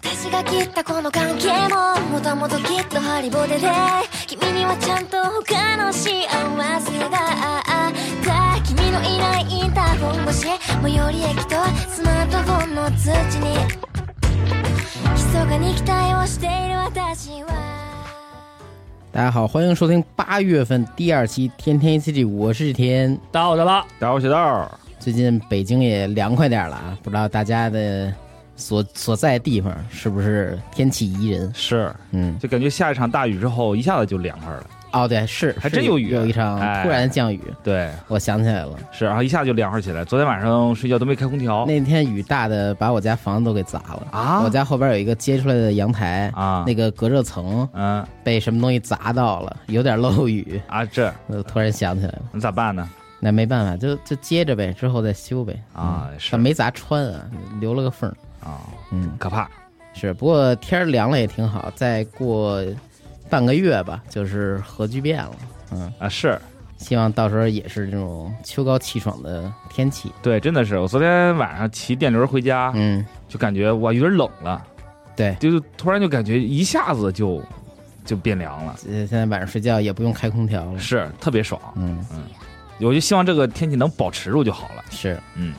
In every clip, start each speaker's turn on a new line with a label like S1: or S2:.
S1: 私が切ったこの関係ももともときっとハリボテで君にはちゃんと他の幸せがあった君のいないインターホン越し最寄り駅とスマートフォンの通知に密かに期待をしている私は
S2: 大家好，欢迎收听八月份第二期《天天 ACG》，我是天。
S3: 大家好，我是八，
S4: 打我小道，
S2: 最近北京也凉快点了啊，不知道大家的所所在地方是不是天气宜人？
S4: 是，
S2: 嗯，
S4: 就感觉下一场大雨之后，一下子就凉快了。
S2: 哦，对，是
S4: 还
S2: 是
S4: 真有雨
S2: 有一场
S4: 哎
S2: 突然降雨，
S4: 对，
S2: 我想起来了，
S4: 是，然后一下就凉快起来。昨天晚上睡觉都没开空调
S2: 那天雨大的把我家房子都给砸了。
S4: 哦啊
S2: 我家后边有一个接出来的阳台，
S4: 啊，
S2: 那个隔热层
S4: 嗯
S2: 被什么东西砸到了，有点漏雨，
S4: 啊，这
S2: 我突然想起来了，
S4: 你咋办呢？
S2: 那没办法，就就接着呗，之后再修呗。
S4: 啊，
S2: 但
S4: 是
S2: 没砸穿啊，留了个缝儿。
S4: 啊，
S2: 嗯，
S4: 可怕。
S2: 是，不过天儿凉了也挺好，再过半个月吧，就是核聚变了。嗯，
S4: 啊，是
S2: 希望到时候也是这种秋高气爽的天气。
S4: 对，真的是。我昨天晚上骑电驴回家，
S2: 嗯，
S4: 就感觉哇，有点冷了，
S2: 对，
S4: 就是突然就感觉一下子就就变凉了，
S2: 呃现在晚上睡觉也不用开空调了。
S4: 是特别爽。
S2: 嗯，
S4: 我就希望这个天气能保持住就好了。
S2: 是。
S4: 嗯，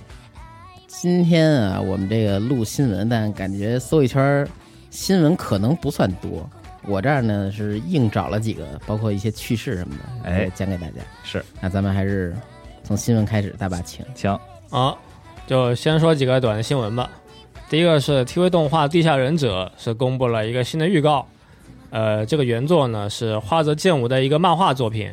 S2: 今天啊，我们这个录新闻，但感觉搜一圈儿新闻可能不算多。我这儿呢是硬找了几个，包括一些趣事什么的，
S4: 哎
S2: 也讲给大家。
S4: 是，
S2: 那咱们还是从新闻开始，大把请。
S4: 行，
S3: 啊，就先说几个短新闻吧。第一个是 TV 动画《地下忍者》是公布了一个新的预告，呃，这个原作呢是花泽健吾的一个漫画作品，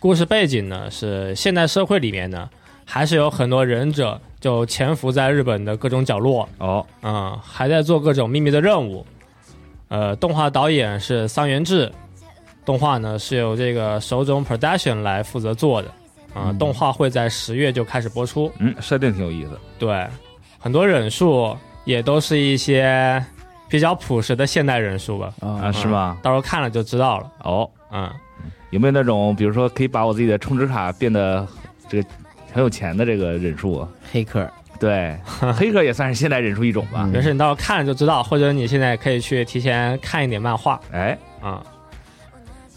S3: 故事背景呢是现代社会里面呢还是有很多忍者就潜伏在日本的各种角落，
S4: 哦，
S3: 嗯，还在做各种秘密的任务。呃，动画导演是桑原智，动画呢是由这个手冢 Production 来负责做的。啊、
S2: 嗯
S3: 动画会在十月就开始播出。
S4: 嗯，设定挺有意思。
S3: 对，很多忍术也都是一些比较朴实的现代忍术吧，
S2: 啊
S4: 啊，是吗？
S3: 到时候看了就知道了。
S4: 哦，
S3: 嗯，
S4: 有没有那种，比如说可以把我自己的充值卡变得这个很有钱的这个忍术啊？
S2: 黑客
S4: 对，黑客也算是现代忍术一种吧。
S2: 嗯
S3: 没事，你到时候看了就知道，或者你现在可以去提前看一点漫画。
S4: 哎，
S3: 啊、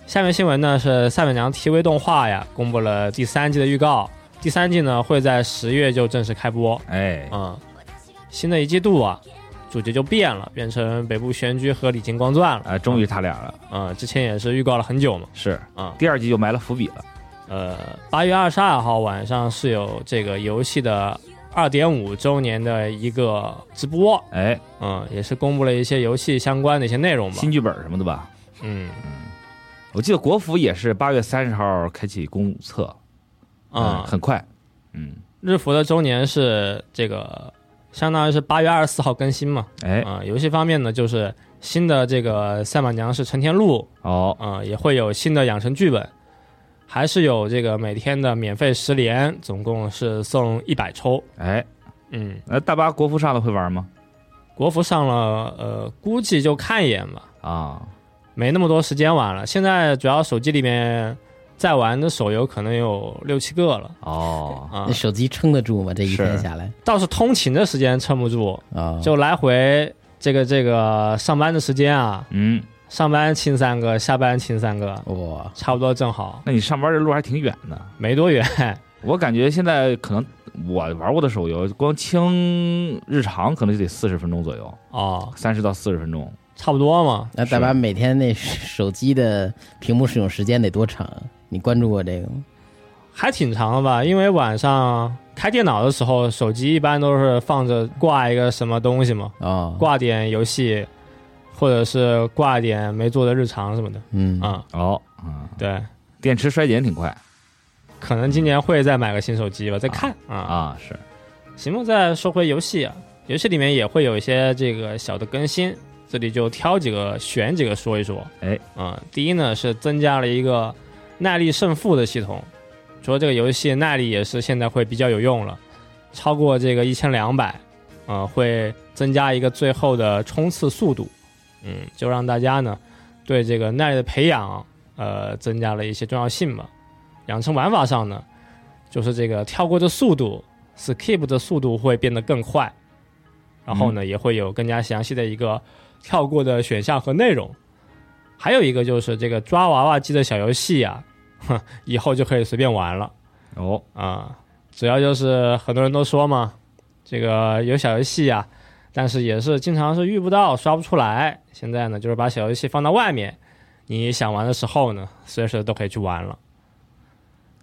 S3: 下面新闻呢是赛美娘 TV 动画呀，公布了第三季的预告，第三季呢会在十月就正式开播。
S4: 哎，
S3: 嗯，新的一季度啊，主角就变了，变成北部玄居和李金光钻了。
S4: 啊，终于他俩了，
S3: 嗯，之前也是预告了很久嘛。
S4: 是
S3: 啊
S4: 第二季就埋了伏笔了。
S3: 呃，八月二十二号晚上是有这个游戏的二点五周年的一个直播，
S4: 哎，
S3: 嗯，也是公布了一些游戏相关的一些内容吧。
S4: 新剧本什么的吧？
S3: 嗯
S4: 我记得国服也是八月三十号开启公测，嗯，
S3: 啊、
S4: 很快，嗯，
S3: 日服的周年是这个，相当于是八月二十四号更新嘛。
S4: 哎，
S3: 啊、游戏方面呢，就是新的这个赛马娘是陈天禄，
S4: 哦，
S3: 啊、也会有新的养成剧本，还是有这个每天的免费十连，总共是送一百抽。
S4: 哎，
S3: 嗯，
S4: 那大巴国服上了会玩吗？
S3: 国服上了，呃，估计就看一眼吧，
S4: 啊，
S3: 没那么多时间玩了。现在主要手机里面在玩的手游可能有六七个了
S4: 哦，
S3: 啊、
S2: 那手机撑得住吗？这一天
S4: 是
S2: 下来
S3: 倒是通勤的时间撑不住，
S2: 啊，
S3: 就来回这个这个上班的时间啊，
S4: 嗯，
S3: 上班亲三个，下班亲三
S2: 哦
S3: 个，
S2: 哇，
S3: 差不多正好，
S4: 那你上班这路还挺远的。
S3: 没多远。
S4: 我感觉现在可能我玩过的手游，光清日常可能就得四十分钟左右，
S3: 哦，
S4: 三十到四十分钟。
S3: 差不多嘛。
S2: 那大
S4: 是
S2: 把每天那手机的屏幕使用时间得多长？你关注过这个吗？
S3: 还挺长的吧，因为晚上开电脑的时候，手机一般都是放着挂一个什么东西嘛，
S2: 哦，
S3: 挂点游戏，或者是挂点没做的日常什么的。
S2: 嗯，
S3: 啊、
S4: 哦，嗯，
S3: 对，
S4: 电池衰减挺快
S3: 可能今年会再买个新手机吧，再看啊、
S4: 啊，是
S3: 行吧，再说回游戏啊，游戏里面也会有一些这个小的更新，这里就挑几个选几个说一说。
S4: 哎，
S3: 啊、第一呢是增加了一个耐力胜负的系统，除了这个游戏耐力也是现在会比较有用了，超过这个一千两百，啊，会增加一个最后的冲刺速度，嗯，就让大家呢对这个耐力的培养，呃，增加了一些重要性吧。养成玩法上呢，就是这个跳过的速度，skip 的速度会变得更快，然后呢，也会有更加详细的一个跳过的选项和内容。还有一个就是这个抓娃娃机的小游戏啊，哼，以后就可以随便玩了
S4: 哦，
S3: 啊、主要就是很多人都说嘛，这个有小游戏啊，但是也是经常是遇不到，刷不出来。现在呢，就是把小游戏放到外面，你想玩的时候呢，随时都可以去玩了。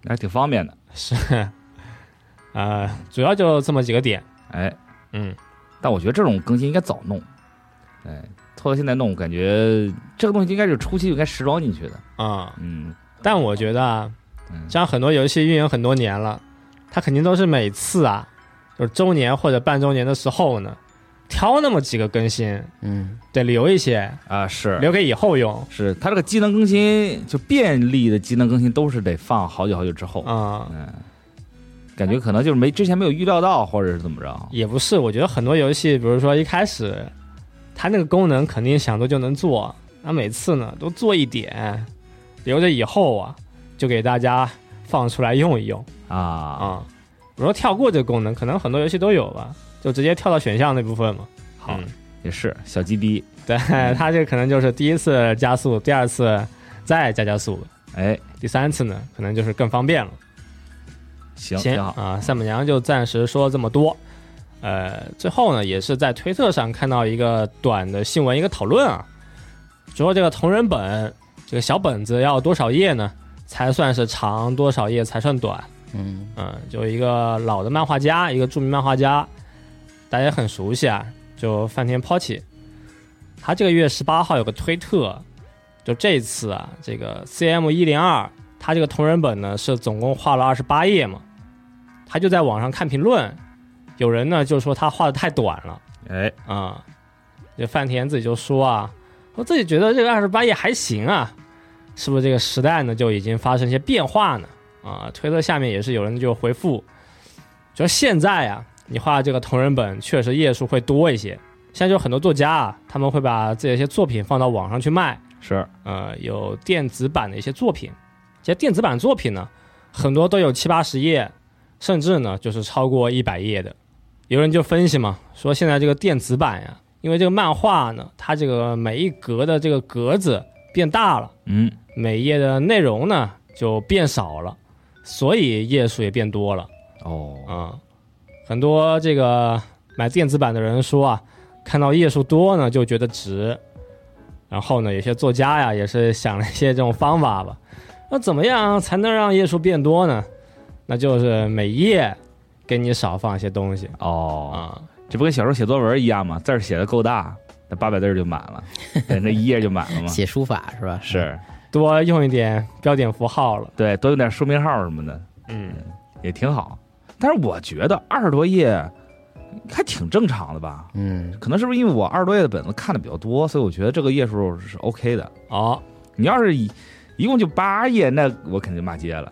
S4: 还挺方便的。
S3: 是，啊、主要就这么几个点。
S4: 哎，
S3: 嗯，
S4: 但我觉得这种更新应该早弄，哎，拖到现在弄，我感觉这个东西应该是初期就应该时装进去的。
S3: 啊、
S4: 嗯，
S3: 但我觉得啊
S4: 嗯，
S3: 像很多游戏运营很多年了，它肯定都是每次啊，就是周年或者半周年的时候呢，挑那么几个更新，
S2: 嗯，
S3: 得留一些，
S4: 啊，是
S3: 留给以后用。
S4: 是，它这个机能更新就便利的机能更新都是得放好久好久之后，
S3: 啊、
S4: 感觉可能就是没之前没有预料到，或者是怎么着。
S3: 也不是，我觉得很多游戏，比如说一开始，它那个功能肯定想做就能做，那每次呢都做一点，留着以后啊，就给大家放出来用一用。
S4: 啊，
S3: 啊、我说跳过这个功能，可能很多游戏都有吧，就直接跳到选项那部分嘛。
S4: 好
S3: 嗯
S4: 也是小鸡逼，
S3: 对，它这可能就是第一次加速，第二次再加加速，
S4: 哎，
S3: 第三次呢，可能就是更方便了。
S4: 行，
S3: 行
S4: 挺好，
S3: 啊，赛母娘就暂时说这么多。呃，最后呢，也是在推特上看到一个短的新闻，一个讨论啊，说这个同人本这个小本子要多少页呢，才算是长，多少页才算短？
S2: 嗯，
S4: 啊
S3: 嗯，就一个老的漫画家，一个著名漫画家，大家也很熟悉啊，就饭田抛弃。他这个月十八号有个推特，就这次啊，这个 CM 一零二，他这个同人本呢是总共画了二十八页嘛，他就在网上看评论，有人呢就说他画的太短了。
S4: 哎，
S3: 啊、这饭田自己就说啊，我自己觉得这个二十八页还行啊，是不是这个时代呢就已经发生一些变化呢？啊、推特下面也是有人就回复，就说现在啊，你画这个同人本确实页数会多一些，现在就很多作家啊，他们会把自己的一些作品放到网上去卖，
S4: 是，
S3: 呃，有电子版的一些作品。其实电子版作品呢，很多都有七八十页，甚至呢就是超过一百页的。有人就分析嘛，说现在这个电子版呀，因为这个漫画呢，它这个每一格的这个格子变大了，
S4: 嗯，
S3: 每页的内容呢就变少了，所以页数也变多了。
S4: 哦，
S3: 啊、很多这个买电子版的人说啊，看到页数多呢就觉得值，然后呢，有些作家呀也是想了一些这种方法吧。那怎么样才能让页数变多呢？那就是每页给你少放一些东西
S4: 哦，
S3: 啊、
S4: 这不跟小时候写作文一样吗？字儿写的够大，那八百字儿就满了，哎那一页就满了 嘛。
S2: 写书法是吧？
S4: 是，
S3: 多用一点标点符号了。
S4: 对，多用点书名号什么的
S3: 嗯，
S4: 也挺好。但是我觉得二十多页还挺正常的吧，
S2: 嗯，
S4: 可能是不是因为我二十多页的本子看的比较多，所以我觉得这个页数是 OK 的。
S3: 哦，
S4: 你要是一一共就八页，那我肯定骂街了。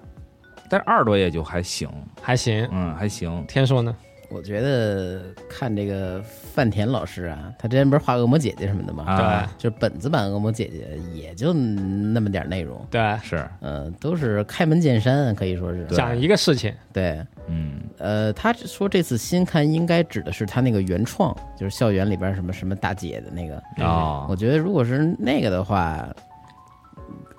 S4: 但是二十多页就还行，
S3: 还行。
S4: 嗯，还行。
S3: 天硕呢？
S2: 我觉得看这个范田老师啊，他之前不是画恶魔姐姐什么的吗？
S4: 啊，
S2: 就是本子版恶魔姐姐也就那么点儿内容，
S3: 对，
S4: 是，
S2: 嗯、都是开门见山，可以说是
S3: 讲一个事情。
S2: 对。
S4: 嗯，
S2: 呃，他说这次新刊应该指的是他那个原创，就是校园里边什么什么大姐的那个。
S4: 哦
S2: 我，觉得如果是那个的话，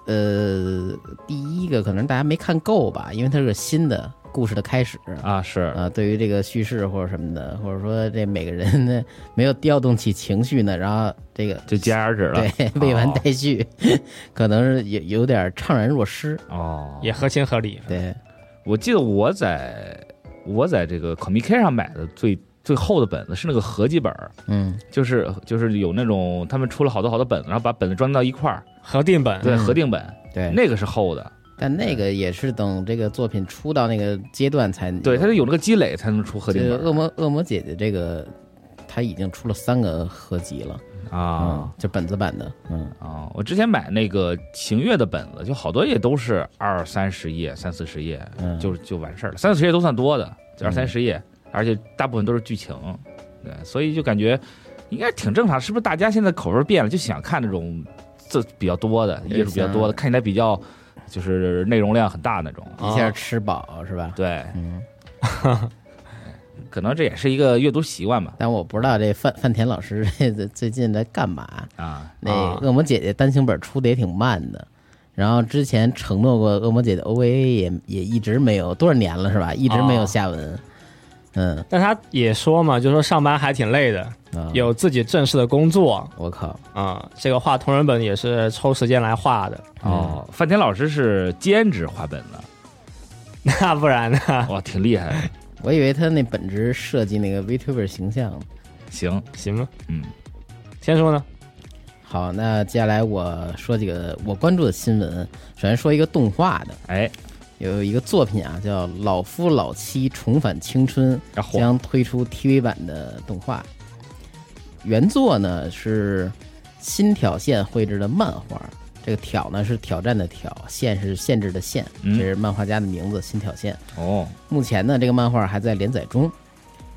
S2: 呃，第一个可能大家没看够吧，因为它是个新的故事的开始。
S4: 啊，是，
S2: 啊，对于这个叙事或者什么的，或者说这每个人 呢没有调动起情绪呢，然后这个
S4: 就戛然而止了。
S2: 对 未完
S4: 哦
S2: 待续，可能是有有点怅然若失。
S4: 哦，
S3: 也合情合理，
S2: 对，
S4: 我记得我在我在这个 Comic K 上买的最最厚的本子是那个合集本儿，
S2: 嗯，
S4: 就是就是有那种他们出了好多好多本子，然后把本子装到一块儿，
S3: 合订本
S4: 对，
S2: 嗯
S4: 合订本，
S2: 对。
S4: 那个是厚的，
S2: 但那个也是等这个作品出到那个阶段才
S4: 对，它
S2: 他
S4: 是有那个积累才能出合订
S2: 这个恶
S4: 本
S2: 魔恶魔姐姐这个，她已经出了三个合集了
S4: 啊。
S2: 嗯，就本子版的，嗯
S4: 啊、我之前买那个晴月的本子，就好多页都是二三十页、三四十页，
S2: 嗯，
S4: 就就完事儿了。三四十页都算多的，就二三十页，而且大部分都是剧情，对，所以就感觉应该挺正常。是不是大家现在口味变了，就想看那种字比较多的、
S2: 对
S4: 页数比较多的，看起来比较就是内容量很大那种？
S2: 一下吃饱是吧？
S4: 对，
S2: 嗯，
S4: 可能这也是一个阅读习惯吧。
S2: 但我不知道这范范田老师 这最近在干嘛。
S4: 啊，
S2: 那
S3: 啊
S2: 恶魔姐姐单行本出的也挺慢的，然后之前承诺过恶魔姐姐 OVA 也也一直没有多少年了是吧？一直
S3: 啊
S2: 没有下文。嗯
S3: 但他也说嘛，就说上班还挺累的，
S2: 啊，
S3: 有自己正式的工作
S2: 我靠，
S3: 啊、这个画同人本也是抽时间来画的，
S4: 哦，范田老师是兼职画本的，
S3: 那不然呢？
S4: 哇，挺厉害的。
S2: 我以为他那本职设计那个 VTuber 形象。
S4: 行，
S3: 行吗？
S4: 嗯，
S3: 天叔呢？
S2: 好，那接下来我说几个我关注的新闻。首先说一个动画的，
S4: 哎，
S2: 有一个作品啊，叫《老夫老妻重返青春》，
S4: 然后
S2: 将推出 TV 版的动画。原作呢是新挑线绘制的漫画，这个挑呢是挑战的挑，限是限制的限，
S4: 嗯
S2: 这是漫画家的名字新挑线。
S4: 哦，
S2: 目前呢，这个漫画还在连载中。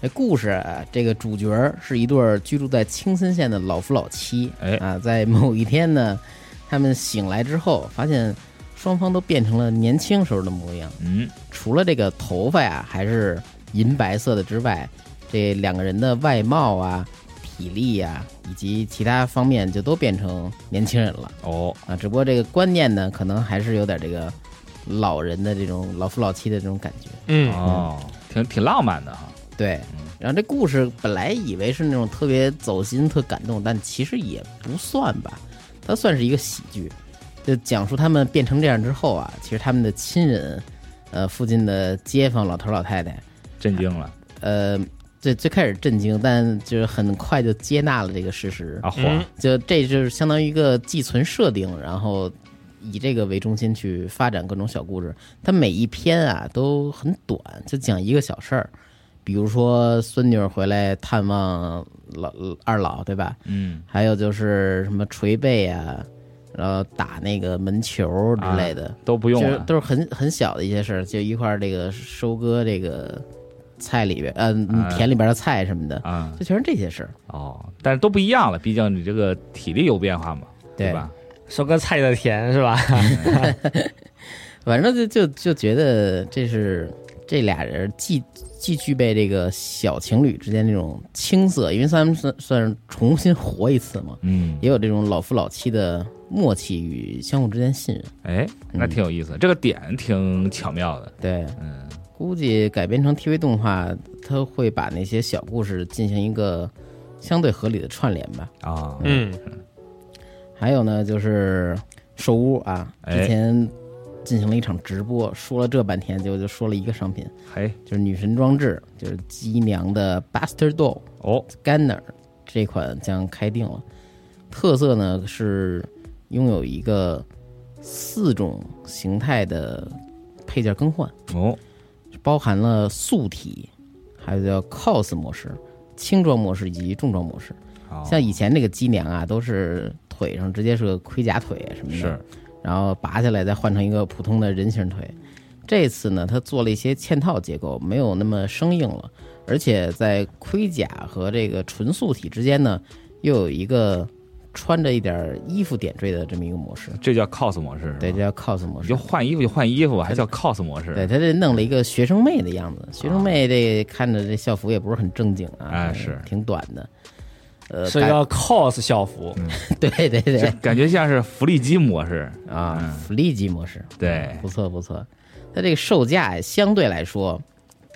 S2: 这故事啊，这个主角儿是一对儿居住在青森县的老夫老妻。
S4: 哎
S2: 啊，在某一天呢，他们醒来之后，发现双方都变成了年轻时候的模样，
S4: 嗯，
S2: 除了这个头发呀、还是银白色的之外，这两个人的外貌啊、体力呀、以及其他方面就都变成年轻人了。
S4: 哦，
S2: 啊，只不过这个观念呢，可能还是有点这个老人的这种老夫老妻的这种感觉。
S3: 嗯，
S4: 哦，挺挺浪漫的哈。
S2: 对，然后这故事本来以为是那种特别走心、特感动，但其实也不算吧，它算是一个喜剧，就讲述他们变成这样之后啊，其实他们的亲人，呃，附近的街坊老头老太太，
S4: 震惊了
S2: 呃，最最开始震惊，但就是很快就接纳了这个事实，
S4: 啊！嚯、
S3: 嗯
S2: 就这就是相当于一个寄存设定，然后。以这个为中心去发展各种小故事，它每一篇啊都很短，就讲一个小事儿，比如说孙女儿回来探望老二老，对吧？
S4: 嗯，
S2: 还有就是什么捶背啊，然后打那个门球之类的，
S4: 都不用啊
S2: 就是
S4: 了，
S2: 都是很很小的一些事儿，就一块儿这个收割这个菜里边，呃，
S4: 啊
S2: 田里边的菜什么的，
S4: 啊、
S2: 就全是这些事儿。
S4: 哦，但是都不一样了，毕竟你这个体力有变化嘛，
S2: 对
S4: 吧？
S3: 收割菜的田是吧？
S2: 反正就就就觉得这是这俩人既既具备这个小情侣之间这种青涩，因为他们算算是重新活一次嘛，
S4: 嗯，
S2: 也有这种老夫老妻的默契与相互之间信任。
S4: 哎，
S2: 嗯
S4: 那挺有意思，这个点挺巧妙的，
S2: 对，
S4: 嗯，
S2: 估计改编成 TV 动画，它会把那些小故事进行一个相对合理的串联吧。
S4: 啊、
S3: 嗯，
S2: 还有呢，就是兽屋啊，
S4: 哎
S2: 之前进行了一场直播，说了这半天，结果就说了一个商品，
S4: 嘿，
S2: 就是女神装置，就是机娘的 Buster Doll
S4: 哦，
S2: Scanner 这款将开定了。特色呢是拥有一个四种形态的配件更换，
S4: 哦，
S2: 包含了素体，还有叫 cos 模式、轻装模式以及重装模式。
S4: 哦
S2: 像以前这个机娘啊，都是腿上直接是个盔甲腿什么的，
S4: 是，
S2: 然后拔下来再换成一个普通的人形腿。这次呢，它做了一些嵌套结构，没有那么生硬了，而且在盔甲和这个纯素体之间呢，又有一个穿着一点衣服点缀的这么一个模式，
S4: 这叫 cos 模式，
S2: 对，这，叫 cos 模式
S4: 你就。换衣服就换衣服，还叫 cos 模式，
S2: 对，他这弄了一个学生妹的样
S4: 啊
S2: 子，学生妹这看着这校服也不是很正经啊，
S4: 哎是
S2: 挺短的，呃，
S3: 是一
S2: 感
S3: 个 cos 校服，
S2: 对对
S4: 这
S2: 对
S4: 感觉像是福利机模式，
S2: 啊，福利级模式，嗯
S4: 对
S2: 不错不错。它这个售价相对来说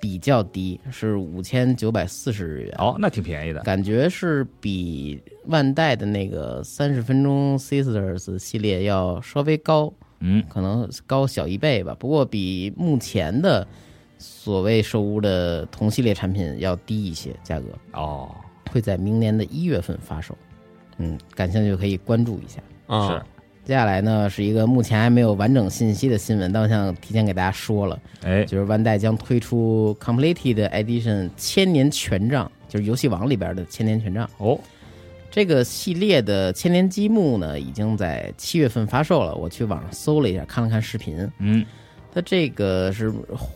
S2: 比较低，是五千九百四十日元，
S4: 哦，那挺便宜的，
S2: 感觉是比万代的那个三十分钟 Sisters 系列要稍微高，
S4: 嗯，
S2: 可能高小一倍吧。不过比目前的所谓售屋的同系列产品要低一些，价格
S4: 哦，
S2: 会在明年的一月份发售。嗯，感兴趣可以关注一下。
S3: 嗯，
S4: 是，
S2: 接下来呢是一个目前还没有完整信息的新闻，但我想提前给大家说了，
S4: 哎，
S2: 就是万代将推出 Completed Edition 千年权杖，就是游戏王里边的千年权杖。
S4: 哦，
S2: 这个系列的千年积木呢，已经在七月份发售了。我去网上搜了一下，看了看视频，
S4: 嗯，
S2: 它这个是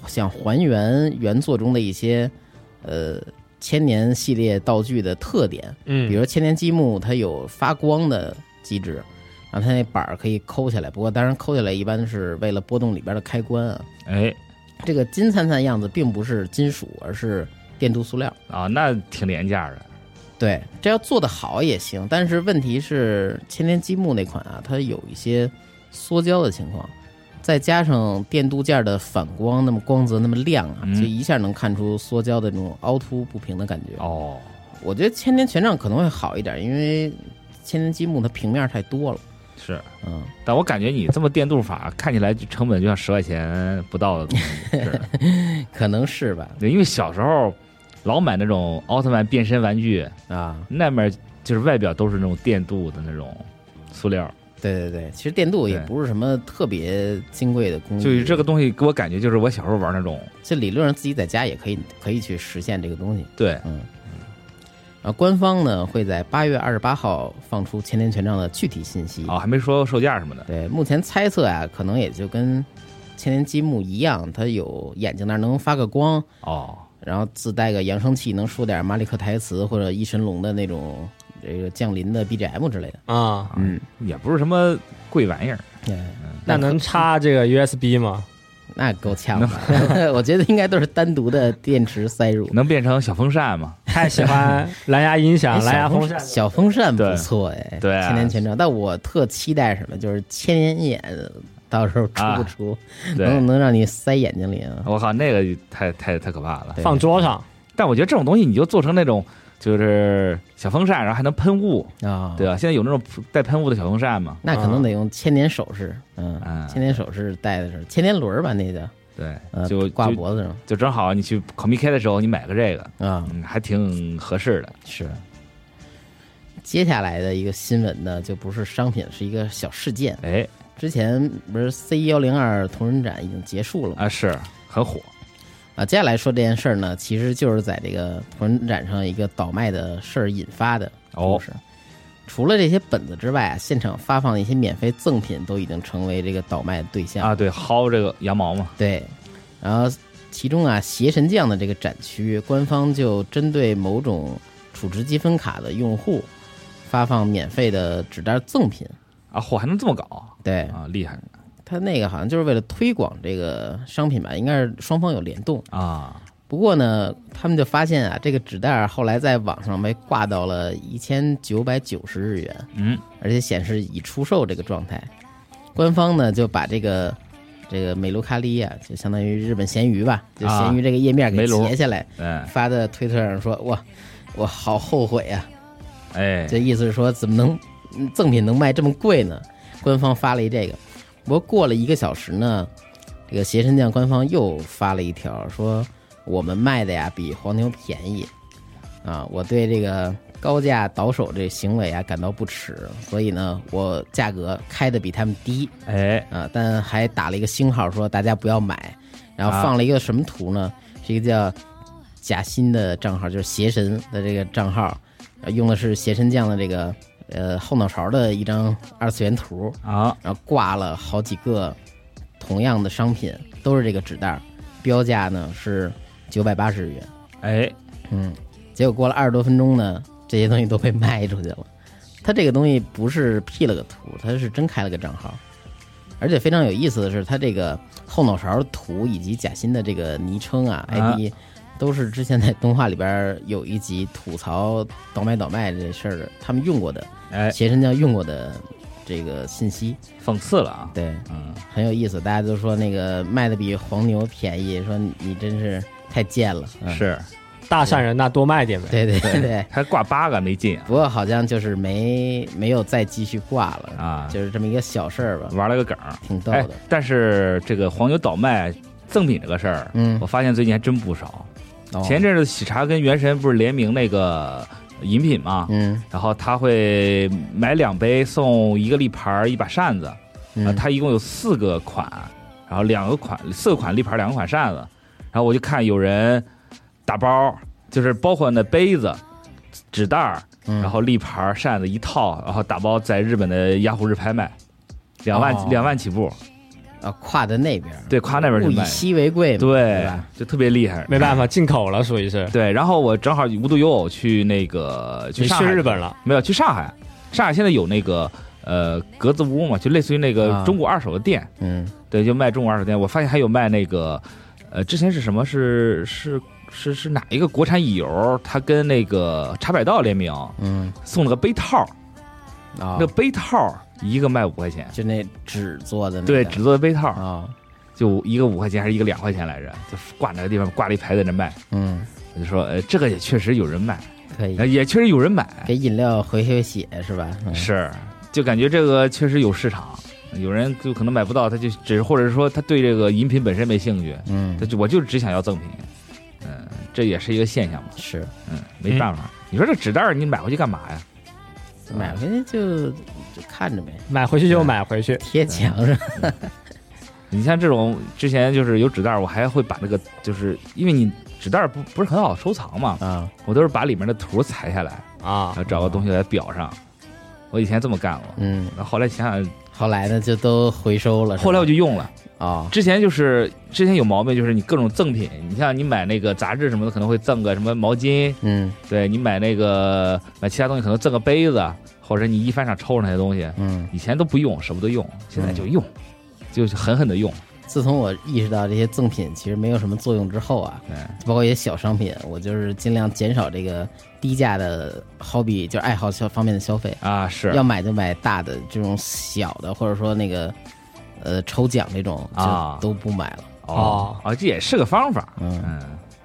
S2: 想还原原作中的一些，呃，千年系列道具的特点，
S3: 嗯，
S2: 比如千年积木，它有发光的机制，然后它那板儿可以抠下来。不过当然抠下来一般是为了拨动里边的开关啊。
S4: 哎，
S2: 这个金灿灿样子并不是金属，而是电镀塑料。
S4: 啊，那挺廉价的。
S2: 对，这要做的好也行，但是问题是千年积木那款啊，它有一些缩胶的情况，再加上电镀件的反光那么光泽那么亮啊，
S4: 嗯
S2: 就一下能看出塑胶的那种凹凸不平的感觉。
S4: 哦，
S2: 我觉得千年权杖可能会好一点，因为千年积木它平面太多了。
S4: 是，
S2: 嗯，
S4: 但我感觉你这么电镀法看起来就成本就像十块钱不到的东西，是的
S2: 可能是吧。
S4: 对因为小时候老买那种奥特曼变身玩具，
S2: 啊，
S4: 那面就是外表都是那种电镀的那种塑料，
S2: 对对对，其实电镀也
S4: 对
S2: 不是什么特别金贵的工具，
S4: 就是这个东西给我感觉就是我小时候玩那种，
S2: 这理论上自己在家也可以可以去实现这个东西。
S4: 对，
S2: 啊，官方呢会在八月二十八号放出千年权杖的具体信息。
S4: 啊，还没说售价什么的，
S2: 对，目前猜测啊，可能也就跟千年积木一样，它有眼睛那儿能发个光，
S4: 哦，
S2: 然后自带个扬声器，能说点马里克台词或者一神龙的那种这个降临的 BGM 之类的。
S3: 啊、
S2: 嗯，
S4: 也不是什么贵玩意儿，
S3: 那能插这个 USB 吗？
S2: 那够呛吧？ 我觉得应该都是单独的电池塞入。
S4: 能变成小风扇吗？
S3: 太喜欢蓝牙音响、
S2: 哎
S3: 蓝牙
S2: 小
S3: 风扇，
S2: 小风扇不
S4: 啊对
S2: 错哎，
S4: 对啊
S2: 千年权杖。但我特期待什么，就是千年眼，到时候出不
S4: 啊
S2: 出，能
S4: 对，
S2: 能让你塞眼睛里啊？
S4: 我靠，那个太太太可怕了。
S2: 对
S3: 放桌上，
S4: 但我觉得这种东西你就做成那种就是小风扇，然后还能喷雾，
S2: 啊，
S4: 对吧？现在有那种带喷雾的小风扇嘛？
S2: 那可能得用千年首饰，嗯，
S4: 啊
S2: 千年首饰戴的是千年轮儿吧，那叫，
S4: 对
S2: 呃，，
S4: 就
S2: 挂
S4: 就
S2: 脖子上
S4: 就正好你去考 m K 的时候，你买个这个，
S2: 啊，
S4: 嗯，还挺合适的。
S2: 是。接下来的一个新闻呢，就不是商品，是一个小事件。
S4: 哎
S2: 之前不是 C 幺零二同人展已经结束了吗？
S4: 啊，是很火
S2: 啊，接下来说这件事儿呢，其实就是在这个同人展上一个倒卖的事儿引发的故事。除了这些本子之外啊，现场发放的一些免费赠品都已经成为这个倒卖的对象
S4: 啊，对，薅这个羊毛嘛，
S2: 对，然后其中啊，邪神将的这个展区，官方就针对某种储值积分卡的用户发放免费的纸袋赠品。
S4: 啊，火还能这么搞
S2: 对
S4: 啊，厉害
S2: 他那个好像就是为了推广这个商品吧，应该是双方有联动。
S4: 啊！
S2: 不过呢，他们就发现啊，这个纸袋儿后来在网上被挂到了一千九百九十日元，
S4: 嗯，
S2: 而且显示已出售这个状态。官方呢就把这个这个美卢卡利啊，就相当于日本咸鱼吧，就
S4: 啊
S2: 咸鱼这个页面给
S4: 梅卢
S2: 截下来，
S4: 哎
S2: 发在推特上说：“哇，我好后悔啊！”
S4: 哎，
S2: 这意思是说，怎么能嗯赠品能卖这么贵呢？官方发了一这个，不过过了一个小时呢，这个邪神酱官方又发了一条说，我们卖的呀比黄牛便宜啊，我对这个高价倒手这行为啊感到不耻，所以呢，我价格开的比他们低
S4: 哎
S2: 啊，但还打了一个星号说大家不要买，然后
S4: 啊
S2: 放了一个什么图呢？是一个叫贾新的账号，就是邪神的这个账号，呃用的是邪神酱的这个呃后脑勺的一张二次元图，
S4: 啊，
S2: 然后挂了好几个同样的商品，都是这个纸袋儿，标价呢是九百八十元，
S4: 哎
S2: 嗯，结果过了二十多分钟呢，这些东西都被卖出去了。他这个东西不是 P 了个图，他是真开了个账号，而且非常有意思的是，他这个后脑勺图以及贾欣的这个昵称啊
S4: 啊
S2: ID，都是之前在动画里边有一集吐槽倒卖倒卖这事儿，他们用过的
S4: 哎，
S2: 邪神教用过的这个信息，
S4: 讽刺了啊，
S2: 对，
S4: 嗯，
S2: 很有意思。大家都说那个卖的比黄牛便宜，说你真是太贱了， 嗯、
S4: 是
S3: 大善人那多卖点呗。
S2: 对对对对。
S4: 还挂八个没劲啊
S2: 不过好像就是没没有再继续挂了，
S4: 啊，
S2: 就是这么一个小事儿吧，
S4: 玩了个梗儿，
S2: 挺逗
S4: 哎
S2: 的。，
S4: 但是这个黄牛倒卖赠品这个事儿，
S2: 嗯
S4: 我发现最近还真不少。
S2: 哦
S4: 哦前阵子喜茶跟原神不是联名那个饮品嘛，
S2: 嗯
S4: 然后他会买两杯送一个立牌儿一把扇子，啊，
S2: 嗯，
S4: 他一共有四个款，然后两个款四个款立牌儿两个款扇子，然后我就看有人打包，就是包括那杯子、纸袋儿，
S2: 嗯
S4: 然后立牌儿扇子一套，然后打包在日本的雅虎日拍卖，两万、
S2: 哦
S4: 两万起步，
S2: 啊跨在那边儿，
S4: 对，跨那边
S2: 物
S4: 去
S2: 以
S4: 卖，
S2: 稀为贵嘛，对
S4: 对
S2: 吧？，
S4: 就特别厉害，
S3: 没办法，进口了，属于是。
S4: 对，然后我正好无独有偶去那个去
S3: 你
S4: 上
S3: 去
S4: 海
S3: 日本了，
S4: 没有去上海，上海现在有那个呃格子屋嘛，就类似于那个
S2: 啊
S4: 中国二手的店，
S2: 嗯
S4: 对，就卖中国二手店。我发现还有卖那个呃之前是什么是是是是哪一个国产乙游，它跟那个茶百道联名
S2: 嗯
S4: 送了个杯套，
S2: 啊
S4: 那个，杯套一个卖五块钱，
S2: 就那纸做的那
S4: 对，
S2: 个
S4: 只做的杯套，
S2: 啊，
S4: 就一个五块钱还是一个两块钱来着，就是挂哪个地方挂了一牌在那卖，
S2: 嗯，
S4: 我就说，呃，这个也确实有人买，
S2: 可以
S4: 呃也确实有人买，
S2: 给饮料回回血是吧？嗯
S4: 是，就感觉这个确实有市场，有人就可能买不到，他就只是或者说他对这个饮品本身没兴趣，他
S2: 嗯
S4: 就我就只想要赠品，嗯，这也是一个现象嘛，
S2: 是，
S4: 嗯，没办法，你说这纸袋儿你买回去干嘛呀？
S2: 买回去就就看着呗，
S3: 买回去就买回去，
S2: 贴墙上，
S4: 你像这种之前就是有纸袋儿，我还会把那个就是因为你纸袋儿不不是很好收藏嘛，
S2: 啊，
S4: 我都是把里面的图裁下来，
S3: 啊
S4: 然后，找个东西来裱上，我以前这么干过，
S2: 哦嗯，
S4: 然后后来想想，
S2: 后来呢就都回收了。是吧
S4: 后来我就用了。
S2: 哦，
S4: 之前就是之前有毛病，就是你各种赠品，你像你买那个杂志什么的，可能会赠个什么毛巾，
S2: 嗯
S4: 对你买那个买其他东西可能赠个杯子，或者你一翻上抽上那些东西，
S2: 嗯，
S4: 以前都不用，舍不得用，现在就用，就是狠狠的用。
S2: 自从我意识到这些赠品其实没有什么作用之后啊，
S4: 对，
S2: 包括一些小商品，我就是尽量减少这个低价的 hobby，就是爱好消方面的消费。
S4: 啊是
S2: 要买就买大的，这种小的或者说那个呃抽奖这种
S4: 啊
S2: 就都不买了。
S4: 哦啊，这也是个方法，
S2: 嗯
S4: 嗯，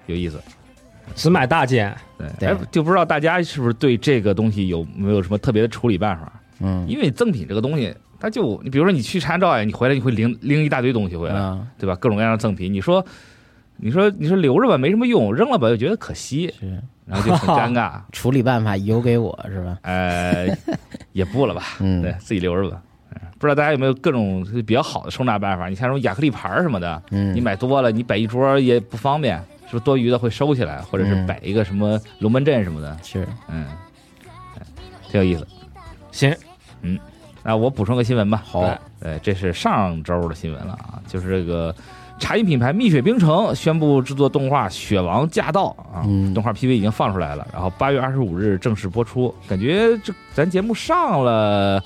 S4: 有意思。
S3: 只买大件，
S4: 对，
S2: 对
S4: 哎就不知道大家是不是对这个东西有没有什么特别的处理办法？
S2: 嗯，
S4: 因为赠品这个东西，它就你比如说你去查照呀，你回来你会拎拎一大堆东西回来，
S2: 啊，
S4: 对吧？各种各样的赠品，你说，你说，你说留着吧，没什么用；扔了吧，又觉得可惜，
S2: 是
S4: 然后就很尴 尬。
S2: 处理办法邮给我是吧？
S4: 呃，也不了吧，
S2: 嗯
S4: 对自己留着吧。嗯不知道大家有没有各种比较好的收纳办法？你像什么亚克力牌儿什么的，
S2: 嗯
S4: 你买多了，你摆一桌也不方便，是不是多余的会收起来，或者是
S2: 嗯
S4: 摆一个什么龙门阵什么的，
S2: 是
S4: 嗯，哎挺有意思。
S3: 行，
S4: 那啊我补充个新闻吧。
S2: 好
S4: 对，呃这是上周的新闻了啊，就是这个茶饮品牌蜜雪冰城宣布制作动画《雪王驾到》啊，
S2: 嗯
S4: 动画 PV 已经放出来了，然后八月二十五日正式播出。感觉这咱节目上了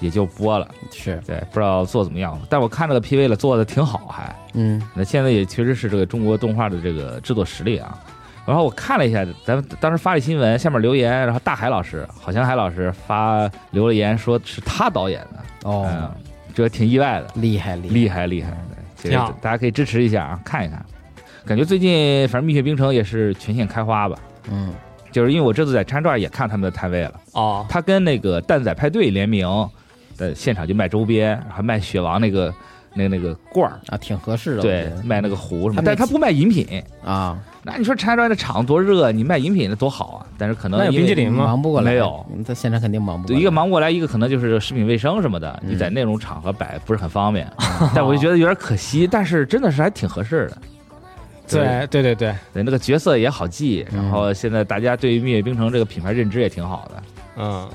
S4: 也就播了，
S2: 是，
S4: 对，不知道做怎么样，但我看这个 PV 了，做的挺好，还
S2: 嗯
S4: 那现在也确实是这个中国动画的这个制作实力啊。然后我看了一下，咱们当时发了新闻，下面留言，然后大海老师，郝祥海老师发留了言，说是他导演的，
S2: 哦
S4: 嗯，，这挺意外的，
S2: 厉害厉害
S4: 厉害厉害，对，这
S3: 挺好
S4: 个大家可以支持一下啊，看一看。感觉最近反正蜜雪冰城也是全线开花吧，
S2: 嗯
S4: 就是因为我这次在长庄也看他们的摊位了，
S3: 哦，
S4: 他跟那个蛋仔派对联名，呃，现场就卖周边，还卖雪王那个那那个罐儿，
S2: 啊，挺合适的，
S4: 对
S2: 我觉，得
S4: 卖那个壶
S2: 他
S4: 什么，
S2: 卖
S4: 啊但是他不卖饮品。
S2: 啊，
S4: 那你说长庄的厂多热，你卖饮品那多好啊！但是可能
S3: 那有
S4: 因为
S3: 冰激凌吗
S2: 忙不过来，
S4: 没有，
S2: 在现场肯定忙不过
S4: 对，
S2: 来。
S4: 一个忙不过来，一个可能就是食品卫生什么的，
S2: 嗯
S4: 你在那种场合摆不是很方便。
S3: 啊
S4: 但我就觉得有点可惜，但是真的是还挺合适的。
S3: 对对对对，
S4: 对，那个角色也好记，
S2: 嗯
S4: 然后现在大家对于蜜雪冰城这个品牌认知也挺好的。
S3: 嗯，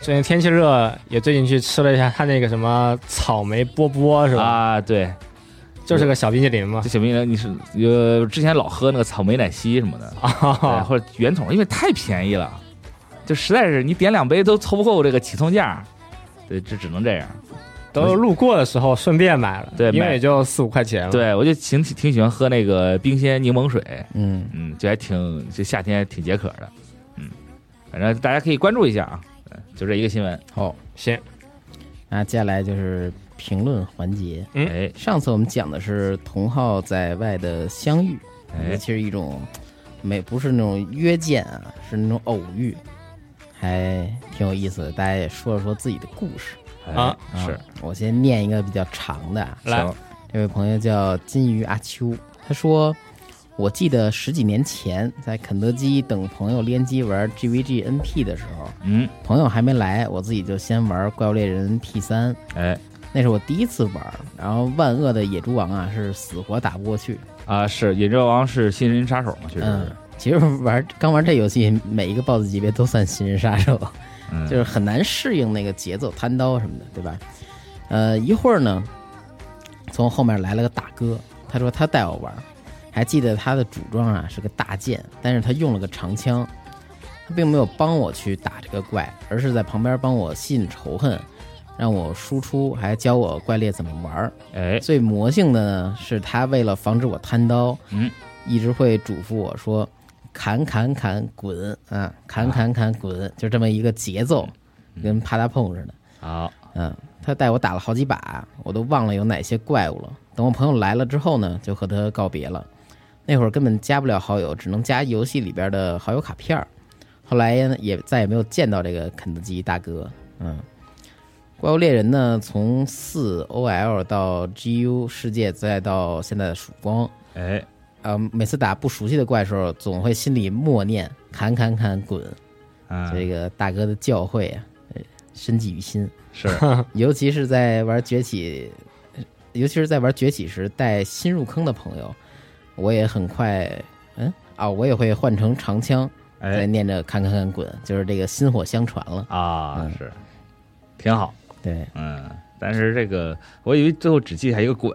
S3: 最近天气热，也最近去吃了一下他那个什么草莓波波是吧？
S4: 啊，对，
S3: 就是个小冰激凌嘛
S4: 这，雪冰城你是呃之前老喝那个草莓奶昔什么的，对，
S3: 啊，
S4: 或者圆筒，因为太便宜了，就实在是你点两杯都凑不够这个起送价，对，这只能这样。
S3: 都是路过的时候顺便买了，
S4: 对
S3: 因
S4: 买
S3: 为也就四五块钱嘛，
S4: 对，我就挺挺喜欢喝那个冰鲜柠檬水，
S2: 嗯，
S4: 嗯，就还挺这夏天挺解渴的，嗯，反正大家可以关注一下啊。对就这一个新闻，
S2: 好，
S3: 行，
S2: 那接下来就是评论环节。
S3: 嗯
S4: 哎
S2: 上次我们讲的是同好在外的相遇，尤
S4: 哎，
S2: 其是一种没不是那种约见啊，是那种偶遇，还挺有意思的。大家也说了说自己的故事。
S4: 哎
S3: 啊
S4: 是
S2: 啊，我先念一个比较长的啊，
S3: 来
S4: 行
S2: 这位朋友叫金鱼阿秋，他说：“我记得十几年前在肯德基等朋友联机玩 GVG NP 的时候，
S4: 嗯，
S2: 朋友还没来，我自己就先玩怪物猎人 P 三，
S4: 哎
S2: 那是我第一次玩。然后万恶的野猪王啊，是死活打不过去。
S4: 啊是，野兽王是新人杀手嘛，确实
S2: 嗯
S4: 是，，
S2: 其实玩刚玩这游戏，每一个 BOSS 级别都算新人杀手。”
S4: 嗯
S2: 就是很难适应那个节奏、弹刀什么的，对吧？呃，一会儿呢，从后面来了个大哥，他说他带我玩儿，还记得他的主装啊是个大剑，但是他用了个长枪，他并没有帮我去打这个怪，而是在旁边帮我吸引仇恨，让我输出，还教我怪猎怎么玩儿。
S4: 哎
S2: 最魔性的呢是他为了防止我贪刀，
S4: 嗯，
S2: 一直会嘱咐我说：“砍砍砍，滚啊，砍砍砍，滚”，就这么一个节奏，
S4: 嗯
S2: 跟啪嗒碰似的。
S4: 好，
S2: 嗯，他带我打了好几把，我都忘了有哪些怪物了。等我朋友来了之后呢，就和他告别了。那会儿根本加不了好友，只能加游戏里边的好友卡片儿。后来也再也没有见到这个肯德基大哥。嗯，怪物猎人呢，从四 OL 到 GU 世界，再到现在的曙光，
S4: 哎，
S2: 呃，每次打不熟悉的怪兽，总会心里默念“砍砍砍，滚”。
S4: 啊，
S2: 这个大哥的教诲啊，呃深记于心。
S4: 是
S2: 尤其是在玩崛起，尤其是在玩崛起时带新入坑的朋友，我也很快，嗯啊，我也会换成长枪，再
S4: 哎
S2: 念着“砍砍砍滚”，就是这个薪火相传了。
S4: 啊
S2: 嗯
S4: 是，挺好，
S2: 对，
S4: 嗯，但是这个我以为最后只记下一个滚，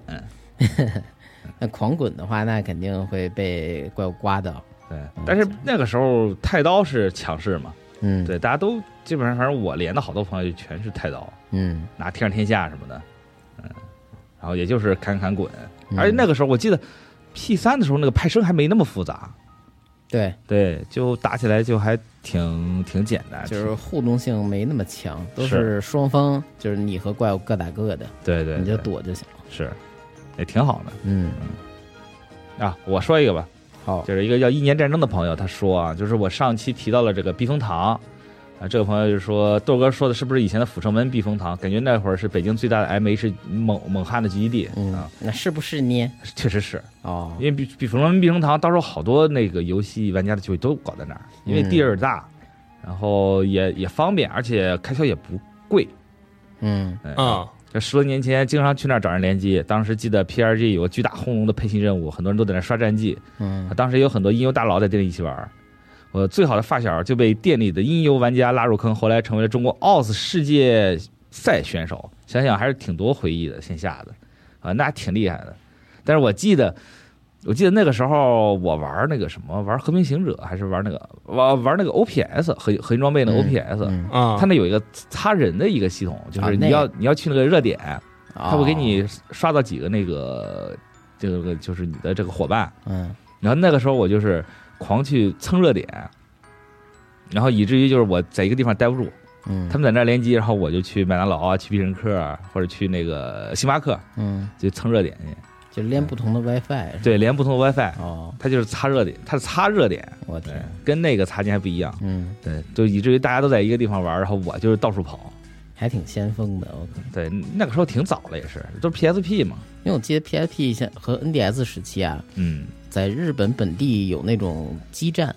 S2: 那狂滚的话，那肯定会被怪物刮到。
S4: 对，但是那个时候太刀是强势嘛，
S2: 嗯，，
S4: 对，大家都基本上，反正我连的好多朋友就全是太刀，
S2: 嗯，
S4: 拿天上天下什么的，嗯，然后也就是砍砍滚，
S2: 嗯
S4: 而且那个时候我记得 P 三的时候那个派生还没那么复杂，
S2: 对，
S4: 对，就打起来就还挺挺简单，
S2: 就是互动性没那么强，都
S4: 啊是
S2: 是双方，就是你和怪物各打各的，
S4: 对对，
S2: 你就
S4: 对
S2: 躲就行了。
S4: 是，也挺好的
S2: 嗯，
S4: 啊。我说一个吧，
S2: 好，
S4: 就是一个叫一年战争的朋友，他说啊，就是我上期提到了这个避风塘，啊，这个朋友就说豆哥说的是不是以前的阜成门避风塘？感觉那会儿是北京最大的 MH 猛猛汉的聚集地、
S2: 嗯
S4: 啊，，
S2: 那是不是呢？
S4: 确实是
S2: 哦
S4: 因，为避避风门避风塘，到时候好多那个游戏玩家的聚会都搞在那儿，因为地儿大，然后也也方便，而且开销也不贵。
S2: 嗯
S4: 嗯
S3: 嗯，
S4: 这十多年前经常去那儿找人联机，当时记得 PRG 有个巨大轰隆的配信任务，很多人都在那儿刷战绩。
S2: 嗯，
S4: 当时也有很多音游大佬在店里一起玩儿。我最好的发小就被店里的音游玩家拉入坑，后来成为了中国 OS 世界赛选手。想想还是挺多回忆的，线下的啊，那还挺厉害的。但是我记得，我记得那个时候我玩那个什么，玩和平行者还是玩那个玩玩那个 OPS 核核心装备那
S2: 嗯
S4: 个 OPS，、
S2: 嗯
S3: 嗯，
S4: 它那有一个擦人的一个系统，就
S2: 啊
S4: 是
S2: 那
S4: 你
S2: 个啊
S4: 要、你要去那个热点，
S2: 他
S4: 它会给
S2: 哦
S4: 你刷到几个那个这个就是你的这个伙伴，
S2: 嗯
S4: 然后那个时候我就是狂去蹭热点，然后以至于就是我在一个地方待不住，
S2: 嗯，
S4: 他们在那儿联机，然后我就去麦当劳啊，去必胜客啊或者去那个星巴克
S2: 嗯
S4: 就蹭热点去。
S2: 就连不同的 WiFi 是吧
S4: 对，连不同的 WiFi，
S2: 哦，
S4: 它就是擦热点，它是擦热点，
S2: 我
S4: 对
S2: 天，，
S4: 跟那个擦肩还不一样。
S2: 嗯，
S4: 对，就以至于大家都在一个地方玩，然后我就是到处跑。
S2: 还挺先锋的，我靠
S4: 对，那个时候挺早了，也是都是 PSP 嘛。
S2: 因为我记得 PSP 像和 NDS 时期啊，
S4: 嗯
S2: 在日本本地有那种基站，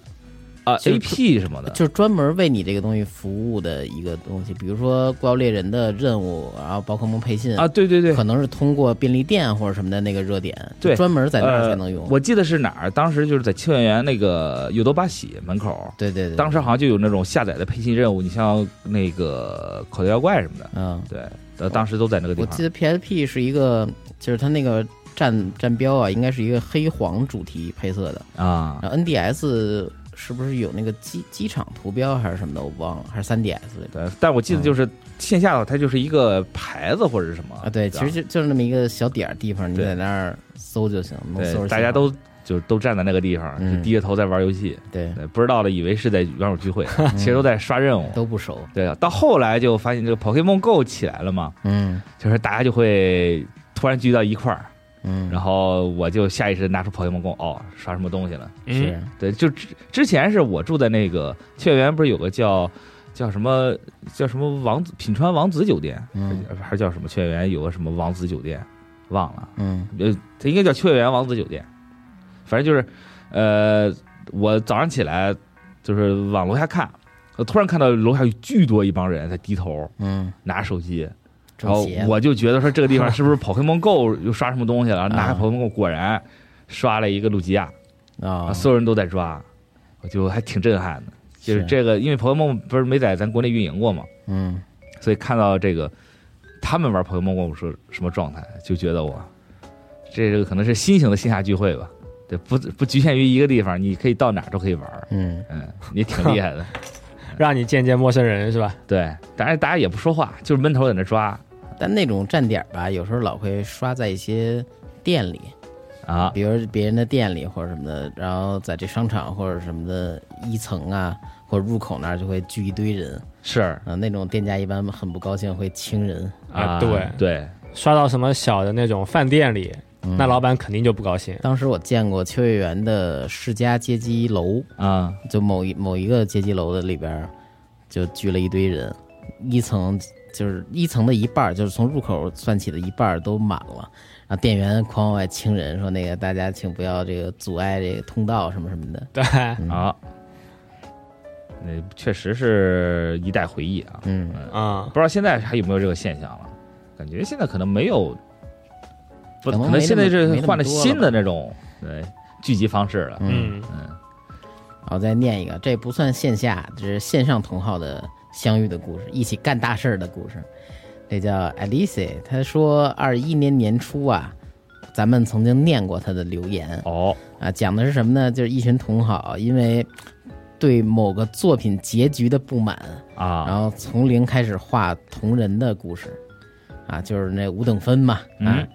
S4: 啊
S2: 其实
S4: ，AP 什么的，
S2: 就是专门为你这个东西服务的一个东西，比如说《怪物猎人》的任务，然后宝可梦配信
S4: 啊，，对对对，
S2: 可能是通过便利店或者什么的那个热点，就
S4: 对
S2: 专门在那儿才能
S4: 呃
S2: 用。
S4: 我记得是哪儿，当时就是在清源园那个有多巴喜门口，
S2: 对对对，
S4: 当时好像就有那种下载的配信任务，你像那个口袋妖怪什么的，
S2: 嗯，
S4: 对，呃，当时都在那个地
S2: 我记
S4: 方。
S2: 得 PSP 是一个，就是它那个站站标啊，应该是一个黑黄主题配色的。
S4: 啊
S2: 然后 NDS 是不是有那个机机场图标还是什么的，我忘了，还是 3DS 的
S4: 对，但我记得就是线下的，它就是一个牌子或者是什么
S2: 啊？对，其实
S4: 吧
S2: 就就是那么一个小点儿地方，你
S4: 对
S2: 在那儿搜就行，能搜着
S4: 对，
S2: 信
S4: 大家
S2: 号
S4: 都就是都站在那个地方，
S2: 嗯
S4: 就低着头在玩游戏，
S2: 对
S4: 对，不知道的以为是在网友 聚会，其实都在刷任务。
S2: 都不熟，
S4: 对，啊到后来就发现这个 Pokemon Go 起来了嘛，
S2: 嗯
S4: 就是大家就会突然聚到一块儿，
S2: 嗯，
S4: 然后我就下意识地拿出 Pokemon Go，哦，刷什么东西了。
S3: 嗯
S2: 是
S4: 对，就之之前是我住在那个雀园，不是有个叫叫什么叫什么王子品川王子酒店，
S2: 嗯
S4: 还是叫什么雀园有个什么王子酒店，忘了，
S2: 嗯
S4: 呃，它应该叫雀园王子酒店，反正就是，呃，我早上起来就是往楼下看，我突然看到楼下有巨多一帮人在低头
S2: 嗯，
S4: 拿着手机，然
S2: 中
S4: 后
S2: 邪了
S4: 我就觉得说这 个地方是不是 Pokemon Go 又刷什么东西了，拿开
S2: 啊
S4: Pokemon Go 果然刷了一个路基亚。啊，
S2: 啊，
S4: 所有人都在抓，我就还挺震撼的。就是
S2: 是
S4: 这个，因为朋友梦不是没在咱国内运营过嘛，
S2: 嗯
S4: 所以看到这个他们玩朋友梦，我说什么状态，就觉得我这个可能是新型的线下聚会吧。对，不不局限于一个地方，你可以到哪儿都可以玩儿，
S2: 嗯
S4: 嗯，也挺厉害的。
S3: 让你见见陌生人是吧？
S4: 对，当然大家也不说话，就是闷头在那抓。
S2: 但那种站点儿吧，有时候老会刷在一些店里，
S4: 啊，
S2: 比如别人的店里或者什么的，然后在这商场或者什么的一层啊，或者入口那儿就会聚一堆人
S4: 是
S2: 啊、那种店家一般很不高兴，会清人。
S3: 啊
S4: 对
S3: 对
S4: 对，
S3: 刷到什么小的那种饭店里，
S2: 嗯
S3: 那老板肯定就不高兴。
S2: 当时我见过秋叶原的世家街机楼，
S4: 啊
S2: 就某一某一个街机楼的里边儿，就聚了一堆人，一层就是一层的一半儿，就是从入口算起的一半儿都满了，然后店员狂往外清人，说那个大家请不要这个阻碍这个通道什么什么的。
S3: 对，
S2: 嗯
S4: 啊，那确实是一代回忆啊，
S2: 嗯，
S3: 嗯
S4: 不，知道现在还有没有这个现象了？感觉现在可能没有，不，
S2: 可能
S4: 可能现在这
S2: 没那么
S4: 换
S2: 没那么多了
S4: 了新的那种对聚集方式了。
S2: 嗯
S3: 嗯，
S4: 嗯，
S2: 然后再念一个，这不算线下，这是线上同号的相遇的故事，一起干大事儿的故事。这叫 Alice，她说二一年年初啊，咱们曾经念过她的留言，
S4: 哦，
S2: 啊，讲的是什么呢？就是一群同好，因为对某个作品结局的不满，然
S4: 啊，
S2: 后从零开始画同人的故事，啊，就是那五等分嘛，啊，
S4: 嗯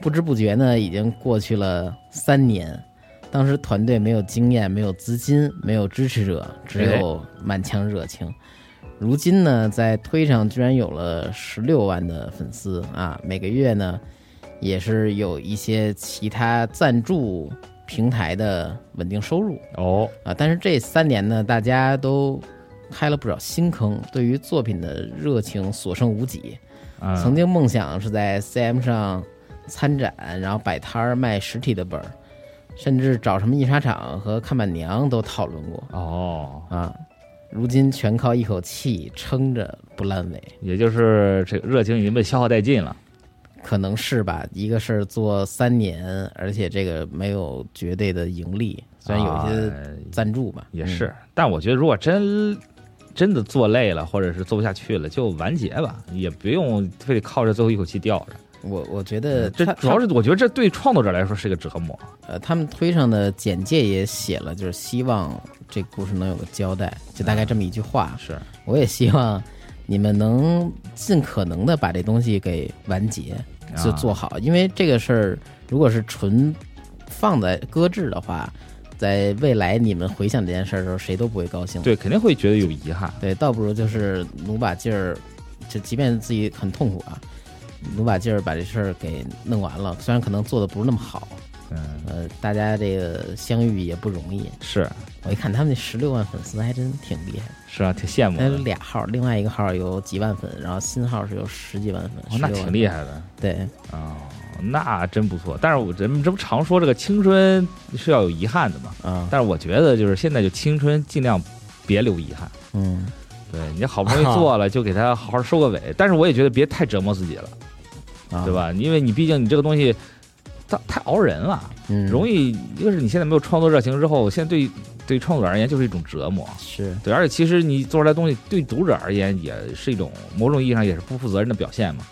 S2: 不知不觉呢，已经过去了三年。当时团队没有经验，没有资金，没有支持者，只
S4: 哎
S2: 有满腔热情。如今呢，在推上居然有了十六万的粉丝啊！每个月呢，也是有一些其他赞助平台的稳定收入
S4: 哦，
S2: 啊。但是这三年呢，大家都开了不少新坑，对于作品的热情所剩无几。
S4: 嗯
S2: 曾经梦想是在 CM 上参展，然后摆摊儿卖实体的本儿，甚至找什么印刷厂和看板娘都讨论过
S4: 哦，
S2: 啊。如今全靠一口气撑着不烂尾，
S4: 也就是这个热情已经被消耗殆尽了。
S2: 可能是吧。一个是做三年，而且这个没有绝对的盈利，虽然有一些
S4: 啊
S2: 赞助吧，
S4: 也
S2: 嗯
S4: 是，但我觉得如果真真的做累了，或者是做不下去了，就完结吧，也不用非得靠着最后一口气吊着。
S2: 嗯我我觉得
S4: 嗯这
S2: 他
S4: 主要是我觉得这对创作者来说是个折磨。
S2: 呃，他们推上的简介也写了，就是希望这故事能有个交代，就大概这么一句话。
S4: 是，
S2: 我也希望你们能尽可能的把这东西给完结，就
S4: 啊
S2: 做好，因为这个事儿如果是纯放在搁置的话，在未来你们回想这件事儿的时候，谁都不会高兴。
S4: 对，肯定会觉得有遗憾。
S2: 对，倒不如就是努把劲儿，就即便自己很痛苦啊，努把劲儿把这事儿给弄完了。虽然可能做的不是那么好，
S4: 嗯，
S2: 呃，大家这个相遇也不容易。
S4: 是
S2: 我一看他们那十六万粉丝还真挺厉害，
S4: 是啊，挺羡慕
S2: 他有
S4: 的。
S2: 俩号，另外一个号有几万粉，然后新号是有十几万粉，
S4: 哦，那
S2: 16万
S4: 挺厉害的。
S2: 对，
S4: 哦，那真不错。但是我人们这不常说这个青春是要有遗憾的嘛？
S2: 啊，
S4: 但是我觉得就是现在就青春尽量别留遗憾。
S2: 嗯，
S4: 对你好不容易 做了，就给他好好收个尾。但是我也觉得别太折磨自己了，
S2: 啊
S4: 对？吧？因为你毕竟你这个东西，它太熬人了，
S2: 嗯，
S4: 容
S2: 易
S4: 易一个是你现在没有创作热情，之后现在对对创作者而言就是一种折磨。
S2: 是，
S4: 对，而且其实你做出来的东西对读者而言也是一种某种意义上也是不负责任的表现嘛。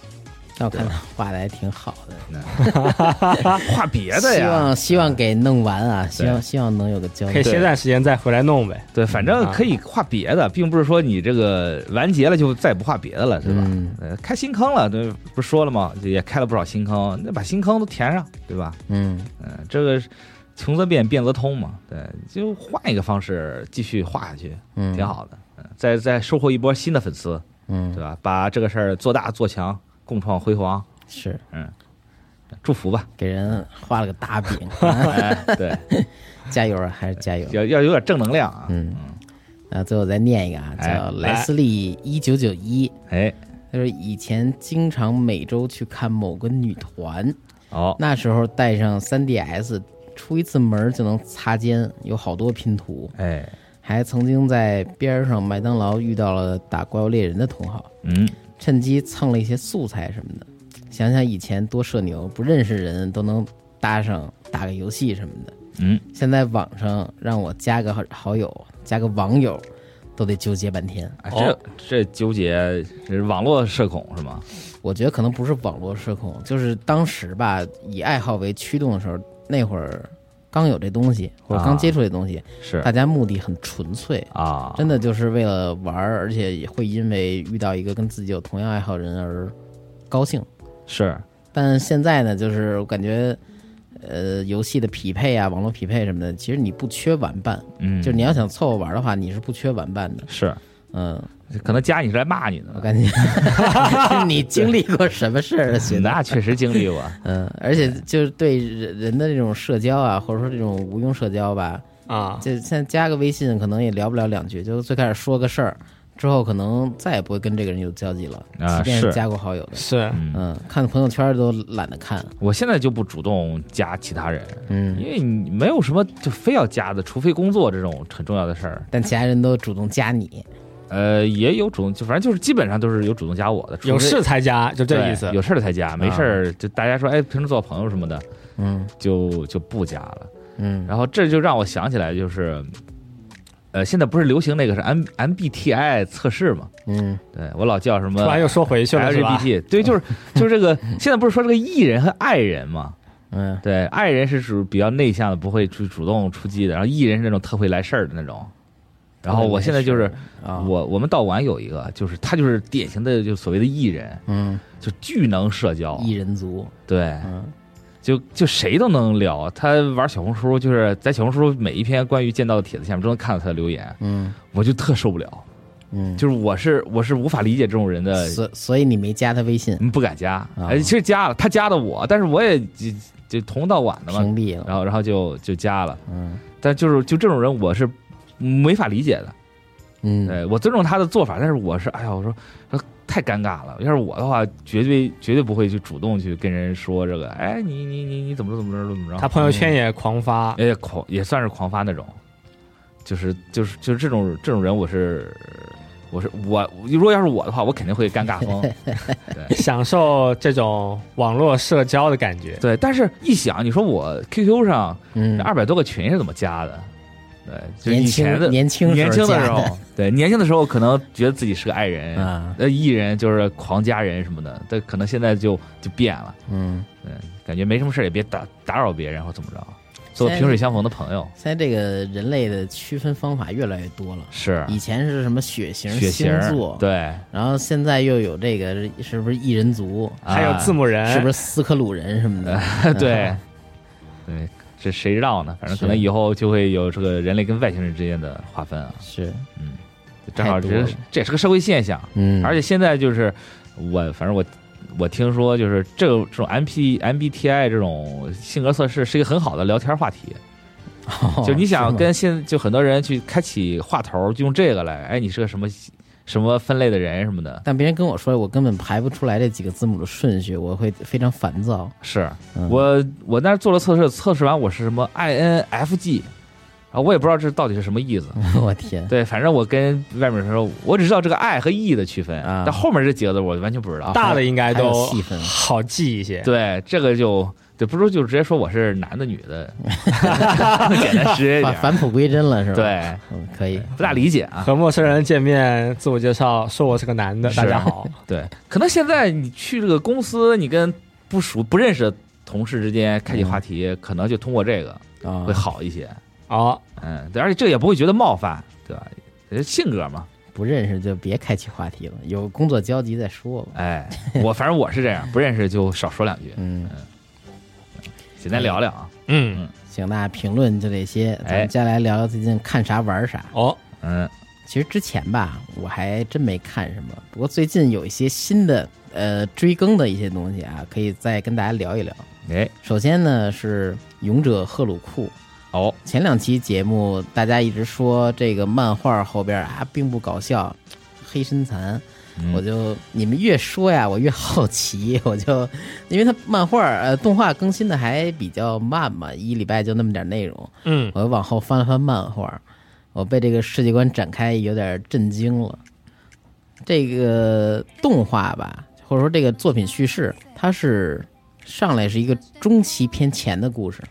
S2: 但我看他画的还挺好的，
S4: 画别的
S2: 啊希
S4: 呀
S2: 望，希望给弄完啊，希望希望能有个交
S3: 可
S2: 代。
S3: 以歇段时间再回来弄呗。
S4: 对，反
S2: 嗯
S4: 正可以画别的，并不是说你这个完结了就再也不画别的了，对吧？
S2: 嗯
S4: 呃，开新坑了，对，不是说了吗？也开了不少新坑，那把新坑都填上，对吧？
S2: 嗯，
S4: 嗯、这个是穷则变，变则通嘛，对，就换一个方式继续画下去，
S2: 嗯
S4: 挺，好的。嗯，再再收获一波新的粉丝，对
S2: 嗯，
S4: 吧？把这个事儿做大做强，共创辉煌，
S2: 是
S4: 祝 福吧。
S2: 给人画了个大 饼，
S4: 哎，对，
S2: 加油啊，还是加油。
S4: 要要有点正能量啊。
S2: 嗯，那最后再念一个啊，
S4: 哎
S2: 叫莱斯利一九九一，
S4: 哎，
S2: 他说以前经常每周去看某个女团，
S4: 哦，
S2: 那时候带上 3DS，出一次门儿就能擦肩，有好多拼图，
S4: 哎，
S2: 还曾经在边儿上麦当劳遇到了打怪物猎人的同好，
S4: 嗯，
S2: 趁机蹭了一些素材什么的。想想以前多社牛，不认识人都能搭上打个游戏什么的。
S4: 嗯，
S2: 现在网上让我加个好好友、加个网友，都得纠结半天。
S4: 哎
S3: 哦
S4: 这这纠结这是网络社恐是吗？
S2: 我觉得可能不是网络社恐，就是当时吧，以爱好为驱动的时候，那会儿刚有这东西，或者刚接触这东西，
S4: 啊是
S3: 哎
S2: 大家目的很纯粹，
S4: 啊，
S2: 真的就是为了玩儿，而且也会因为遇到一个跟自己有同样爱好人而高兴。
S4: 是
S2: 但现在呢，就是我感觉呃游戏的匹配啊、网络匹配什么的，其实你不缺玩伴，
S4: 嗯，
S2: 就是你要想凑合玩的话，你是不缺玩伴的。
S4: 是
S2: 嗯，
S4: 可能加你是来骂你的，
S2: 我感觉 你经历过什么事儿啊，雪
S4: 那
S2: 娜？
S4: 确实经历 过，
S2: 嗯，而且就是对人人的这种社交啊，或者说这种无用社交吧，
S3: 啊，
S2: 就现在加个微信，可能也聊不了两句，就最开始说个事儿，之后可能再也不会跟这个人有交集了，
S4: 啊
S2: 即便
S4: 是
S2: 加过好友的，
S3: 是
S4: 嗯，
S2: 嗯，看朋友圈都懒得看，
S4: 我现在就不主动加其他人，
S2: 嗯
S4: 因，为你没有什么就非要加的，除非工作这种很重要的事儿。
S2: 但其他人都主动加你，
S4: 呃，也有主动，就反正就是基本上都是有主动加我的，除非
S3: 有事才加，就这
S4: 对
S3: 意思。啊
S4: 有事儿才加，没事儿就大家说哎，平时做朋友什么的，
S2: 嗯
S4: 就就不加了。
S2: 嗯，
S4: 然后这就让我想起来，就是，呃，现在不是流行那个是 M，M M MBTI 测试嘛？
S2: 嗯
S4: 对我老叫什么
S3: 突然又说回去了，是吧？
S4: LGBT，对，就是就是这个，现在不是说这个 E 人和 I 人嘛？
S2: 嗯
S4: 对，I 人是属于比较内向的，不会去主动出击的，然后 E 人是那种特会来事儿的那种。然后我现在
S3: 哦
S4: 就是
S2: 啊，
S4: 我我们道馆有一个，就是他就是典型的就所谓的 E 人，
S2: 嗯，
S4: 就巨能社交，
S2: 一人族，
S4: 对，
S2: 嗯
S4: 就就谁都能聊。他玩小红书，就是在小红书每一篇关于剑道的帖子下面都能看到他的留言，
S2: 嗯
S4: 我就特受不了。
S2: 嗯，
S4: 就是呃我是我是无法理解这种人的，
S2: 所所以你没加他微信，
S4: 嗯不敢加。哎，其实加了，他加的我，但是我也就就同道晚的嘛，
S2: 屏蔽了，
S4: 然后然后就就加了。
S2: 嗯
S4: 但就是就这种人，我是没法理解的。
S2: 嗯
S4: 对我尊重他的做法，但是我是哎呀，我说说太尴尬了。要是我的话，绝对绝对不会去主动去跟人说这个。哎，你你你你怎么着怎么着怎么着？
S3: 他朋友圈也狂发，
S4: 也狂也算是狂发那种，就是就是就是这种这种人我，是我是我，如果要是我的话，我肯定会尴尬 疯。
S3: 享受这种网络社交的感觉。
S4: 对，但是一想，你说我 QQ 上
S2: 嗯，
S4: 二百多个群是怎么加的？对，就
S2: 年
S4: 以前的
S2: 轻年轻
S4: 年轻
S2: 的
S4: 的 时候，对年轻的时候可能觉得自己是个爱人，
S2: 啊，
S4: 呃，艺人就是狂加人什么的，但可能现在就就变了，
S2: 嗯，
S4: 感觉没什么事儿也别打打扰别人或怎么着，做个萍水相逢的朋友
S2: 现在这个人类的区分方法越来越多了。
S4: 是
S2: 以前是什么血型、
S4: 血型
S2: 星座，，
S4: 对，
S2: 然后现在又有这个是不是异人族，
S3: 还有字
S4: 幕。
S3: 幕人，
S2: 是不是斯克鲁人什么的？
S4: 对
S2: 嗯，
S4: 对，这谁知道呢？反正
S2: 是
S4: 可能以后就会有这个人类跟外星人之间的划分啊，
S2: 是，
S4: 正好
S2: 太
S4: 这
S2: 多了
S4: 是这也是个社会现象，
S2: 嗯，
S4: 而且现在就是我，反正我。我听说，就是这种这种 M P M B T I 这种性格测试是一个很好的聊天话题，
S2: 哦
S4: 就你想
S2: 是吗
S4: 跟现就很多人去开启话头，就用这个来，哎，你是个什么什么分类的人什么的，
S2: 但别人跟我说，我根本排不出来这几个字母的顺序，我会非常烦躁。
S4: 是
S2: 嗯
S4: 我我那儿做了测试，测试完我是什么 I N F G，啊，我也不知道这到底是什么意思，
S2: 我天，
S4: 对，反正我跟外面人说，我只知道这个爱和 E 的区分，
S2: 啊
S4: 但后面这几个字我完全不知道。
S3: 大的应该
S2: 还有
S3: 都
S2: 细分
S3: 好记一些。
S4: 对，这个就对，不如就直接说我是男的女的，简单直接 一
S2: 返
S4: 点。
S2: 返璞归真了是吧？，
S4: 对，
S2: 嗯，可以。
S4: 不大理解啊。
S3: 和陌生人见面，自我介绍，说我是个男的，
S4: 是
S3: 大家好。
S4: 对，可能现在你去这个公司，你跟不熟不认识的同事之间开启话题，可能就通过这个
S2: 嗯啊
S4: 会，好一些。
S3: 哦，
S4: 嗯，对，而且这个也不会觉得冒犯，对吧？呃性格嘛，
S2: 不认识就别开启话题了，有工作交集再说吧。
S4: 哎，我反正我是这样，不认识就少说两句，
S2: 嗯，
S4: 简单聊聊啊。
S3: 嗯，
S2: 行，那评论就这些，咱
S4: 哎
S2: 们接下来聊聊最近看啥玩啥。
S3: 哦，
S4: 嗯，
S2: 其实之前吧，我还真没看什么，不过最近有一些新的呃追更的一些东西啊，可以再跟大家聊一聊。
S4: 哎，
S2: 首先呢是《勇者赫鲁库》，
S4: 哦，
S2: 前两期节目大家一直说这个漫画后边啊并不搞笑，黑身残，
S4: 嗯
S2: 我就你们越说呀，我越好奇， 我就因为它漫画呃动画更新的还比较慢嘛，一礼拜就那么点内容，
S3: 嗯，
S2: 我又往后翻了翻漫画，我被这个世界观展开有点震惊了。这个动画吧，或者说这个作品叙事，它是上来是一个中期偏前的故事，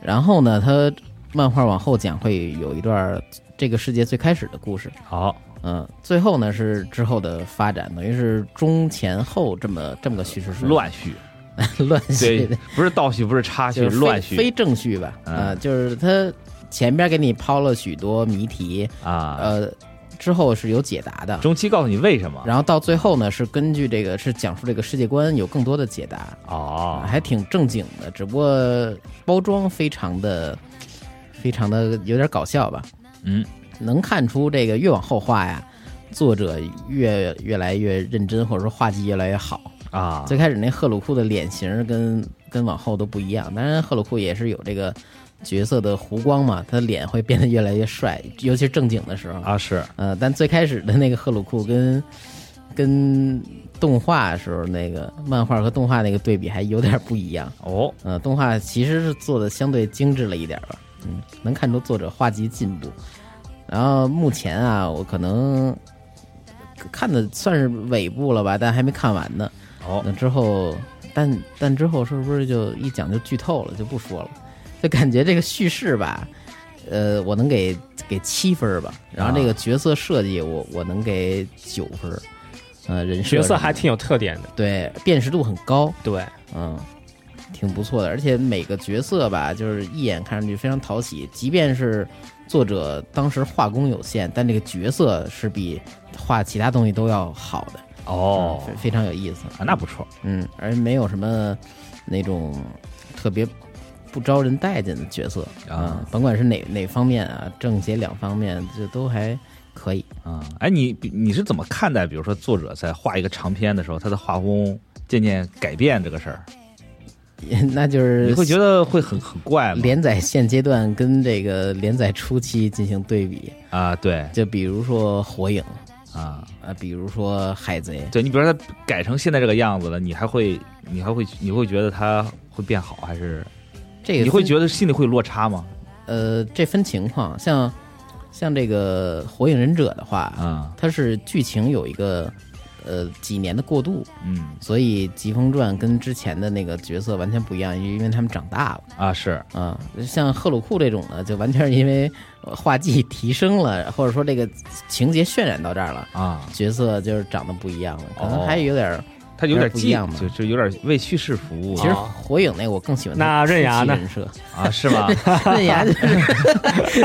S2: 然后呢，它漫画往后讲会有一段这个世界最开始的故事，
S4: 好，
S2: 嗯，最后呢是之后的发展，等于是中前后这么这么个叙事顺序
S4: 乱序，
S2: 乱序
S4: 对，不是倒序，不是插序，
S2: 就是非
S4: 乱序
S2: 非正序吧，啊
S4: 嗯
S2: 呃，就是它前边给你抛了许多谜题，
S4: 啊，
S2: 呃，之后是有解答的，
S4: 中期告诉你为什么。
S2: 然后到最后呢是根据这个是讲述这个世界观有更多的解答，
S4: 哦，
S2: 还挺正经的，只不过包装非常的非常的有点搞笑吧。
S4: 嗯，
S2: 能看出这个越往后画呀，作者越越来越认真，或者说画技越来越好。
S4: 啊，
S2: 最开始那赫鲁库的脸型跟跟往后都不一样，当然赫鲁库也是有这个角色的弧光嘛，他脸会变得越来越帅，尤其是正经的时候。
S4: 啊是
S2: 呃，但最开始的那个赫鲁库跟跟动画时候那个漫画和动画那个对比还有点不一样。
S4: 哦，
S2: 呃，动画其实是做的相对精致了一点吧，嗯，能看出作者画技进步。然后目前啊，我可能看的算是尾部了吧，但还没看完呢。
S4: 哦
S2: 那之后，但但之后是不是就一讲就剧透了，就不说了？就感觉这个叙事吧，呃，我能给给七分儿吧。然后
S3: 啊
S2: 这个角色设计我，我能给九分儿。呃，人设
S3: 角
S2: 什
S3: 色
S2: 么
S3: 还
S2: 的
S3: 挺有特点的，
S2: 对，辨识度很高。
S3: 对，
S2: 嗯，挺不错的，而且每个角色吧，就是一眼看上去非常讨喜，即便是作者当时画工有限，但这个角色是比画其他东西都要好的，
S4: 哦
S2: 嗯非非常有意思，
S4: 啊，那不错，
S2: 嗯，而没有什么那种特别不招人待见的角色
S4: 啊
S2: 嗯甭管是哪哪方面啊，正邪两方面，就都还可以。
S4: 啊，哎，你你是怎么看待，比如说作者在画一个长篇的时候，他的画风渐渐改变这个事儿？
S2: 那就是
S4: 你会觉得会很很怪吗？
S2: 连载现阶段跟这个连载初期进行对比，
S4: 啊，对
S2: 就比如说《火影》
S4: 啊，
S2: 啊，比如说《海贼》，
S4: 对你比如说他改成现在这个样子了，你还会你还会你会觉得他会变好，还是
S2: 这个
S4: 你会
S2: 得
S4: 觉得心里会有落差吗？
S2: 呃，这分情况，像像这个《火影忍者》的话，
S4: 啊，
S2: 它是剧情有一个呃几年的过渡，
S4: 嗯
S2: 所以《疾风传》跟之前的那个角色完全不一样，因为他们长大了
S4: 啊是
S2: 啊。像赫鲁库这种呢，就完全是因为呃画技提升了，或者说这个情节渲染到这儿了。
S4: 啊，
S2: 角色就是长得不一样了，可能
S4: 哦
S2: 还有点儿。
S4: 他有点
S2: 有点不一
S4: 技
S2: 样嘛
S4: 就就有点为叙事服务
S2: 其实
S3: 哦
S2: 火影那个我更喜欢
S3: 那
S2: 他初
S3: 刃牙
S2: 期
S3: 呢
S2: 人设，
S4: 啊，是吗？
S2: 刃牙就是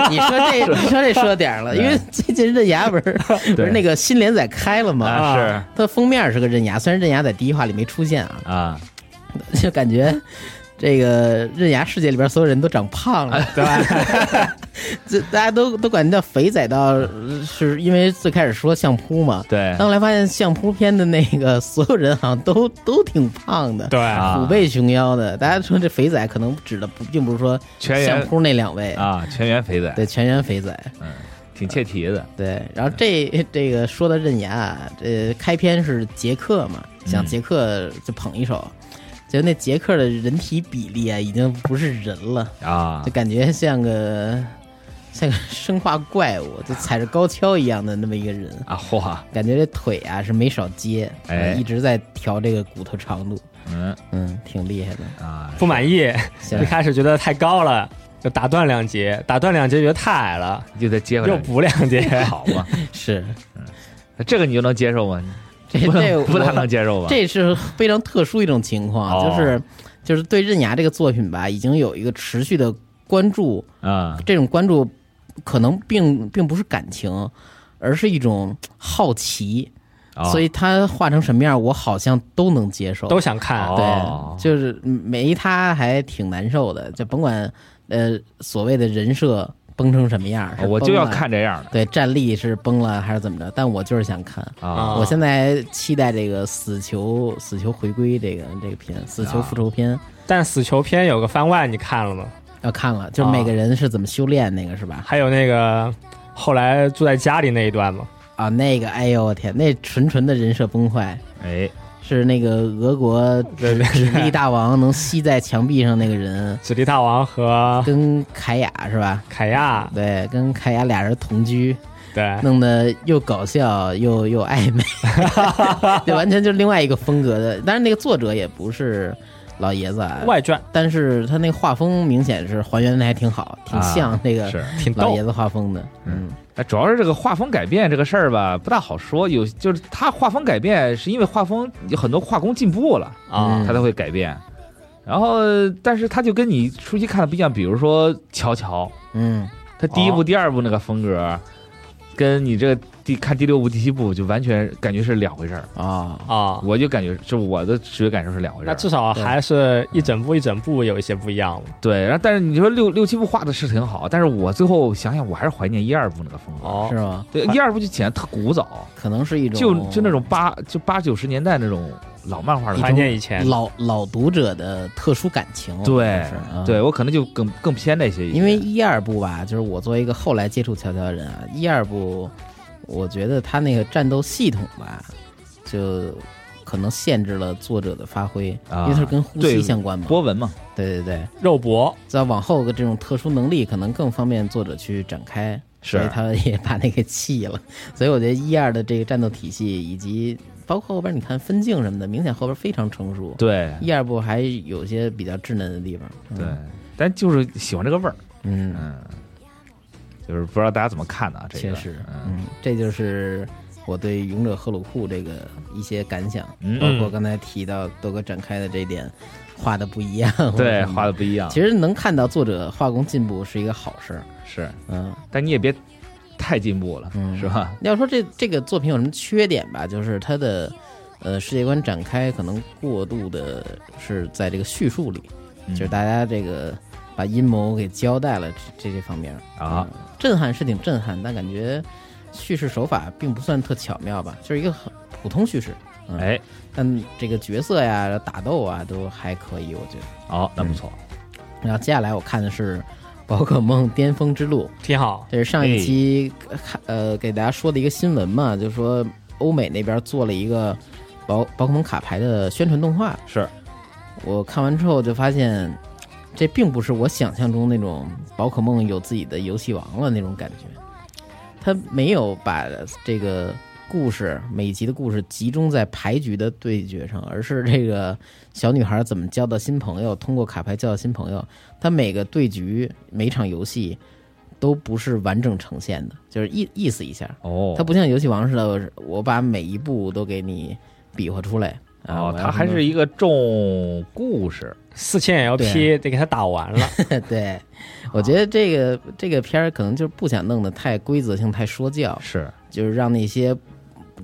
S2: 你说这你说这说点儿了，因为最近刃牙不是不
S4: 对
S2: 是那个新连载开了吗？
S4: 啊
S3: 啊
S4: 是
S2: 它封面是个刃牙，虽然刃牙在第一话里没出现啊，
S4: 啊
S2: 就感觉这个刃牙世界里边所有人都长胖 了，对 吧？这大家都都管叫肥仔到，呃是因为最开始说相扑嘛，
S4: 对
S2: 但后来发现相扑片的那个所有人好像都都挺胖的，
S3: 对，
S4: 啊
S2: 虎背熊腰的。大家说这肥仔可能指的不，并不是说
S4: 全员
S2: 相扑那两位，
S4: 啊，全员肥仔，
S2: 对，全员肥仔。
S4: 嗯，挺切题的
S2: 对，然后这这个说到刃牙啊，这开篇是杰克嘛，
S4: 嗯
S2: 想杰克就捧一手，结果那杰克的人体比例啊，已经不是人了，
S4: 啊
S2: 就感觉像个像个生化怪物，就踩着高跷一样的那么一个人。
S4: 啊嚯，
S2: 感觉这腿啊是没少接，
S4: 哎
S2: 一直在调这个骨头长度，
S4: 嗯
S2: 嗯，挺厉害的。
S4: 啊
S3: 不满意，
S2: 行
S3: 一开始觉得太高了，就打断两节，打断两节觉得太矮了，
S4: 又再接回
S3: 又
S4: 来，
S3: 补两节，
S4: 好嘛，
S2: 是，
S4: 这个你就能接受吗？
S2: 这
S4: 不
S2: 这
S4: 能
S2: 我
S4: 不大能接受吧？
S2: 这是非常特殊一种情况，
S4: 哦
S2: 就是就是对刃牙这个作品吧，已经有一个持续的关注，
S4: 啊
S2: 这种关注可能并并不是感情，而是一种好奇，
S4: 啊
S2: 所以他画成什么样，我好像都能接受。
S3: 都想看。
S4: 哦
S2: 对，就是没他还挺难受的，就甭管呃所谓的人设崩成什么样，是
S4: 哦我
S2: 崩
S4: 就要
S2: 了
S4: 看这样的
S2: 对战力是崩了还是怎么着，但我就是想看。
S4: 啊
S3: 啊
S2: 我现在期待这个死囚死囚回归这个这个片死
S4: 啊
S2: 囚复仇篇、
S3: 但死囚篇有个番外你看了吗？
S2: 要看
S4: 啊
S2: 了，就是每个人是怎么修炼那个是吧？
S3: 还有那个后来住在家里那一段嘛，
S2: 啊，那个哎呦我天，那纯纯的人设崩坏，
S4: 哎
S2: 是那个俄国
S3: 对对
S2: 纸币大王能吸在墙壁上那个人，
S3: 纸力大王和
S2: 跟凯雅是吧？
S3: 凯亚，
S2: 对，跟凯雅俩人同居，
S3: 对，
S2: 弄得又搞笑又又暧 昧，这完全就是另外一个风格的。但是那个作者也不是老爷子啊，
S3: 外传
S2: 但是他那个画风明显是还原的还挺好，挺像那个
S4: 是。
S3: 啊挺
S2: 老
S3: 逗
S2: 爷，子画风的。嗯，
S4: 哎，主要是这个画风改变这个事儿吧，不大好说。有就是他画风改变，是因为画风有很多画工进步了
S2: 嗯
S3: 啊
S4: 他才会改变。然后，但是他就跟你初期看的不一样，比如说乔乔，
S2: 嗯，
S4: 他第一部、
S3: 哦
S4: 第二部那个风格跟你这个第看第六部、第七部就完全感觉是两回事儿。
S2: 啊，
S3: 啊。
S4: 我就感觉，就我的视觉感受是两回事
S3: 那
S4: 儿。
S3: 至少还是一整部一整部有一些不一样了。
S4: 对，然后但是你说六六七部画的是挺好，但是我最后想想，我还是怀念一二部那个风格。
S3: 哦
S2: 是，吗？
S4: 对，一二部就显得特古早，
S2: 可能是一种
S4: 就就那种八就八九十年代那种老漫画的
S2: 一
S4: 感
S3: 怀
S4: 觉。
S3: 念以前
S2: 老老读者的特殊感情，
S4: 对
S2: 是啊、
S4: 对，我可能就更更偏那些一些，
S2: 因为一二部吧，就是我作为一个后来接触乔乔的人啊，一二部，我觉得他那个战斗系统吧，就可能限制了作者的发挥，
S4: 啊
S2: 因为它是跟呼吸
S4: 对
S2: 相关嘛。
S4: 波纹嘛，
S2: 对对对，
S3: 肉搏，
S2: 再往后的这种特殊能力，可能更方便作者去展开，
S4: 是
S2: 所以他们也 把那个弃了。所以我觉得一二的这个战斗体系，以及包括后边你看分镜什么的，明显后边非常成熟。
S4: 对
S2: 一二部还有些比较稚嫩的地方。嗯
S4: 对，，但就是喜欢这个味儿，
S2: 嗯。
S4: 嗯，就是不知道大家怎么看的啊，这个
S2: 确实，
S4: 嗯
S2: 嗯，这就是我对《勇者赫鲁库》这个一些感想，
S4: 嗯
S2: 包括刚才提到豆哥展开的这一点，画的不一样，
S4: 嗯对，画的不一样，
S2: 嗯其实能看到作者画工进步是一个好事儿，
S4: 是，
S2: 嗯，
S4: 但你也别太进步了，
S2: 嗯
S4: 是吧？
S2: 要说这这个作品有什么缺点吧，就是它的。呃，世界观展开可能过度的是在这个叙述里，
S4: 嗯
S2: 就是大家这个把阴谋给交代了这这这方面儿
S4: 啊，
S2: 嗯震撼是挺震撼，但感觉叙事手法并不算特巧妙吧，就是一个很普通叙事。嗯、，
S4: 哎，
S2: 但这个角色呀、打斗啊都还可以，我觉得。
S4: 好，那不错，
S2: 然后接下来我看的是《宝可梦巅峰之路》，
S3: 挺好。
S2: 这是上一期看呃给大家说的一个新闻嘛，就说欧美那边做了一个宝宝可梦卡牌的宣传动画。
S4: 是，
S2: 我看完之后就发现，这并不是我想象中那种宝可梦有自己的游戏王了那种感觉。它没有把这个故事每一集的故事集中在牌局的对决上，而是这个小女孩怎么交到新朋友，通过卡牌交到新朋友。它每个对局、每场游戏都不是完整呈现的，就是意意思一下。
S4: 哦，
S2: 嗯它不像游戏王似的，我把每一步都给你比划出来。啊
S4: 哦，
S2: 我要
S4: 它还
S2: 什么
S4: 是一个重故事，
S3: 四千 LP
S2: 对
S3: 得给他打完了，
S2: 对，
S4: 哦
S2: 我觉得这个这个片儿可能就是不想弄得太规则性、太说教，
S4: 是，
S2: 就是让那些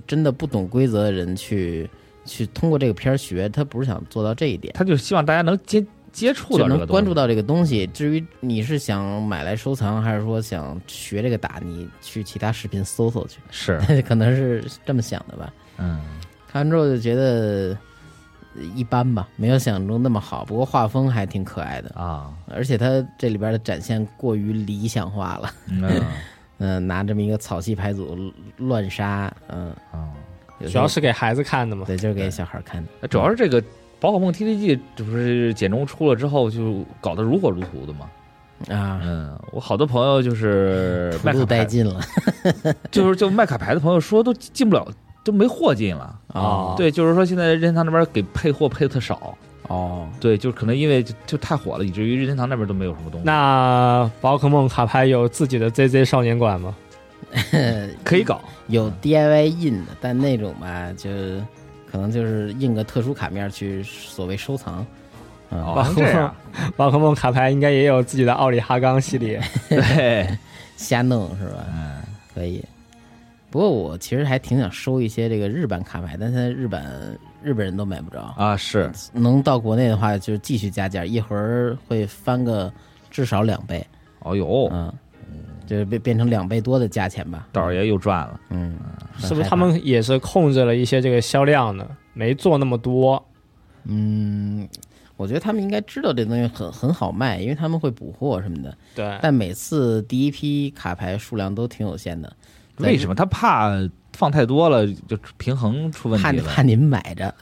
S2: 真的不懂规则的人去去通过这个片儿学，他不是想做到这一点，
S4: 他就是希望大家能接接触
S2: 就
S4: 到这个
S2: 能
S4: 东西
S2: 关注，到这个东西。至于你是想买来收藏，还是说想学这个打，你去其他视频搜搜去，
S4: 是，
S2: 可能是这么想的吧。
S4: 嗯，
S2: 看完之后就觉得呃一般吧，没有想象中那么好，不过画风还挺可爱的。
S4: 啊，
S2: 而且它这里边的展现过于理想化了，
S4: 嗯，
S2: 嗯、拿这么一个草系牌组乱杀，嗯、
S4: 啊，
S2: 有些
S3: 主要是给孩子看的嘛。
S2: 对，就是给小孩看的，
S4: 那主要是这个宝可梦 TCG 这不是简中出了之后就搞得如火如荼的嘛，
S2: 啊，
S4: 嗯，我好多朋友 就是
S2: 土
S4: 卖
S2: 度
S4: 卡
S2: 殆
S4: 牌，
S2: 尽了
S4: 就是就卖卡牌的朋友说都进不了，都没货进了。
S2: 啊
S3: 哦
S4: 对，就是说现在任天堂那边给配货配的特少，
S2: 哦，
S4: 对，就是可能因为就就太火了，以至于任天堂那边都没有什么东西。
S3: 那宝可梦卡牌有自己的 ZZ 少年馆吗？
S4: 可以搞，
S2: 有 DIY 印的，但那种吧，就是可能就是印个特殊卡面去所谓收藏，嗯、
S4: 哦，这样，
S3: 宝可梦卡牌应该也有自己的奥利哈刚系 列。
S4: 对，
S2: 瞎弄是吧？
S4: 嗯，
S2: 可以。不过我其实还挺想收一些这个日版卡牌，但现在日版日本人都买不着，
S4: 啊是，
S2: 能到国内的话，就继续加价，一会儿会翻个至少两倍，
S4: 哦呦，
S2: 嗯，就是变变成两倍多的价钱吧，
S4: 道儿爷又赚了，
S2: 嗯，很
S3: 是不是
S2: 害
S3: 他
S2: 怕？
S3: 们也是控制了一些这个销量呢？没做那么多，
S2: 嗯，我觉得他们应该知道这东西很很好卖，因为他们会补货什么的，
S4: 哎
S3: 对，
S2: 但呃每次第一批卡牌数量都挺有限的，
S4: 为什么他怕放太多了就平衡出问
S2: 怕
S4: 题
S2: 怕
S4: 了？
S2: 您买着，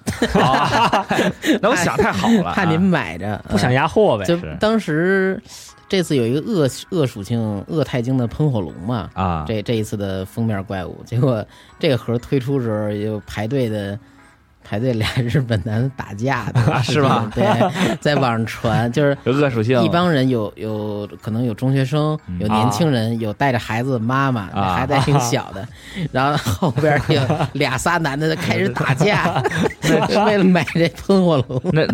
S4: 那我想太好了啊，
S2: 怕您买着，
S3: 不想
S2: 嗯
S3: 压货呗。
S2: 就是当时这次有一个恶恶属性恶太精的喷火龙嘛，
S4: 啊，
S2: 这这一次的封面怪物， 结果这个盒推出时候就排队的排队俩日本男的打架的
S4: 是吧
S2: 对，在网上传， 就是
S4: 有恶属性，
S2: 一帮人有有可能有中学生，有年轻人，有带着孩子的妈妈，
S4: 嗯啊
S2: 孩子还挺小 的，然后后边有俩仨男的就开始打 架， 为了买这喷火龙。
S4: 那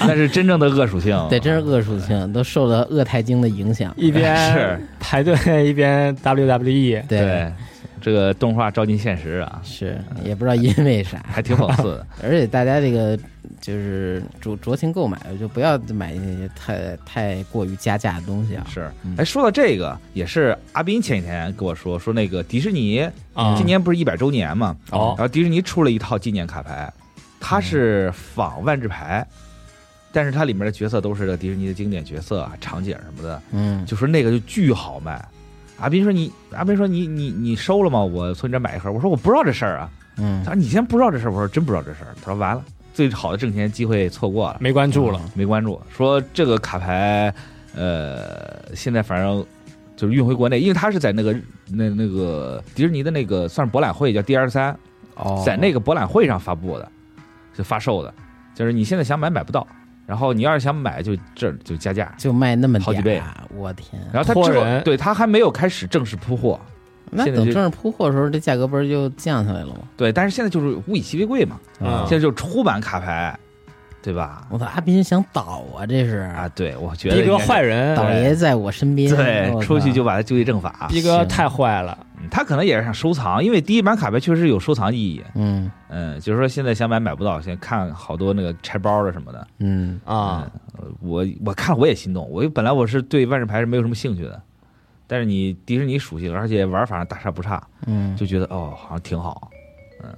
S4: 那是真正的恶属性，
S2: 对，真是恶属性，都受了 恶太精的影响。
S3: 一边
S4: 是
S3: 排队一边 E WWE，
S2: 对，
S4: 对，这个动画照进现实啊，
S2: 是也不知道因为啥，
S4: 还挺讽刺的。
S2: 而且大家这个就是酌酌情购买，就不要买那些太太过于加价的东西啊。
S4: 是
S2: 嗯，
S4: 哎，说到这个，也是阿斌前几天跟我说，说那个迪士尼
S3: 啊
S4: 今年不是一百周年嘛，
S3: 哦嗯
S4: 然后迪士尼出了一套纪念卡牌，它是仿万智牌，但是它里面的角色都是这个迪士尼的经典角色啊、场景什么的，
S2: 嗯，
S4: 就说那个就巨好卖。阿斌说你，阿斌说你你你收了吗？我从你这儿买一盒。我说我不知道这事儿啊。
S2: 嗯
S4: 他，说你先不知道这事儿，我说真不知道这事儿。他说完了，最好的挣钱机会错过了。
S3: 没关注了。
S4: 没关注，说这个卡牌，呃，现在反正就是运回国内，因为它是在那个那那个迪士尼的那个算是博览会，叫 D 二三，
S2: 哦，
S4: 在那
S2: 个
S4: 个博览会上发布的，就发售的，就是你现在想买买不到，然后你要是想买就这儿就加价，
S2: 就卖那么点儿
S4: 好几倍
S2: 我天！
S4: 然后它
S3: 托
S4: 这
S3: 人
S4: 个对它还没有开始正式铺货，
S2: 那
S4: 现在
S2: 等
S4: 就
S2: 正式铺货的时候，这价格不是就降下来了吗？
S4: 对，但是现在就是物以稀为贵嘛，
S3: 嗯
S2: 啊
S4: 现在就出版卡牌，对吧？
S2: 我操，阿斌想倒啊，这是
S4: 啊，对，我觉得
S3: 逼
S4: 应
S3: 哥
S4: 该是
S3: 坏人，哎
S2: 倒爷在我身边，我
S4: 对，
S2: 操
S4: 出去就把它就地正法。
S3: 逼哥
S2: 行
S3: 太坏了。
S4: 嗯他可能也是想收藏，因为第一版卡牌确实有收藏意义。
S2: 嗯
S4: 嗯，就是说现在想买买不到，现在看好多那个拆包的什么的。
S2: 嗯
S3: 啊，
S4: 我我看了我也心动，我本来我是对万智牌是没有什么兴趣的，但是你迪士尼属性，而且玩法上大差不差，
S2: 嗯，
S4: 就觉得哦好像挺好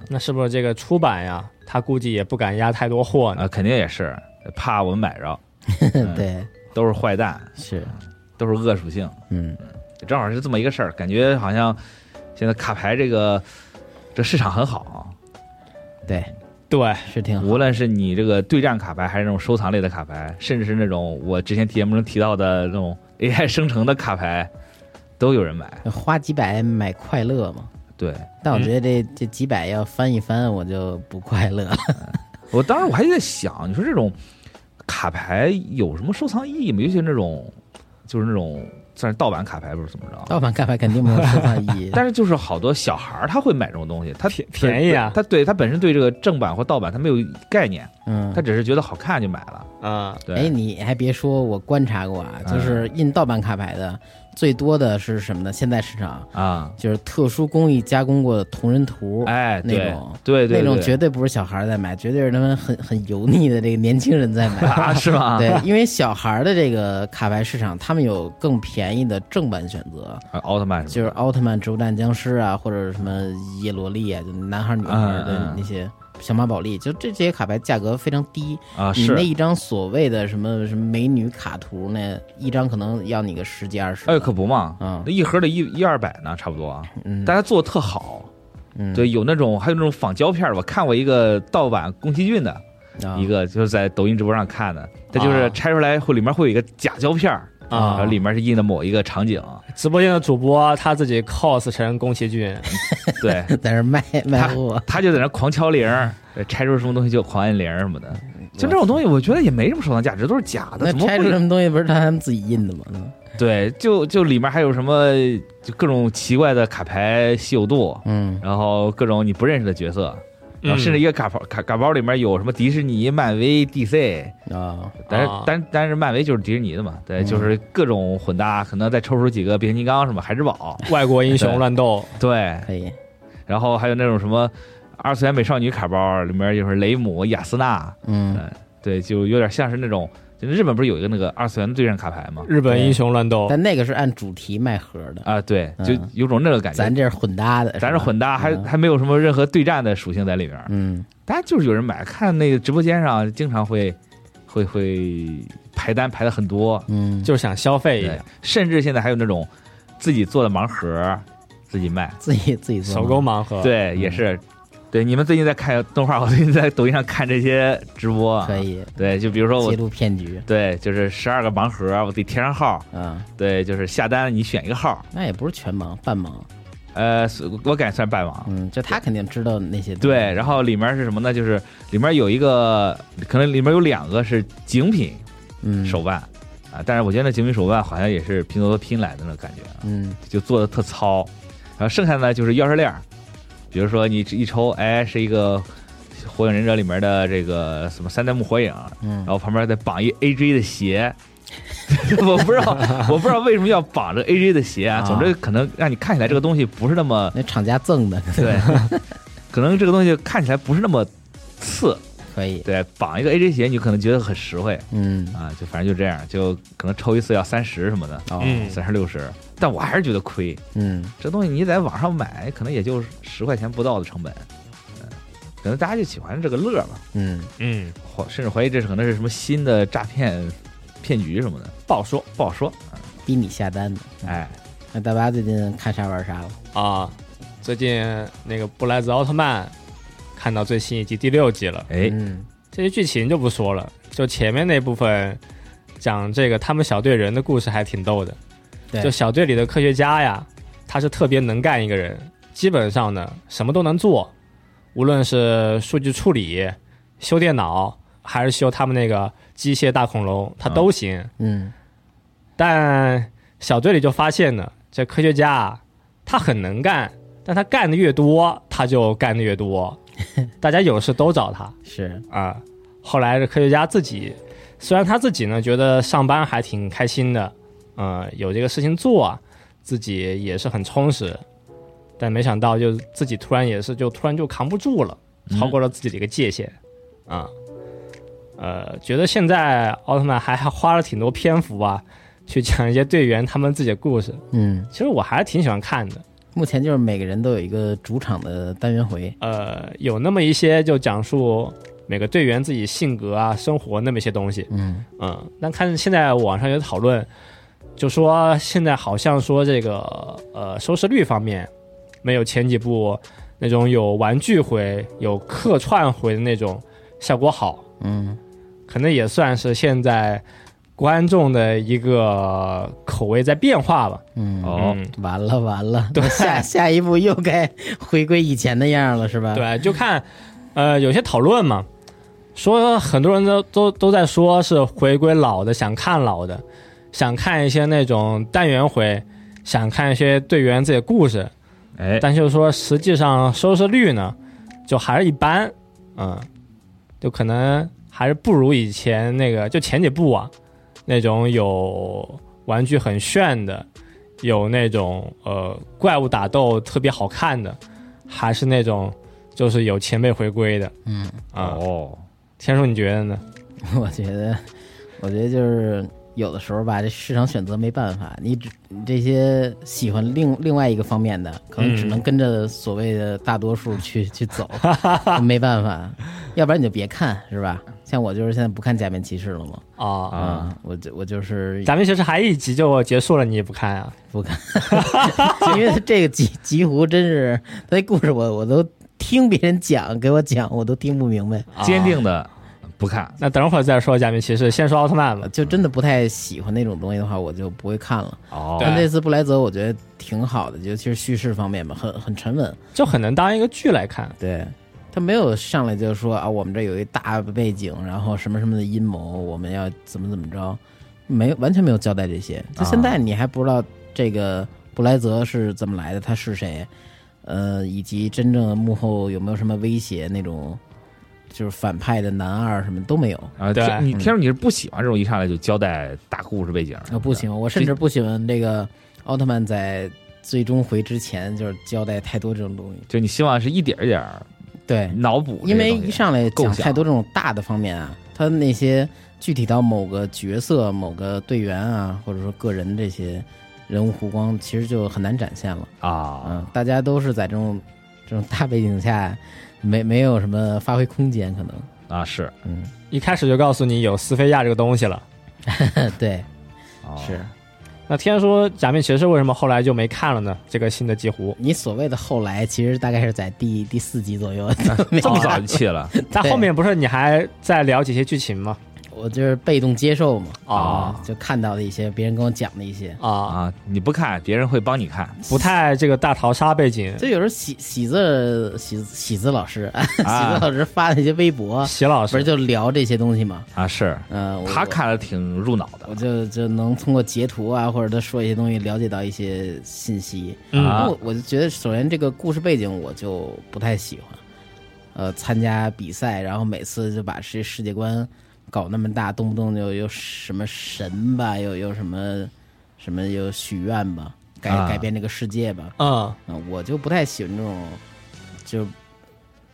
S3: 那是不是这个出版呀？他估计也不敢压太多货
S4: 啊、
S3: 呢。
S4: 肯定也是怕我们买着，嗯
S2: 对，
S4: 都是坏蛋，
S2: 是，
S4: 都是恶属性，
S2: 嗯
S4: 正好是这么一个事儿，感觉好像现在卡牌这个这市场很好啊。
S2: 对，
S3: 对，
S2: 是挺好。
S4: 无论是你这个对战卡牌，还是那种收藏类的卡牌，甚至是那种我之前节目中提到的那种 AI 生成的卡牌，都有人买。
S2: 花几百买快乐嘛，
S4: 对
S2: 但我
S4: 嗯
S2: 觉得这这几百要翻一翻，我就不快乐了。
S4: 我当时我还在想，你说这种卡牌有什么收藏意义吗？尤其是那种就是那种算是盗版卡牌，不是怎么着？，
S2: 盗版干牌肯定没有收藏意义
S4: 但是就是好多小孩儿他会买这种东西，他
S3: 便便宜啊
S4: 他对他本身对这个正版或盗版他没有概念，
S2: 嗯
S4: 他。只是觉得好看就买了。
S3: 嗯，
S4: 对，嗯
S2: 哎，你还别说，我观察过啊，就是印盗版卡牌的最多的是什么呢？现在市场
S4: 啊，
S2: 就是特殊工艺加工过的同人图，
S4: 哎，
S2: 那
S4: 对
S2: 种
S4: 对对，
S2: 那种
S4: 对
S2: 绝对不是小孩儿在买，绝对是他们很很油腻的这个年轻人在 买。
S4: 啊是吧？
S2: 对，因为小孩儿的这个卡牌市场，他们有更便宜的正版选择，
S4: 啊，奥特曼什么的
S2: 就是奥特曼、植物大战僵尸啊，或者什么叶罗丽啊，就男孩儿女孩儿
S4: 嗯
S2: 的
S4: 嗯
S2: 那些小马宝莉，就这这些卡牌价格非常低。
S4: 啊，
S2: 你
S4: 是
S2: 那一张所谓的什么什么美女卡图呢，一张可能要你个十几二十。
S4: 哎，可不嘛，
S2: 嗯
S4: 那一盒得一一二百呢，差不多。啊
S2: 嗯
S4: 大家做的特好，
S2: 嗯
S4: 对，有那种还有那种仿胶片儿，我看过一个盗版宫崎骏的
S2: 啊
S4: 一个，就是在抖音直播上看的，它就是
S3: 啊
S4: 拆出来会里面会有一个假胶片儿，
S3: 啊
S4: 然后里面是印的某一个 场景，
S3: 直播间的主播他自己 cos 成宫崎骏，
S4: 对，
S2: 在那儿卖卖货，
S4: 他就在那狂敲铃儿，对拆出什么东西就狂按铃儿什么的，就这种东西，我觉得也没什么收藏价值，都是假的，
S2: 那
S4: 怎么
S2: 拆出什
S4: 会？
S2: 么东西不是他们自己印的吗？
S4: 对，就就里面还有什么就各种奇怪的卡牌稀有度，
S2: 嗯，
S4: 然后各种你不认识的角色，
S3: 嗯
S4: 然后甚至一个卡包卡卡包里面有什么迪士尼、漫威、DC，
S2: 啊，
S4: 但是
S3: 啊
S4: 但但是漫威就是迪士尼的嘛，对，
S2: 嗯
S4: 就是各种混搭，可能再抽出几个变形金刚什么海之 宝，
S3: 外国英雄乱斗，
S4: 对，
S2: 可以，
S4: 然后还有那种什么二次元美少女卡包，里面就是雷姆、雅斯娜，
S2: 嗯
S4: 嗯对，就有点像是那种，就日本不是有一个那个二次元对战卡牌吗？
S3: 日本英雄乱斗，
S2: 但那个是按主题卖盒的，
S4: 啊，对，
S2: 嗯
S4: 就有种那个感觉，
S2: 咱这是混搭的，
S4: 咱是
S2: 吧
S4: 混搭，还
S2: 嗯
S4: 还没有什么任何对战的属性在里面，
S2: 嗯，
S4: 大家就是有人买，看那个直播间上经常会会会排单排的很多，
S2: 嗯，
S3: 就是想消费一
S4: 对
S3: 下，，
S4: 甚至现在还有那种自己做的盲盒自己卖，
S2: 自己自己做
S3: 手
S2: 嘛
S3: 工盲盒。，
S4: 对，也是。对，你们最近在看动画，我最近在抖音上看这些直播啊。
S2: 可以
S4: 对，就比如说我
S2: 揭，露骗局
S4: 对，就是十二个盲盒，我自己贴上号。
S2: 啊，
S4: 对，就是下单你选一个号。
S2: 那也不是全盲半盲，
S4: 呃，是我感觉算半盲。
S2: 嗯，就他肯定知道那些东西
S4: 对，然后里面是什么呢？就是里面有一个，可能里面有两个是精品，
S2: 嗯
S4: 手办啊，但是我觉得那精品手办好像也是拼多多拼来的那种感觉，啊
S2: 嗯
S4: 就做的特糙。然后剩下呢就是钥匙链儿，比如说你一抽，哎，是一个《火影忍者》里面的这个什么三代目火影，
S2: 嗯
S4: 然后旁边再绑一 AJ 的鞋， 我不知道， 我不知道为什么要绑着 AJ 的鞋啊。
S2: 啊
S4: 总之，可能让你看起来这个东西不是那么
S2: 那厂家赠的，
S4: 对， 可能这个东西看起来不是那么次。
S2: 可以，
S4: 对，绑一个 AJ 鞋，你可能觉得很实惠
S2: 嗯，
S4: 啊。就反正就这样，就可能抽一次要三十什么的，
S2: 哦，
S3: 嗯
S4: 三十六十。但我还是觉得亏，
S2: 嗯，
S4: 这东西你在网上买，可能也就十块钱不到的成本，嗯，可能大家就喜欢这个乐嘛，
S2: 嗯，
S3: 嗯，
S4: 怀甚至怀疑这是可能是什么新的诈骗骗局什么的，
S3: 不好说
S4: 不好说。
S2: 逼你下单的。
S4: 哎，
S2: 那大巴最近看啥玩啥了？
S3: 啊。最近那个布莱泽奥特曼看到最新一集第六集了，
S4: 哎，
S2: 嗯
S3: 这些剧情就不说了，就前面那部分讲这个他们小队人的故事还挺逗的。
S2: 对
S3: 就小队里的科学家呀，他是特别能干一个人，基本上呢什么都能做，无论是数据处理、修电脑，还是修他们那个机械大恐龙，他都行。
S2: 嗯，
S3: 但小队里就发现呢，这科学家啊他很能干，但他干的越多，他就干的越多，大家有事都找他。
S2: 是，
S3: 啊。后来这科学家自己，虽然他自己呢觉得上班还挺开心的，呃，有这个事情做啊，自己也是很充实，但没想到就自己突然也是就突然就扛不住了，
S4: 嗯
S3: 超过了自己的一个界限，啊，呃，觉得现在奥特曼还还花了挺多篇幅啊，去讲一些队员他们自己的故事，
S2: 嗯，
S3: 其实我还是挺喜欢看的。
S2: 目前就是每个人都有一个主场的单元回，
S3: 呃，有那么一些就讲述每个队员自己性格啊、生活那么一些东西。
S2: 嗯
S3: 嗯，但看现在网上有讨论，就说现在好像说这个呃收视率方面没有前几部那种有玩具回、有客串回的那种效果好，
S2: 嗯，
S3: 可能也算是现在观众的一个口味在变化吧。
S2: 嗯，
S4: 哦
S3: 嗯
S2: 完了完了，
S3: 对
S2: 那下下一步又该回归以前的样了，是吧？，
S3: 对，就看，呃，有些讨论嘛，说很多人都都都在说是回归老的，想看老的，想看一些那种单元回，想看一些队员自己的故事，
S4: 哎，
S3: 但就是说实际上收视率呢，就还是一般，嗯，就可能还是不如以前那个，就前几部啊，那种有玩具很炫的，有那种呃怪物打斗特别好看的，还是那种就是有前辈回归的，
S2: 嗯，
S3: 啊、
S4: 哦，
S3: 天叔你觉得呢？
S2: 我觉得，我觉得就是有的时候吧，这市场选择没办法，你只你这些喜欢另另外一个方面的，可能只能跟着所谓的大多数去、去走，没办法，要不然你就别看，是吧？像我就是现在不看假面骑士了嘛，
S3: 啊，
S2: 啊、我就我就是
S3: 咱们其实还一集就结束了，你也不看啊？
S2: 不看， 因为这个极极狐真是他那故事我我都听别人讲，给我讲我都听不明白，
S3: 啊
S4: 坚定的不看。
S3: 那等会儿再说假面骑士，先说奥特曼吧。
S2: 就真的不太喜欢那种东西的话，我就不会看了。
S4: 哦，
S3: 对
S2: 但这次布莱泽我觉得挺好的，尤其是叙事方面吧，很很沉稳。
S3: 就很能当一个剧来看。
S2: 对，他没有上来就说啊，我们这有一大背景，然后什么什么的阴谋，我们要怎么怎么着，没有完全没有交代这些。就现在你还不知道这个布莱泽是怎么来的，他是谁，呃，以及真正幕后有没有什么威胁那种，就是反派的男二什么都没有。
S4: 啊，
S3: 对
S4: 这你听说你是不喜欢这种一上来就交代大故事背景？
S2: 嗯啊，不喜欢，我甚至不喜欢这个奥特曼在最终回之前就是交代太多这种东西。
S4: 就你希望是一点儿一点儿
S2: 对，
S4: 脑补
S2: 嗯因
S4: 这些东西，
S2: 为一上来
S4: 构
S2: 讲
S4: 想
S2: 太多这种大的方面啊，他那些具体到某个角色、某个队员啊，或者说个人这些人物弧光，其实就很难展现了。嗯
S4: 啊，，
S2: 大家都是在这种这种大背景下，没没有什么发挥空间，可能。
S4: 啊是
S2: 嗯，
S3: 一开始就告诉你有斯菲亚这个东西了。
S2: 对，
S4: 哦
S2: 是
S3: 那天说假面骑士为什么后来就没看了呢？这个新的几乎，
S2: 你所谓的后来，其实大概是在第第四集左 右。没
S4: 这么早
S2: 看
S4: 就弃了
S3: 但后面不是你还在聊几些剧情吗？
S2: 我就是被动接受嘛，
S4: 哦
S3: 啊
S2: 就看到的一些别人跟我讲的一些，
S3: 啊，
S4: 啊？你不看，别人会帮你看
S3: 不太这个大逃杀背景，
S2: 就有时候喜喜子喜喜子老师， 喜
S4: 啊
S2: 子老师发那些微博，
S3: 席
S2: 不
S3: 老
S2: 是
S3: 师
S2: 就聊这些东西嘛？
S4: 啊是。
S2: 嗯，我
S4: 他，看了挺入脑的
S2: 我就就能通过截图啊，或者他说一些东西，了解到一些信息。
S3: 嗯
S2: 然
S4: 啊
S2: 后，我就觉得，首先这个故事背景我就不太喜欢。呃，参加比赛，然后每次就把世世界观搞那么大，动不动就有什么神吧，有有什么什么有许愿吧，改
S4: 啊
S2: 改变这个世界吧。
S3: 嗯，
S2: 啊，我就不太喜欢这种，就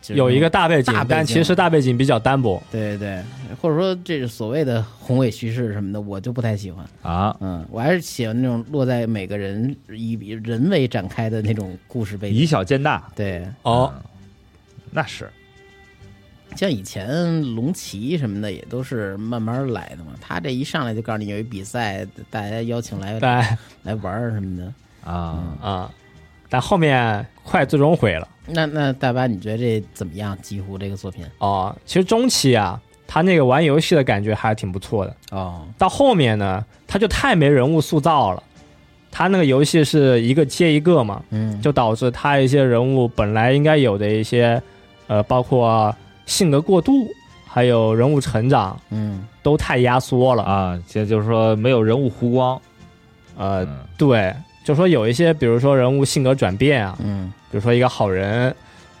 S2: 就
S3: 有一个大背景
S2: 大背，景
S3: 但其实大背景比较单薄。
S2: 对对对，或者说这是所谓的宏伟叙事什么的，我就不太喜欢。
S4: 啊，
S2: 嗯，我还是喜欢那种落在每个人以人为展开的那种故事背景。
S4: 以小见大，嗯
S2: 对，
S3: 哦，
S4: 那是
S2: 像以前龙骑什么的也都是慢慢来的嘛，他这一上来就告诉你有一比赛，大家邀请来
S3: 对啊、
S2: 来玩儿什么的。
S3: 嗯
S4: 啊，
S3: 但后面快最终毁了。
S2: 那那大巴，你觉得这怎么样？几乎这个作品
S3: 哦，其实中期啊，他那个玩游戏的感觉还挺不错的。
S2: 哦，
S3: 到后面呢，他就太没人物塑造了。他那个游戏是一个接一个嘛，
S2: 嗯，
S3: 就导致他一些人物本来应该有的一些，呃，包括性格过渡，还有人物成长，
S2: 嗯
S3: 都太压缩了。
S4: 啊，这就是说没有人物弧光，
S3: 呃，
S4: 嗯
S3: 对，就说有一些，比如说人物性格转变啊，
S2: 嗯
S3: 比如说一个好人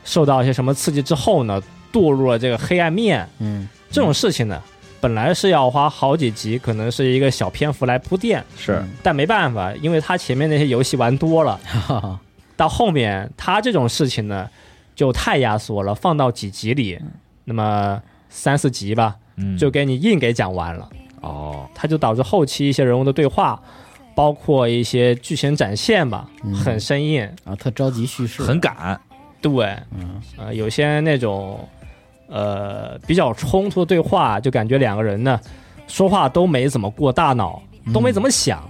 S3: 受到一些什么刺激之后呢，堕入了这个黑暗面，
S2: 嗯
S3: 这种事情呢，本来是要花好几集，可能是一个小篇幅来铺垫，
S4: 是
S2: 嗯
S3: 但没办法，因为他前面那些游戏玩多了，
S2: 哈哈
S3: 到后面他这种事情呢，就太压缩了，放到几集里，那么三四集吧，
S4: 嗯
S3: 就给你硬给讲完了。
S4: 哦，
S3: 它就导致后期一些人物的对话，包括一些剧情展现吧，很生硬。
S2: 啊，特着急叙事，
S4: 很赶，
S3: 对，呃，有些那种呃比较冲突的对话，就感觉两个人呢说话都没怎么过大脑，
S2: 嗯
S3: 都没怎么想，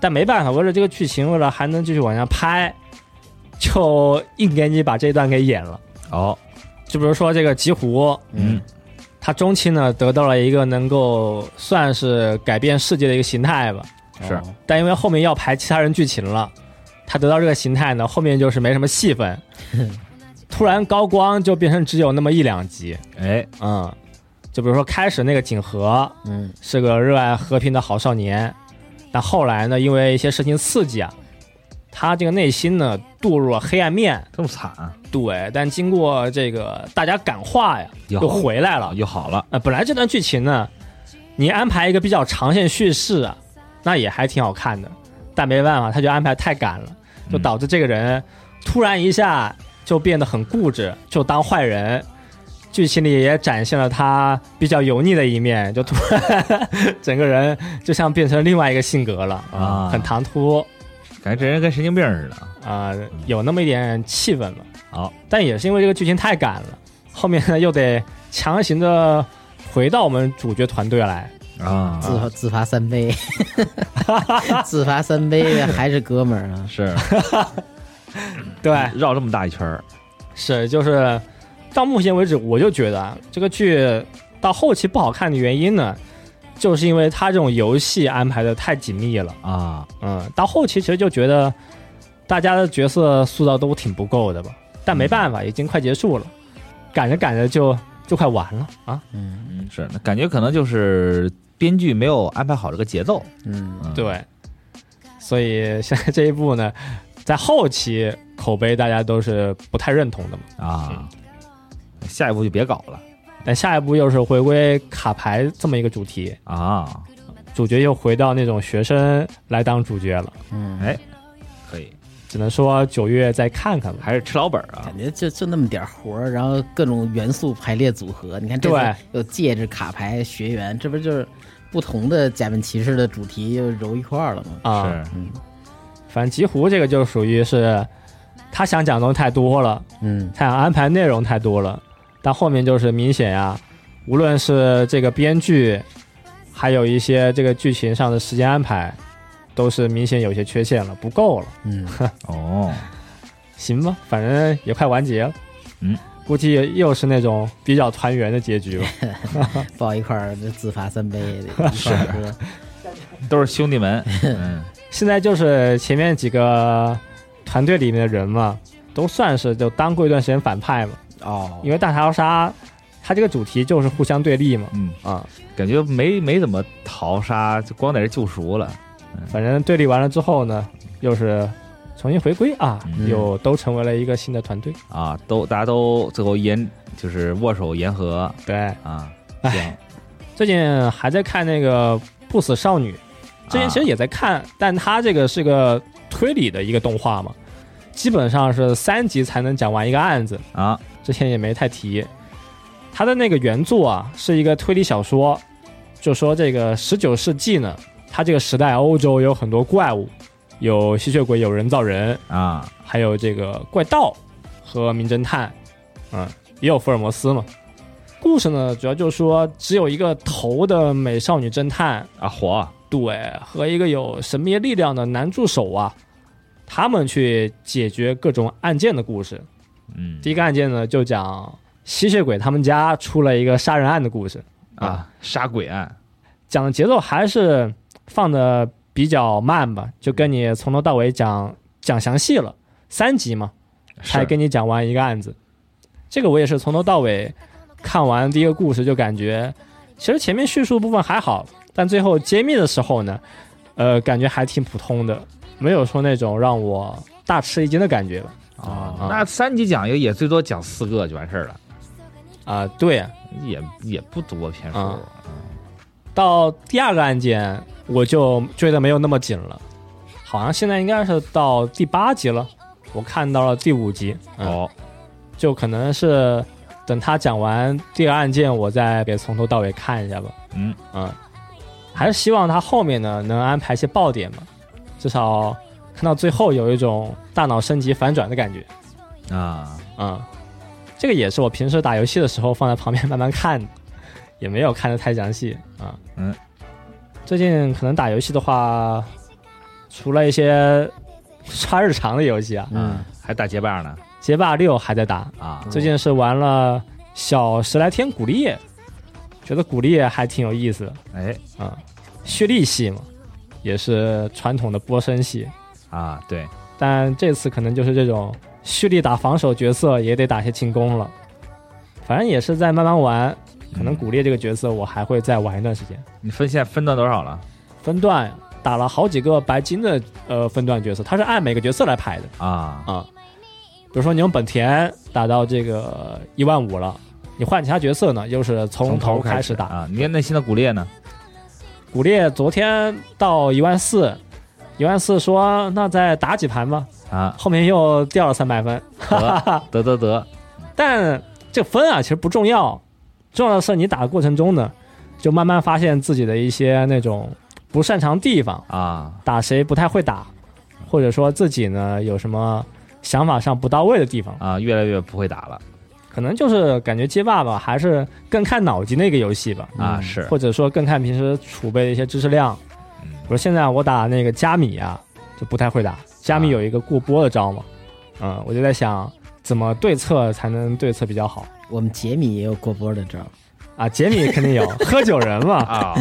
S3: 但没办法，为了这个剧情，为了还能继续往下拍，就硬给你把这段给演了。
S4: 哦，
S3: 就比如说这个极狐，
S4: 嗯，
S3: 他中期呢得到了一个能够算是改变世界的一个形态吧，
S4: 是
S2: 哦
S3: 但因为后面要排其他人剧情了，他得到这个形态呢，后面就是没什么戏份。突然高光就变成只有那么一两集，
S4: 哎，
S3: 嗯，就比如说开始那个景和
S2: 嗯
S3: 是个热爱和平的好少年，但后来呢，因为一些事情刺激啊，他这个内心呢堕入了黑暗面。
S4: 这么惨啊
S3: 对，但经过这个大家感化呀，
S4: 又
S3: 又回来了，
S4: 又好了，
S3: 呃，本来这段剧情呢，你安排一个比较长线叙事啊，那也还挺好看的，但没办法，他就安排太赶了，
S4: 嗯
S3: 就导致这个人突然一下就变得很固执，就当坏人。剧情里也展现了他比较油腻的一面，就突然 整个人就像变成另外一个性格了，
S4: 啊
S3: 很唐突
S4: 感觉这人跟神经病似的，
S3: 啊、呃有那么一点气氛吧。
S4: 好，
S3: 但也是因为这个剧情太赶了，后面呢又得强行的回到我们主角团队来。
S4: 啊，
S2: 自罚自罚三杯，自罚三杯还是哥们儿啊，
S4: 是
S3: 对，
S4: 绕这么大一圈儿，
S3: 是就是到目前为止，我就觉得啊这个剧到后期不好看的原因呢，就是因为它这种游戏安排的太紧密了。
S4: 啊，
S3: 嗯，到后期其实就觉得大家的角色塑造都挺不够的吧，但没办法，已经快结束了，赶着赶着就就快完了啊。
S2: 嗯
S4: 嗯是，那感觉可能就是编剧没有安排好这个节奏，
S2: 嗯
S4: 嗯，
S3: 对，所以现在这一部呢，在后期口碑大家都是不太认同的嘛。
S4: 啊，下一步就别搞了
S3: 但下一步又是回归卡牌这么一个主题，
S4: 啊，
S3: 主角又回到那种学生来当主角了，
S2: 嗯，
S4: 哎，可以，
S3: 只能说九月再看看吧。
S4: 还是吃老本儿啊
S2: 感，觉就就那么点儿活儿，然后各种元素排列组合，你看这
S3: 对
S2: 次有戒指、卡牌、学员，这不就是不同的假面骑士的主题又揉一块儿了吗？
S3: 啊、
S4: 是，
S3: 反正极狐这个就属于是他想讲的东西太多了，
S2: 嗯
S3: 他想安排内容太多了，但后面就是明显呀、无论是这个编剧，还有一些这个剧情上的时间安排，都是明显有些缺陷了，不够了。
S2: 嗯，
S4: 哦，
S3: 行吧，反正也快完结了，
S4: 嗯，
S3: 估计又是那种比较团圆的结局 吧。
S2: 抱一块儿就自罚三杯， 一块儿喝，
S4: 都是兄弟们，嗯，
S3: 现在就是前面几个团队里面的人嘛，都算是就当过一段时间反派嘛，
S2: 哦，
S3: 因为大逃杀它这个主题就是互相对立嘛，
S4: 嗯，
S3: 啊，
S4: 感觉没没怎么淘沙，就光在这救赎了，
S3: 反正对立完了之后呢，又是重新回归啊，
S4: 嗯
S3: 又都成为了一个新的团队。
S4: 啊，都大家都最后言就是握手言和
S3: 对，
S4: 啊，
S3: 哎
S4: 行，
S3: 最近还在看那个《不死少女》，之
S4: 啊
S3: 前其实也在看，但它这个是个推理的一个动画嘛，基本上是三集才能讲完一个案子，
S4: 啊，
S3: 之前也没太提。它的那个原著啊是一个推理小说，就说这个十九世纪呢，它这个时代欧洲有很多怪物，有吸血鬼，有人造人，
S4: 啊，
S3: 还有这个怪盗和名侦探，嗯，也有福尔摩斯嘛。故事呢，主要就是说啊只有一个头的美少女侦探，
S4: 啊火
S3: 对，和一个有神秘力量的男助手啊，他们去解决各种案件的故事。
S4: 嗯
S3: 第一个案件呢，就讲吸血鬼他们家出了一个杀人案的故事，
S4: 啊杀鬼案
S3: 讲的节奏还是放的比较慢吧，就跟你从头到尾讲讲详细了，三集嘛，才
S4: 是
S3: 跟你讲完一个案子。这个我也是从头到尾看完第一个故事，就感觉其实前面叙述部分还好，但最后揭秘的时候呢，呃，感觉还挺普通的，没有说那种让我大吃一惊的感觉吧。
S4: 啊，那三集讲一个也最多讲四个就完事儿了，
S3: 啊、对啊
S4: 也也不多篇数
S3: 啊到第二个案件我就追的没有那么紧了，好像现在应该是到第八集了，我看到了第五集。嗯、
S4: 哦，
S3: 就可能是等他讲完第二案件，我再给从头到尾看一下吧。
S4: 嗯
S3: 嗯，还是希望他后面呢能安排一些爆点嘛，至少看到最后有一种大脑升级反转的感觉。
S4: 啊，
S3: 嗯，这个也是我平时打游戏的时候放在旁边慢慢看的， 也没有看得太详细啊。
S4: 嗯，
S3: 最近可能打游戏的话，除了一些刷日常的游戏啊，
S2: 嗯，
S4: 还打结巴呢
S3: 街霸六还在打，
S4: 啊，
S3: 最近是玩了小十来天古力叶，觉得古力叶还挺有意思的
S4: 哎
S3: 啊、蓄力系嘛，也是传统的波身系，
S4: 啊对，
S3: 但这次可能就是这种蓄力打防守角色，也得打些进攻了。反正也是在慢慢玩，可能古力这个角色我还会再玩一段时间。
S4: 你分现在分到多少了
S3: 分段打了好几个白金的呃分段角色，它是按每个角色来排的。
S4: 啊？
S3: 啊、比如说你用本田打到这个一万五了，你换其他角色呢，又是从头开始打。
S4: 啊！你看那新的骨裂呢？
S3: 古烈昨天到一万四，一万四说那再打几盘吧，
S4: 啊，
S3: 后面又掉了三百分，
S4: 得得得得，
S3: 但这个分啊其实不重要，重要的是你打的过程中呢，就慢慢发现自己的一些那种不擅长地方，
S4: 啊
S3: 打谁不太会打，或者说自己呢有什么想法上不到位的地方。
S4: 啊，越来越不会打了
S3: 可能就是感觉街霸吧，还是更看脑筋的一个游戏吧，
S4: 啊！
S2: 嗯
S4: 是，
S3: 或者说更看平时储备的一些知识量。比如现在我打那个加米啊，就不太会打。加米有一个过波的招嘛，嗯，我就在想怎么对策才能对策比较好
S2: 我们杰米也有过波的招儿，
S3: 啊。杰米肯定 有喝酒人嘛，
S4: 啊，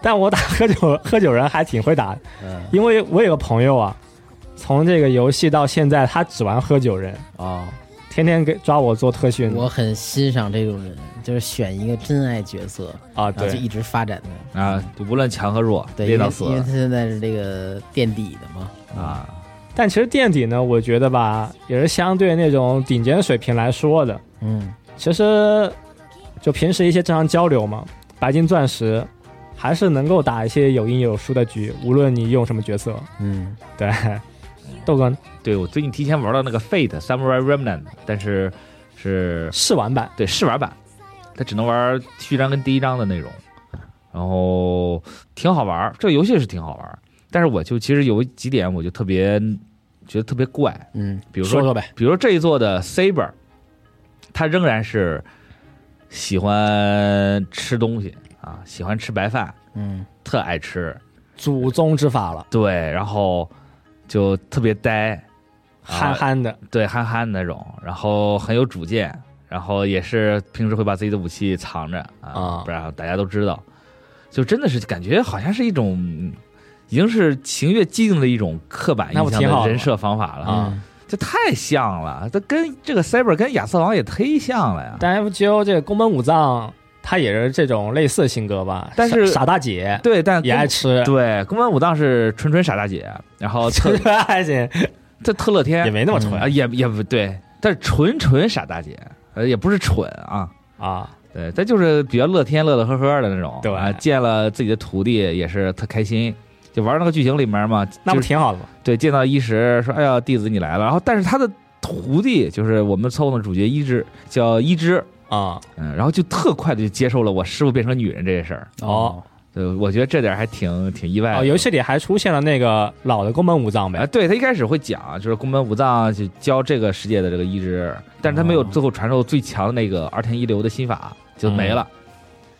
S3: 但我打喝酒喝酒人还挺会打的，
S2: 嗯
S3: 因为我有个朋友啊，从这个游戏到现在他只玩喝酒人，
S2: 哦，
S3: 天天给抓我做特训
S2: 我很欣赏这种人，就是选一个真爱角色，
S3: 啊，
S2: 然后就
S3: 对
S2: 一直发展的。
S4: 啊，无论强和弱，
S2: 对，
S4: 练
S2: 因为
S4: 到死
S2: 因为他现在是这个垫底的嘛，
S4: 啊
S3: 但其实垫底呢，我觉得吧，也是相对那种顶尖水平来说的。
S2: 嗯，
S3: 其实就平时一些正常交流嘛，白金、钻石还是能够打一些有赢有输的局，无论你用什么角色。
S2: 嗯，
S3: 对，豆哥
S4: 对我最近提前玩到那个 Fate Samurai Remnant，但是是
S3: 试玩版
S4: 对试玩版，它只能玩续章跟第一章的内容，然后挺好玩儿，这个游戏是挺好玩儿，但是我就其实有几点我就特别觉得特别怪，
S2: 嗯，
S4: 比如
S3: 说说呗。
S4: 比如说这一座的 Saber，他仍然是喜欢吃东西啊，喜欢吃白饭，
S2: 嗯，
S4: 特爱吃，
S3: 祖宗之法了，
S4: 对，然后就特别呆，啊
S3: 憨憨的，
S4: 对，憨憨的那种，然后很有主见，然后也是平时会把自己的武器藏着啊
S3: 啊，
S4: 不然大家都知道，就真的是感觉好像是一种。嗯已经是情越激进的一种刻板印
S3: 那不
S4: 象
S3: 挺好
S4: 的
S3: 的
S4: 人
S3: 吗
S4: 设方法了
S3: 啊
S2: 嗯，
S4: 这太像了，这跟这个 Cyber 跟亚瑟王也忒像了呀。
S3: 但 FGO 这个宫本武藏他也是这种类似性格吧，
S4: 但是
S3: 傻傻大姐
S4: 对，但
S3: 也爱吃，
S4: 对宫本武藏是纯纯傻大姐，然后特
S3: 还行，
S4: 特特乐天
S3: 也没那么
S4: 啊，
S3: 蠢
S4: 也也不对，但是纯纯傻大姐，呃，也不是蠢啊，
S3: 啊。
S4: 对对，他就是比较乐天、乐乐呵呵的那种。
S3: 对
S4: 啊，见了自己的徒弟也是特开心。就玩那个剧情里面嘛，
S3: 那
S4: 就
S3: 不
S4: 是
S3: 挺好的吗？
S4: 对见到一石说：“哎呀，弟子你来了。”然后，但是他的徒弟就是我们凑的主角一只，叫一只，
S3: 啊、
S4: 嗯，然后就特快的就接受了我师傅变成女人这件事儿。
S3: 哦，
S4: 对，我觉得这点还挺挺意外的。
S3: 哦，游戏里还出现了那个老的宫本武藏
S4: 啊，
S3: 呗，
S4: 对他一开始会讲，就是宫本武藏就教这个世界的这个医知，但是他没有
S3: 哦
S4: 最后传授最强的那个二天一流的心法，就没了。
S3: 嗯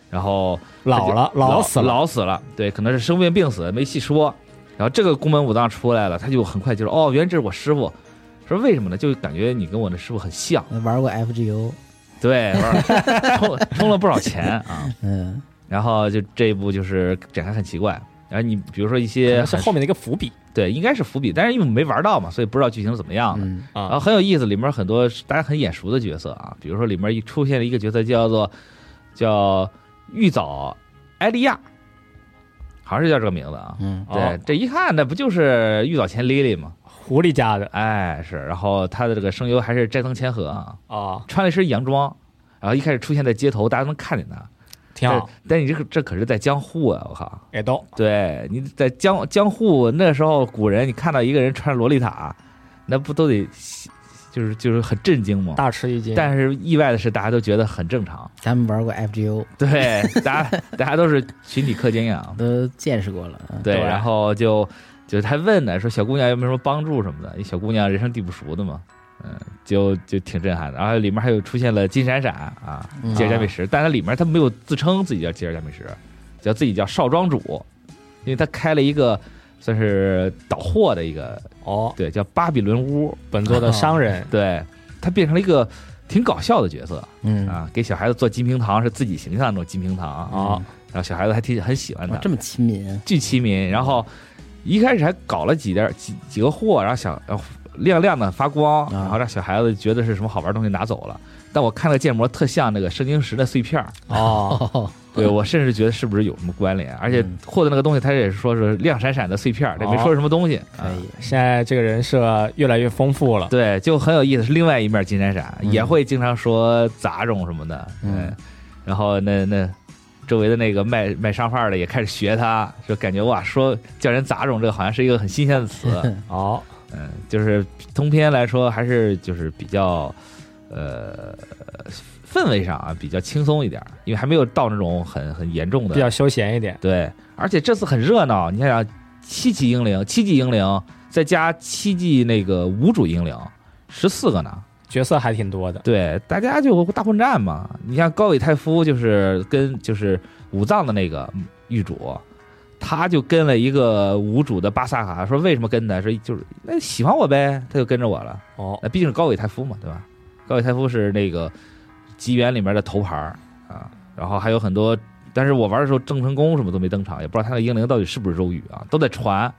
S4: 然后
S3: 老了，
S4: 老
S3: 死了，
S4: 老死了，对，可能是生病病死，没细说。然后这个宫本武藏出来了，他就很快就说：“哦，原来这是我师傅。”说为什么呢？就感觉你跟我的师傅很像，
S2: 哦玩过 FGO，
S4: 对， 玩充充了不少钱啊。
S2: 嗯，
S4: 然后就这一步就是展开很奇怪。然后你比如说一
S3: 可
S4: 些
S3: 能是后面的一个伏笔
S4: 对，应该是伏笔，但是因为我们没玩到嘛，所以不知道剧情是怎么样的。
S2: 嗯
S4: 然后
S3: 啊。
S4: 很有意思，里面很多大家很眼熟的角色啊，比如说里面一出现了一个角色叫做叫玉藻埃利亚，好像是叫这个名字啊。
S2: 嗯
S4: 对
S3: 哦，
S4: 这一看那不就是玉藻前 Lily 吗？
S3: 狐狸家的
S4: 哎，是。然后他的这个声优还是斋藤千和啊，
S3: 啊，
S4: 穿了一身洋装，然后一开始出现在街头，大家能看见他。
S3: 挺好，
S4: 但但你这个这可是在江户啊，我靠！
S3: 也都
S4: 对，你在江江户那时候古人，你看到一个人穿洛丽塔，那不都得就是就是很震惊吗？
S3: 大吃一惊。
S4: 但是意外的是，大家都觉得很正常。
S2: 咱们玩过 FGO，
S4: 对， 大家大家都是群体氪金啊。
S2: 都见识过了。嗯
S4: 对，
S3: 对
S4: 然后就就是他问呢，说小姑娘有没有什么帮助什么的，因为小姑娘人生地不熟的嘛，嗯，就就挺震撼的。然后里面还有出现了金闪闪啊，
S2: 嗯
S4: 吉尔加美什，但它里面它没有自称自己叫吉尔加美什，叫自己叫少庄主，因为他开了一个算是倒货的一个，
S3: 哦，
S4: 对，叫巴比伦屋，
S3: 本作的商人
S4: 对，他变成了一个挺搞笑的角色
S2: 嗯
S4: 啊，给小孩子做金瓶糖是自己形象的那种金瓶糖啊，
S3: 啊，
S4: 然后小孩子还挺很喜欢他
S2: 哇，，啊这么亲民，
S4: 巨齐民，然后一开始还搞了几点几几个货，然后想然后亮亮的发光，
S2: 啊
S4: 然后让小孩子觉得是什么好玩的东西拿走了。但我看那个建模特像那个圣经石的碎片儿，
S3: 哦，
S2: 哦，
S4: 对我甚至觉得是不是有什么关联？而且
S2: 嗯哦
S4: 获得那个东西，他也是说是亮闪闪的碎片儿，也没说是什么东西。啊
S2: 可以，
S3: 现在这个人设越来越丰富了。
S4: 对，就很有意思。是另外一面金闪闪
S2: 嗯
S4: 也会经常说杂种什么的，
S2: 嗯
S4: 嗯，然后那那周围的那个卖卖商贩的也开始学他，就感觉哇，说叫人杂种这个好像是一个很新鲜的词，
S3: 哦，
S4: 嗯，就是通篇来说还是就是比较呃氛围上啊比较轻松一点儿，因为还没有到那种很很严重的
S3: 比较休闲一点。
S4: 对，而且这次很热闹，你想想，七级英灵，七级英灵，再加七级那个无主英灵，十四个呢。
S3: 角色还挺多的。
S4: 对，大家就大混战嘛。你像高尾太夫，就是跟就是武藏的那个狱主，他就跟了一个无主的巴萨卡，说为什么跟他？说就是那喜欢我呗，他就跟着我了。
S3: 哦，
S4: 那毕竟是高尾太夫嘛，对吧？高尾太夫是那个吉原里面的头牌儿啊，然后还有很多，但是我玩的时候郑成功什么都没登场，也不知道他那个英灵到底是不是周瑜啊，都在传，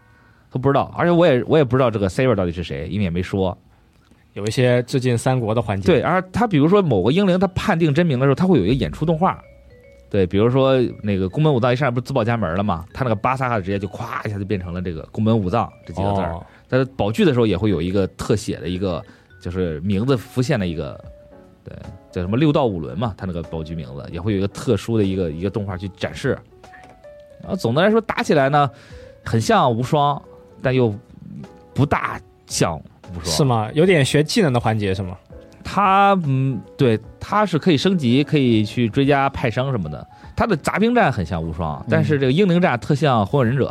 S4: 都不知道，而且我也我也不知道这个 Saber 到底是谁，因为也没说。
S3: 有一些致敬三国的环节。
S4: 对，而他比如说某个英灵他判定真名的时候，他会有一个演出动画。对，比如说那个宫本武藏一上来不是自报家门了吗？他那个巴萨卡直接就咵一下就变成了这个宫本武藏这几个字儿。
S3: 哦
S4: 但是宝具的时候也会有一个特写的一个，就是名字浮现的一个，对，叫什么六道五轮嘛，他那个宝具名字也会有一个特殊的一个一个动画去展示。然后总的来说打起来呢，很像无双，但又不大像无双。
S3: 是吗？有点学技能的环节是吗？
S4: 它嗯，对，它是可以升级，可以去追加派生什么的。它的杂兵战很像无双，但是这个英灵战特像火影忍者，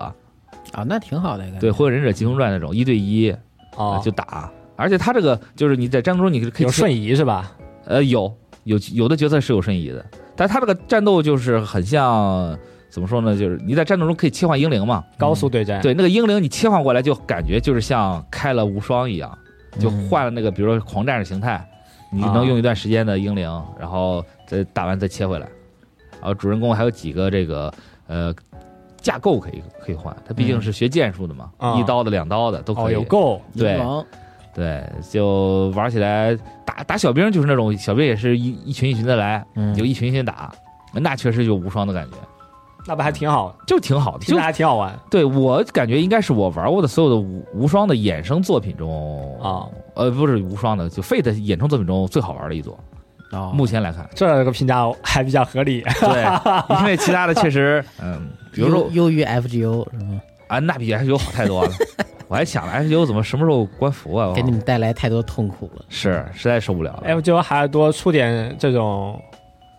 S2: 啊，那挺好的，感觉
S4: 对，火影忍者疾风传那种一对一、啊
S3: 哦，
S4: 就打。而且它这个就是你在战斗中你可以
S3: 有瞬移是吧？
S4: 呃，有有有的角色是有瞬移的，但是他这个战斗就是很像怎么说呢？就是你在战斗中可以切换英灵嘛，
S3: 高速嗯对战。
S4: 对，那个英灵你切换过来就感觉就是像开了无双一样，就
S2: 嗯
S4: 换了那个比如说狂战士形态，你
S3: 啊
S4: 能用一段时间的英灵，然后再打完再切回来。然后主人公还有几个这个呃架构可以可以换，他毕竟
S2: 嗯
S4: 是学剑术的嘛，
S3: 啊
S4: 一刀的两刀的都可以。
S3: 哦，有 Go
S4: 对
S2: 银王
S4: 对，就玩起来打打小兵就是那种小兵也是一一群一群的来，
S2: 嗯
S4: 就一群一群打，那确实就无双的感觉，
S3: 那不还挺好，
S4: 就挺好的。
S3: 听
S4: 就
S3: 着还挺好玩
S4: 对我感觉应该是我玩过的所有的无无双的衍生作品中，
S3: 啊。
S4: 呃，不是无双的，就 Fate 衍生作品中最好玩的一座。
S2: 哦，
S4: 目前 来看，
S3: 这个评价还比较合 理。
S4: 对，因为其他的 确实，嗯，比如说
S2: 优优于 FGO 是吗？
S4: 啊，那比 S U 好太多了。我还想了，S U 怎么什么时候关服啊？
S2: 给你们带来太多痛苦了。
S4: 是实在受不了了，
S3: FGO 还要多出点这种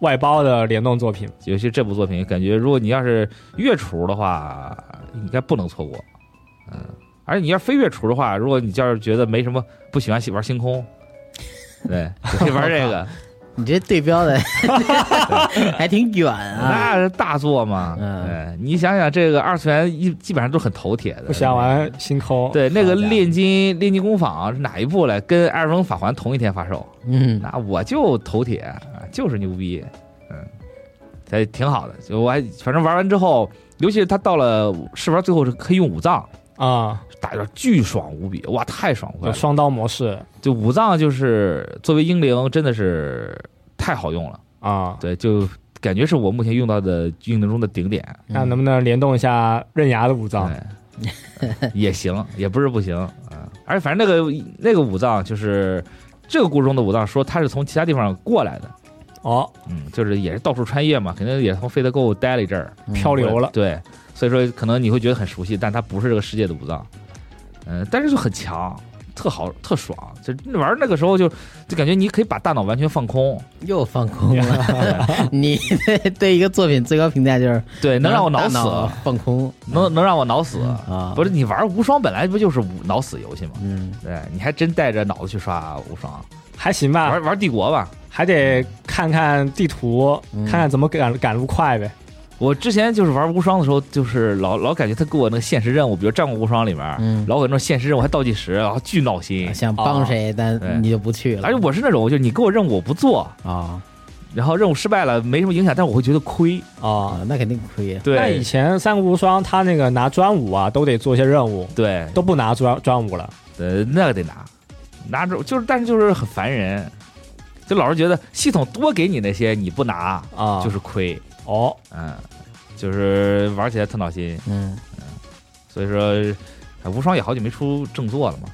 S3: 外包的联动作品。
S4: 尤其这部作品，感觉如果你要是月厨的话，应该不能错过。嗯，而且你要非月厨的话，如果你要是觉得没什么不喜欢喜玩星空，对，就可以玩 这个，
S2: 你这对标的 还挺远啊。
S4: 那是大作嘛。
S2: 嗯
S4: 对，你想想这个二次元一基本上都很头铁的。
S3: 不想玩星空，
S4: 对，那个
S2: 好家伙
S4: 炼金炼金工坊是哪一部来？跟《艾尔登法环》同一天发售，
S2: 嗯，
S4: 那我就头铁，啊就是牛逼，嗯，还挺好的。就我还反正玩完之后，尤其是他到了试玩最后是可以用五藏，
S3: 啊、
S4: 打的巨爽无比，哇，太爽快
S3: 有
S4: 了！
S3: 双刀模式
S4: 就五藏就是作为英灵真的是太好用了，
S3: 啊，
S4: 对，就感觉是我目前用到的英灵中的顶点，
S3: 看能不能联动一下刃牙的武
S4: 嗯
S3: 藏
S4: 对也行，也不是不行啊。而且反正那个那个五藏就是这个故事中的五藏，说他是从其他地方过来的，
S3: 哦，
S4: 嗯，就是也是到处穿越嘛，肯定也从飞得够待了一阵儿，
S2: 嗯
S3: 漂流了
S4: 对，所以说可能你会觉得很熟悉，但它不是这个世界的五藏，嗯、但是就很强，特好，特爽。就玩儿那个时候就就感觉你可以把大脑完全放空，
S2: 又放空了。 你 对一个作品最高评价就是
S4: 对，能让我脑
S2: 大
S4: 死，
S2: 放空
S4: 能能让我脑死。
S2: 啊，
S4: 不是你玩儿无双本来不就是无脑死游戏吗？
S2: 嗯，
S4: 对，你还真带着脑子去刷无双，
S3: 还行吧，
S4: 玩玩帝国吧。
S3: 还得看看地图，
S2: 嗯
S3: 看看怎么赶赶路快呗。
S4: 我之前就是玩无双的时候，就是老老感觉他给我那个现实任务，比如《战国无双》里面，
S2: 嗯
S4: 老有那种现实任务还倒计时，然后巨闹心。
S2: 想帮谁但你就不去了。
S4: 啊而且我是那种，就是你给我任务我不做，
S2: 啊
S4: 然后任务失败了没什么影响，但是我会觉得亏。
S3: 啊
S2: 啊，，那肯定亏啊。
S3: 那以
S4: 嗯对
S3: 前三国无双他那个拿专武啊，都得做一些任务，
S4: 对，
S3: 都不拿专专武了。
S4: 呃，那个得拿，拿着就是，但是就是很烦人，就老是觉得系统多给你那些你不拿
S3: 啊，
S4: 就是亏，
S3: 哦，
S4: 嗯，就是玩起来特闹心。
S2: 嗯，
S4: 所以说，哎无双也好久没出正作了嘛。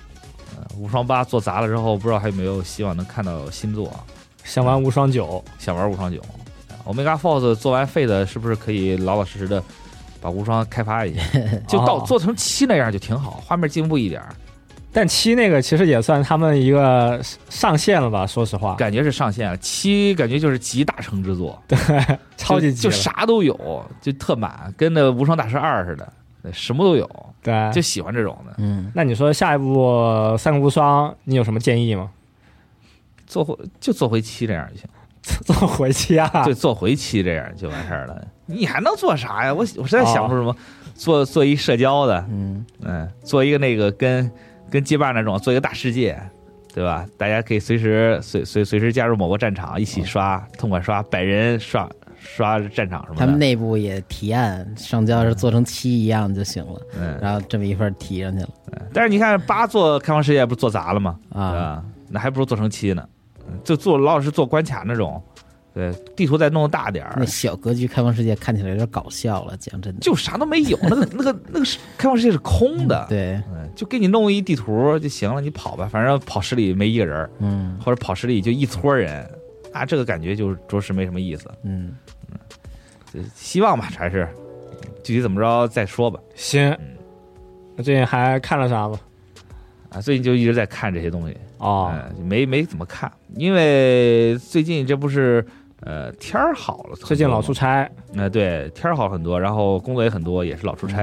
S4: 呃无双八做砸了之后，不知道还有没有希望能看到新作啊？
S3: 想玩无双九，
S4: 想玩无双九，Omega Force 做完 Fate 是不是可以老老实实的把无双开发一下？ 就到
S3: 哦
S4: 做成七那样就挺好，画面进步一点儿，
S3: 但七那个其实也算他们一个上线了吧？说实话，
S4: 感觉是上线了。七感觉就是集大成之作，
S3: 超级急
S4: 就
S3: 了
S4: 就啥都有，就特满，跟那无双大师二似的，对什么都有，
S3: 对，
S4: 就喜欢这种的。
S2: 嗯，
S3: 那你说下一步《三国无双》，你有什么建议吗？
S4: 做回就做回七这样就行。
S3: 这么回去啊？
S4: 对，做回期这样就完事儿了。你还能做啥呀？我我实在想不出什么，做做一社交的，
S2: 嗯，
S4: 嗯，做一个那个跟跟街霸那种，做一个大世界，对吧？大家可以随时随随随时加入某个战场，一起刷，痛快刷，百人刷刷战场什么的。
S2: 他们内部也提案，上交是做成七一样就行了，
S4: 嗯，
S2: 然后这么一份提上去了
S4: 但是你看八做开放世界不是做砸了吗？对
S2: 啊。
S4: 吧？那还不如做成七呢，嗯就做老老实实做关卡那种，对，地图再弄大点
S2: 那
S4: 儿。
S2: 小格局开放世界看起来有点搞笑了，讲真的。
S4: 就啥都没有，那个那 个那个是开放世界是空的，
S2: 对，
S4: 嗯，就给你弄一地图就行了，你跑吧，反正跑十里没一个人儿，
S2: 嗯
S4: 或者跑十里就一撮人，啊，这个感觉就着实没什么意思。
S2: 嗯，
S4: 就希望吧，还是具体怎么着再说吧。
S3: 行
S4: 嗯。
S3: 那最近还看了啥吗？
S4: 啊，最近就一直在看这些东西，
S3: 哦，
S4: 嗯，没没怎么看，因为最近这不是呃天儿好了很多嘛，
S3: 最近老出差，
S4: 啊、对，天儿好很多，然后工作也很多，也是老出
S3: 嗯
S4: 差，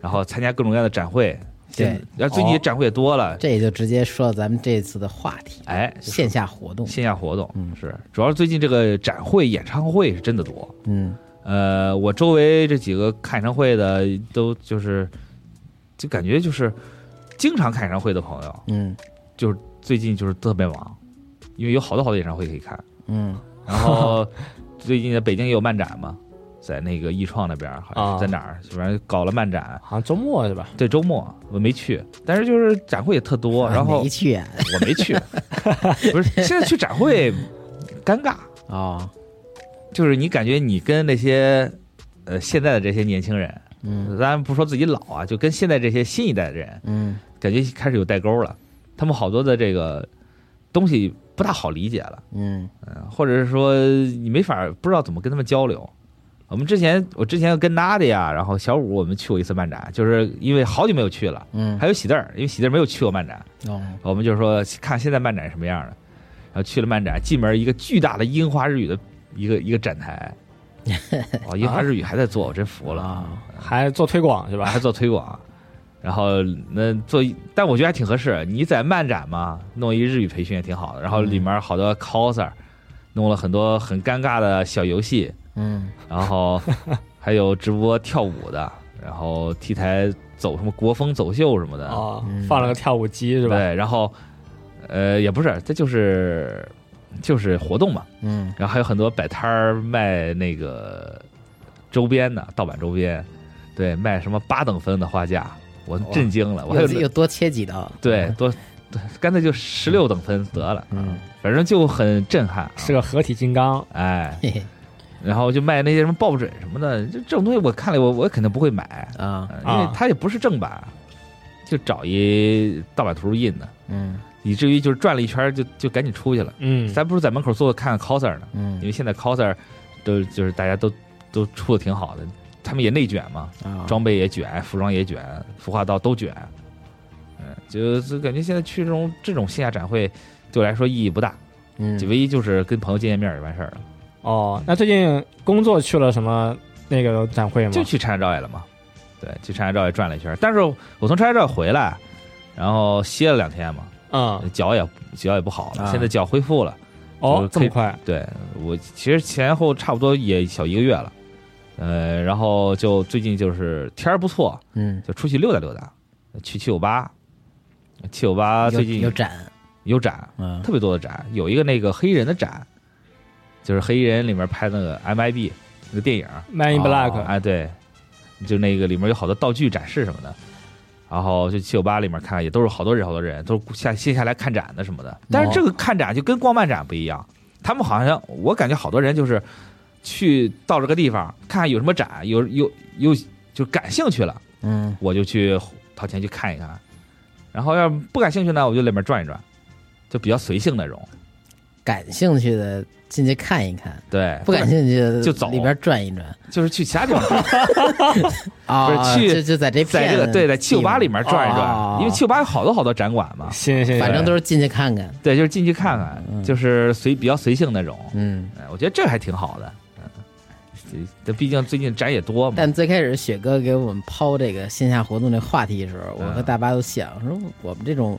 S4: 然后参加各种各样的展会，
S2: 对，
S4: 然后最近
S3: 哦
S4: 展会也多了，
S2: 这也就直接说到咱们这次的话题，
S4: 哎，就是
S2: 线下活动。
S4: 线下活动，
S2: 嗯
S4: 是，主要是最近这个展会、演唱会是真的多。
S2: 嗯
S4: 呃，我周围这几个看演唱会的都就是，就感觉就是经常看演唱会的朋友，
S2: 嗯
S4: 最近就是特别忙，因为有好多好多演唱会可以看。
S2: 嗯
S4: 然 后最近在北京也有漫展嘛，在那个艺创那边儿，好像
S3: 啊
S4: 是在哪儿，反正搞了漫展。
S3: 好像周末是吧？
S4: 对，周末我没去，但是就是展会也特多，
S2: 啊
S4: 然后
S2: 没去啊
S4: 我没 去，不是现在去展会尴尬。啊
S2: 哦，
S4: 就是你感觉你跟那些呃现在的这些年轻人，
S2: 嗯
S4: 咱然不说自己老啊，就跟现在这些新一代的人，
S2: 嗯
S4: 感觉开始有代沟了。他们好多的这个东西不大好理解了，
S2: 嗯
S4: 嗯，或者是说你没法不知道怎么跟他们交流。我们之前我之前跟 Nadia，然后小五我们去过一次漫展，就是因为好久没有去了，
S2: 嗯，
S4: 还有喜字儿，因为喜字儿没有去过漫展，
S2: 哦，
S4: 我们就说看现在漫展什么样的，然后去了漫展，进门一个巨大的樱花日语的一个一个展台，哦，樱花日语还在做，我真服了，
S2: 啊
S3: 还做推广是
S4: 对吧？
S3: 吧？
S4: 还做推广，然后那做，但我觉得还挺合适。你在漫展嘛，弄一日语培训也挺好的，然后里面好多 coser，弄了很多很尴尬的小游戏，
S2: 嗯
S4: 然 后还有直播跳舞的，然后 T 台走什么国风走秀什么的，
S3: 哦
S2: 嗯，
S3: 放了个跳舞机是吧？
S4: 对，然后呃也不是，这就是就是活动嘛，
S2: 嗯
S4: 然后还有很多摆摊儿卖那个周边的盗版周边，对，卖什么八等分的花架，我
S2: 哇
S4: 震惊了，我还
S2: 又又
S4: 有
S2: 多切哦几刀，
S4: 对多。对干脆就十六等分得了，
S2: 嗯，
S4: 反正就很震撼、啊。
S3: 是个合体金刚，
S4: 哎，
S2: 嘿 嘿
S4: 然后就卖那些什么抱枕什么的，就这种东西我看了我我肯定不会买，
S2: 啊
S4: 嗯因为
S3: 啊
S4: 它也不是正版，就找一盗版图印的，
S2: 嗯
S4: 以至于就是转了一圈儿就就赶紧出去了。
S3: 嗯，
S4: 咱不如在门口坐着看看 coser 呢，因
S2: 嗯
S4: 为现在 coser 都就是大家都都出的挺好的，他们也内卷嘛，
S2: 啊
S4: 装备也卷，服装也卷，服化道都卷，嗯，就就感觉现在去这种这种线下展会对我来说意义不大，
S2: 嗯
S4: 就唯一就是跟朋友见见面儿就完事儿了，
S3: 哦，那最近工作去了什么那个展会吗？
S4: 就去长沙照也了嘛，对，去长沙照也转了一圈儿，但是我从长沙照也回来，然后歇了两天嘛，
S3: 嗯，
S4: 脚也脚也不好了，
S2: 啊
S4: 现在脚恢复了。
S3: 哦
S4: 就，
S3: 这么快？
S4: 对我其实前后差不多也小一个月了，呃，然后就最近就是天儿不错，
S2: 嗯，
S4: 就出去溜达溜达，去七九八，七九
S2: 有
S4: 八啊最近嗯
S2: 有展
S4: 有展，
S2: 啊
S4: 特别多的展，有一个那个黑衣人的展，就是黑衣人里面拍那个 MIB 那个电影，
S3: Man in
S2: 哦
S3: Black，
S4: 哎对，就那个里面有好多道具展示什么的。然后就七九八里面看，也都是好多人，好多人都是下接下来看展的什么的。但是这个看展就跟逛漫展不一样，他们好像我感觉好多人就是去到这个地方看看有什么展，有有有就感兴趣了，
S2: 嗯
S4: 我就去掏钱去看一看。然后要不感兴趣呢，我就里面转一转，就比较随性那种。
S2: 感兴趣的进去看一看，
S4: 对，
S2: 不感兴趣的
S4: 就走
S2: 里边转一转
S4: 就是去其他 地方
S2: 啊，
S4: 不是去
S2: 就就在这
S4: 在这个
S2: 片
S4: 对，在七九八里面转一
S2: 地方哦
S4: 转，因为七九八有好多好多展馆嘛，
S3: 行行，
S2: 反
S3: 行
S2: 正都是进去看看，
S4: 对，就是进去看看，
S2: 嗯
S4: 就是随比较随性那种。
S2: 嗯。
S4: 哎我觉得这还挺好的。嗯，这这毕竟最近展也多嘛。
S2: 但最开始雪哥给我们抛这个线下活动这话题的时候，我和
S4: 嗯
S2: 大巴都想说，我们这种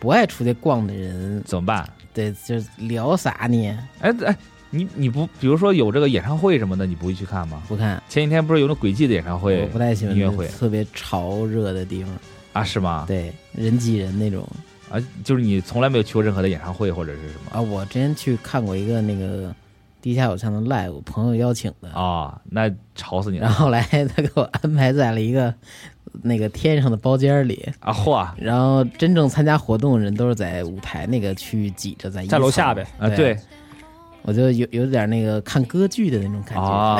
S2: 不爱出去逛的人，
S4: 怎么办？
S2: 对，就是聊啥呢？
S4: 哎哎，你你不比如说有这个演唱会什么的，你不会去看吗？
S2: 不看，
S4: 前几天不是有那轨迹的演唱
S2: 我
S4: 会
S2: 不太喜欢
S4: 音乐会
S2: 特别潮热的地方，
S4: 啊？是吗？
S2: 对，人挤人那种
S4: 啊，就是你从来没有去过任何的演唱会或者是什么
S2: 啊。我之前去看过一个那个地下偶像的 live，我朋友邀请的
S4: 啊、那吵死你
S2: 然
S4: 了
S2: 后后来他给我安排在了一个那个天上的包间里，
S4: 啊！嚯啊，
S2: 然后真正参加活动的人都是在舞台那个区域挤 着，在一
S3: 在楼下
S2: 层
S3: 呗。
S4: 啊对
S2: 我就有有点那个看歌剧的那种感觉，
S4: 啊，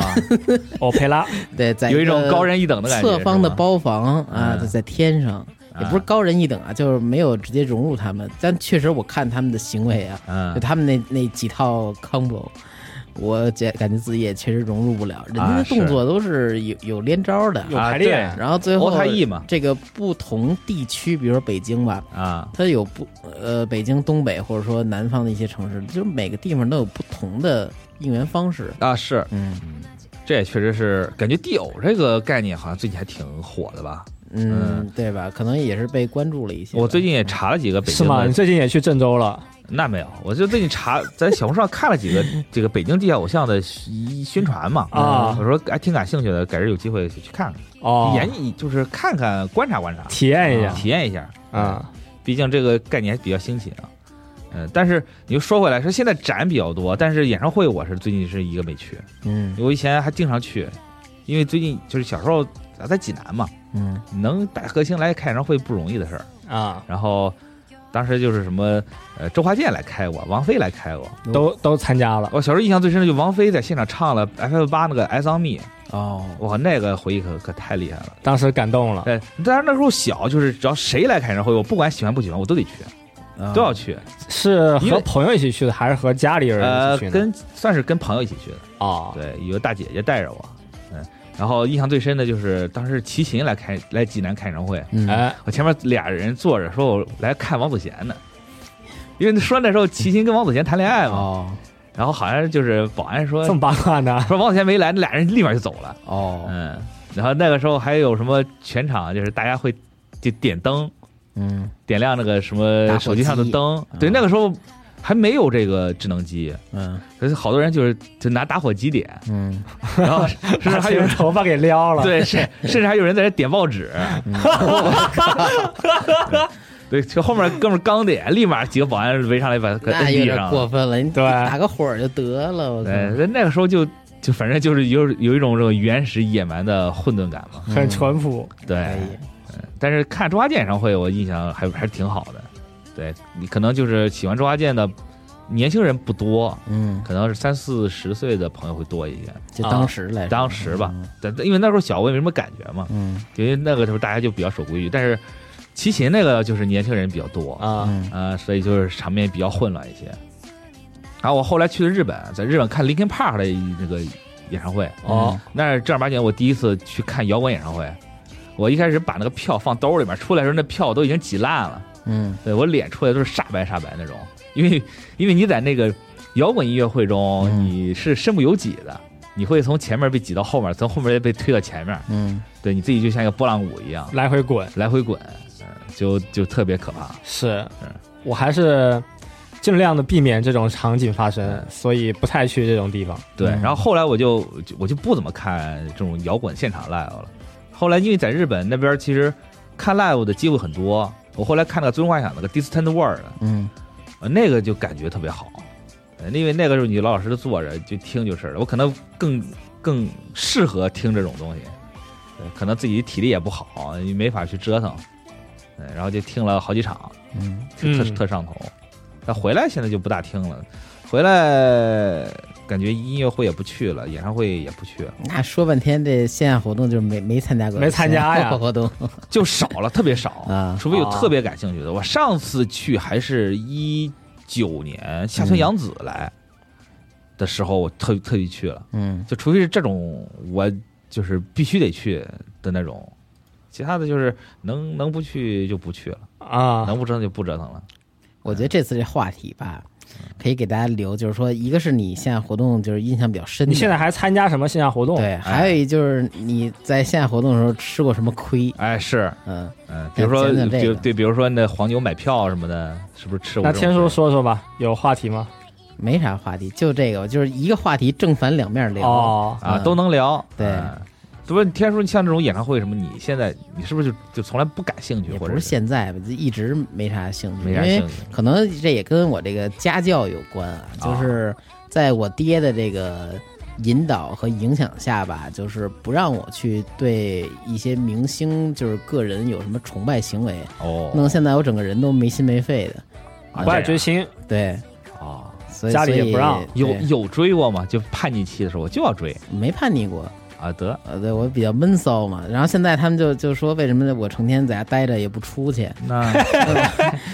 S3: 哦，佩拉，
S2: 对，在
S4: 有一种
S2: 个
S4: 高人一等的感觉。
S2: 侧方的
S4: 是吧
S2: 包房啊，
S4: 嗯
S2: 就在天上，也不是高人一等啊，就是没有直接融入他们，但确实我看他们的行为啊，就
S4: 嗯，
S2: 他们那那几套 combo，我觉感觉自己也确实融入不了，人家
S4: 啊
S2: 的
S4: 是
S2: 动作都是有有连招的，
S3: 有排练
S4: 啊
S2: 然后最后
S4: 欧太艺嘛
S2: 这个不同地区，比如说北京吧，
S4: 对啊，
S2: 它有不呃北京东北或者说南方的一些城市，就是每个地方都有不同的应援方式。
S4: 啊是，
S2: 嗯
S4: 这也确实是感觉地偶这个概念好像最近还挺火的吧？
S2: 嗯，对吧？可能也是被关注了一些吧。
S4: 我最近也查了几个北
S3: 是
S4: 京
S3: 吗？
S4: 的
S3: 你最近也去郑州了？
S4: 那没有，我就最近查在小红书上看了几个这个北京地下偶像的宣宣传嘛，
S3: 啊
S4: 我说还挺感兴趣的，改日有机会去去看看，
S3: 哦，
S4: 研究就是看看观察观察，
S3: 体验一下
S4: 体验一下，嗯
S3: 啊，
S4: 毕竟这个概念还比较新奇啊。嗯，但是你又说回来，说现在展比较多，但是演唱会我是最近是一个没去，
S2: 嗯
S4: 我以前还经常去，因为最近就是小时候在济南嘛，
S2: 嗯
S4: 能带歌星来开演唱会不容易的事儿。
S3: 啊，
S4: 然后当时就是什么呃周华健来开过，王菲来开过，
S3: 都都参加了。
S4: 我小时候印象最深的就是王菲在现场唱了 F 八那个《I Saw Me》，
S2: 哦
S4: 哇，那个回忆可可太厉害了。
S3: 当时感动了，
S4: 对，但是那时候小，就是只要谁来开演唱会，我不管喜欢不喜欢，我都得去。
S2: 啊
S4: 都要去，
S3: 是
S4: 因为
S3: 和朋友一起去的，还是和家里人一
S4: 呃
S3: 起去，呢？
S4: 跟算是跟朋友一起去的，
S3: 哦，
S4: 对，有个大姐姐带着我，嗯，然后印象最深的就是当时齐秦来开来济南开演唱会，
S2: 嗯，
S3: 哎，
S4: 我前面俩人坐着，说我来看王祖贤的，因为说那时候齐秦跟王祖贤谈恋爱嘛，
S2: 哦
S4: 然后好像就是保安说
S3: 这么八卦呢？
S4: 说王祖贤没来，那俩人立马就走了，
S2: 哦，
S4: 嗯，然后那个时候还有什么全场就是大家会就点灯，
S2: 嗯
S4: 点亮那个什
S2: 打火
S4: 么手机上的
S2: 机
S4: 灯，对，
S2: 嗯
S4: 那个时候还没有这个智能机，
S2: 嗯
S4: 可是好多人就是就拿打火机点，
S2: 嗯
S4: 然后甚至
S3: 把
S4: 还
S3: 这
S4: 有
S3: 人
S4: 人
S3: 头发给撩了，
S4: 对，甚甚至还有人在这点报纸。
S2: 嗯
S4: 对，就后面哥们儿刚点，立马几个保安围上来把他
S2: 那
S4: 摁
S2: 有
S4: 地
S2: 点
S4: 上了。
S2: 过分了，你
S3: 对
S2: 打个火儿就得了，我靠，
S4: 对，那那个时候就就反正就是有有一种这种原始野蛮的混沌感嘛。
S3: 很淳朴。
S2: 哎
S4: 对，
S2: 呀
S4: 但是看周华健演唱会，我印象还还是挺好的。对你可能就是喜欢周华健的年轻人不多，
S2: 嗯，
S4: 可能是三四十岁的朋友会多一些。
S2: 就
S3: 啊
S2: 当时来说，
S4: 当时吧，但因为那时候小，我也没什么感觉嘛，
S2: 嗯
S4: 因为那个时候大家就比较守规矩。但是齐秦那个就是年轻人比较多
S3: 啊，
S2: 嗯
S4: 呃，所以就是场面比较混乱一些。然后我后来去了日本，在日本看 Linkin Park 的那个演唱会，嗯
S3: 哦，
S4: 那是正儿八经我第一次去看摇滚演唱会。我一开始把那个票放兜里面，出来的时候那票都已经挤烂了，
S2: 嗯
S4: 对我脸出来都是煞白煞白那种，因为因为你在那个摇滚音乐会中
S2: 嗯
S4: 你是身不由己的，你会从前面被挤到后面，从后面再被推到前面，
S2: 嗯
S4: 对你自己就像一个拨浪鼓一样
S3: 来回滚
S4: 来回滚，嗯就就特别可怕。
S3: 是
S4: 嗯，
S3: 我还是尽量的避免这种场景发
S4: 嗯
S3: 生，所以不太去这种地方。
S4: 对，
S2: 嗯
S4: 然后后来我就就我就不怎么看这种摇滚现场 live 了。后来因为在日本那边其实看 live 的机会很多，我后来看那个最终幻想那个 Distant World，
S2: 嗯
S4: 呃那个就感觉特别好，呃因为那个时候你老老实实坐着就听就是了。我可能更更适合听这种东西，对可能自己体力也不好，你没法去折腾，嗯，然后就听了好几场，
S2: 嗯
S4: 就特
S3: 嗯
S4: 特上头。但回来现在就不大听了，回来感觉音乐会也不去了，演唱会也不去了，
S2: 那说半天这线下活动就是没没参加过，
S3: 没参加呀
S2: 活动
S4: 就少了，特别少。
S2: 啊，
S4: 除非有
S3: 啊
S4: 特别感兴趣的，我上次去还是一九年下
S3: 嗯
S4: 村洋子来的时候，我特特意去了，
S2: 嗯
S4: 就除非是这种我就是必须得去的那种。其他的就是能能不去就不去了，
S3: 啊，
S4: 能不折腾就不折腾了。
S2: 我觉得这次这话题吧，可以给大家留，就是说，一个是你线下活动就是印象比较深的，
S3: 你现在还参加什么线下活动？
S2: 对，还有一就是你在线下活动的时候吃过什么亏，
S4: 哎，是，
S2: 嗯，
S4: 嗯，比如说，
S2: 讲讲这
S4: 就
S2: 个
S4: 对，比如说那黄牛买票什么的，是不是吃过
S3: 那
S4: 这种事儿？
S3: 天叔说说吧，有话题吗？
S2: 没啥话题，就这个，我就是一个话题正反两面聊，
S3: 哦，
S4: 啊，
S2: 嗯
S4: 都能聊。
S2: 对
S4: 嗯，不是天叔，像这种演唱会什么，你现在你是不是就就从来不感兴趣，
S2: 也
S4: 或
S2: 不
S4: 者
S2: 是现在吧，就一直没啥兴趣，
S4: 没啥
S2: 因为
S4: 兴趣？
S2: 可能这也跟我这个家教有关啊，就是在我爹的这个引导和影响下吧，就是不让我去对一些明星就是个人有什么崇拜行为，
S4: 哦，
S2: 弄得现在我整个人都没心没肺的，
S4: 啊
S3: 不爱
S4: 这
S3: 追
S4: 样
S3: 星，
S2: 对，
S4: 啊，
S2: 所以
S3: 家里也
S2: 所以
S3: 不让
S4: 有
S2: 对
S4: 有追过吗？就叛逆期的时候我就要追
S2: 没叛逆过，
S4: 啊，得
S2: 呃，对我比较闷骚嘛，然后现在他们就就说为什么我成天在家待着也不出去，
S4: 那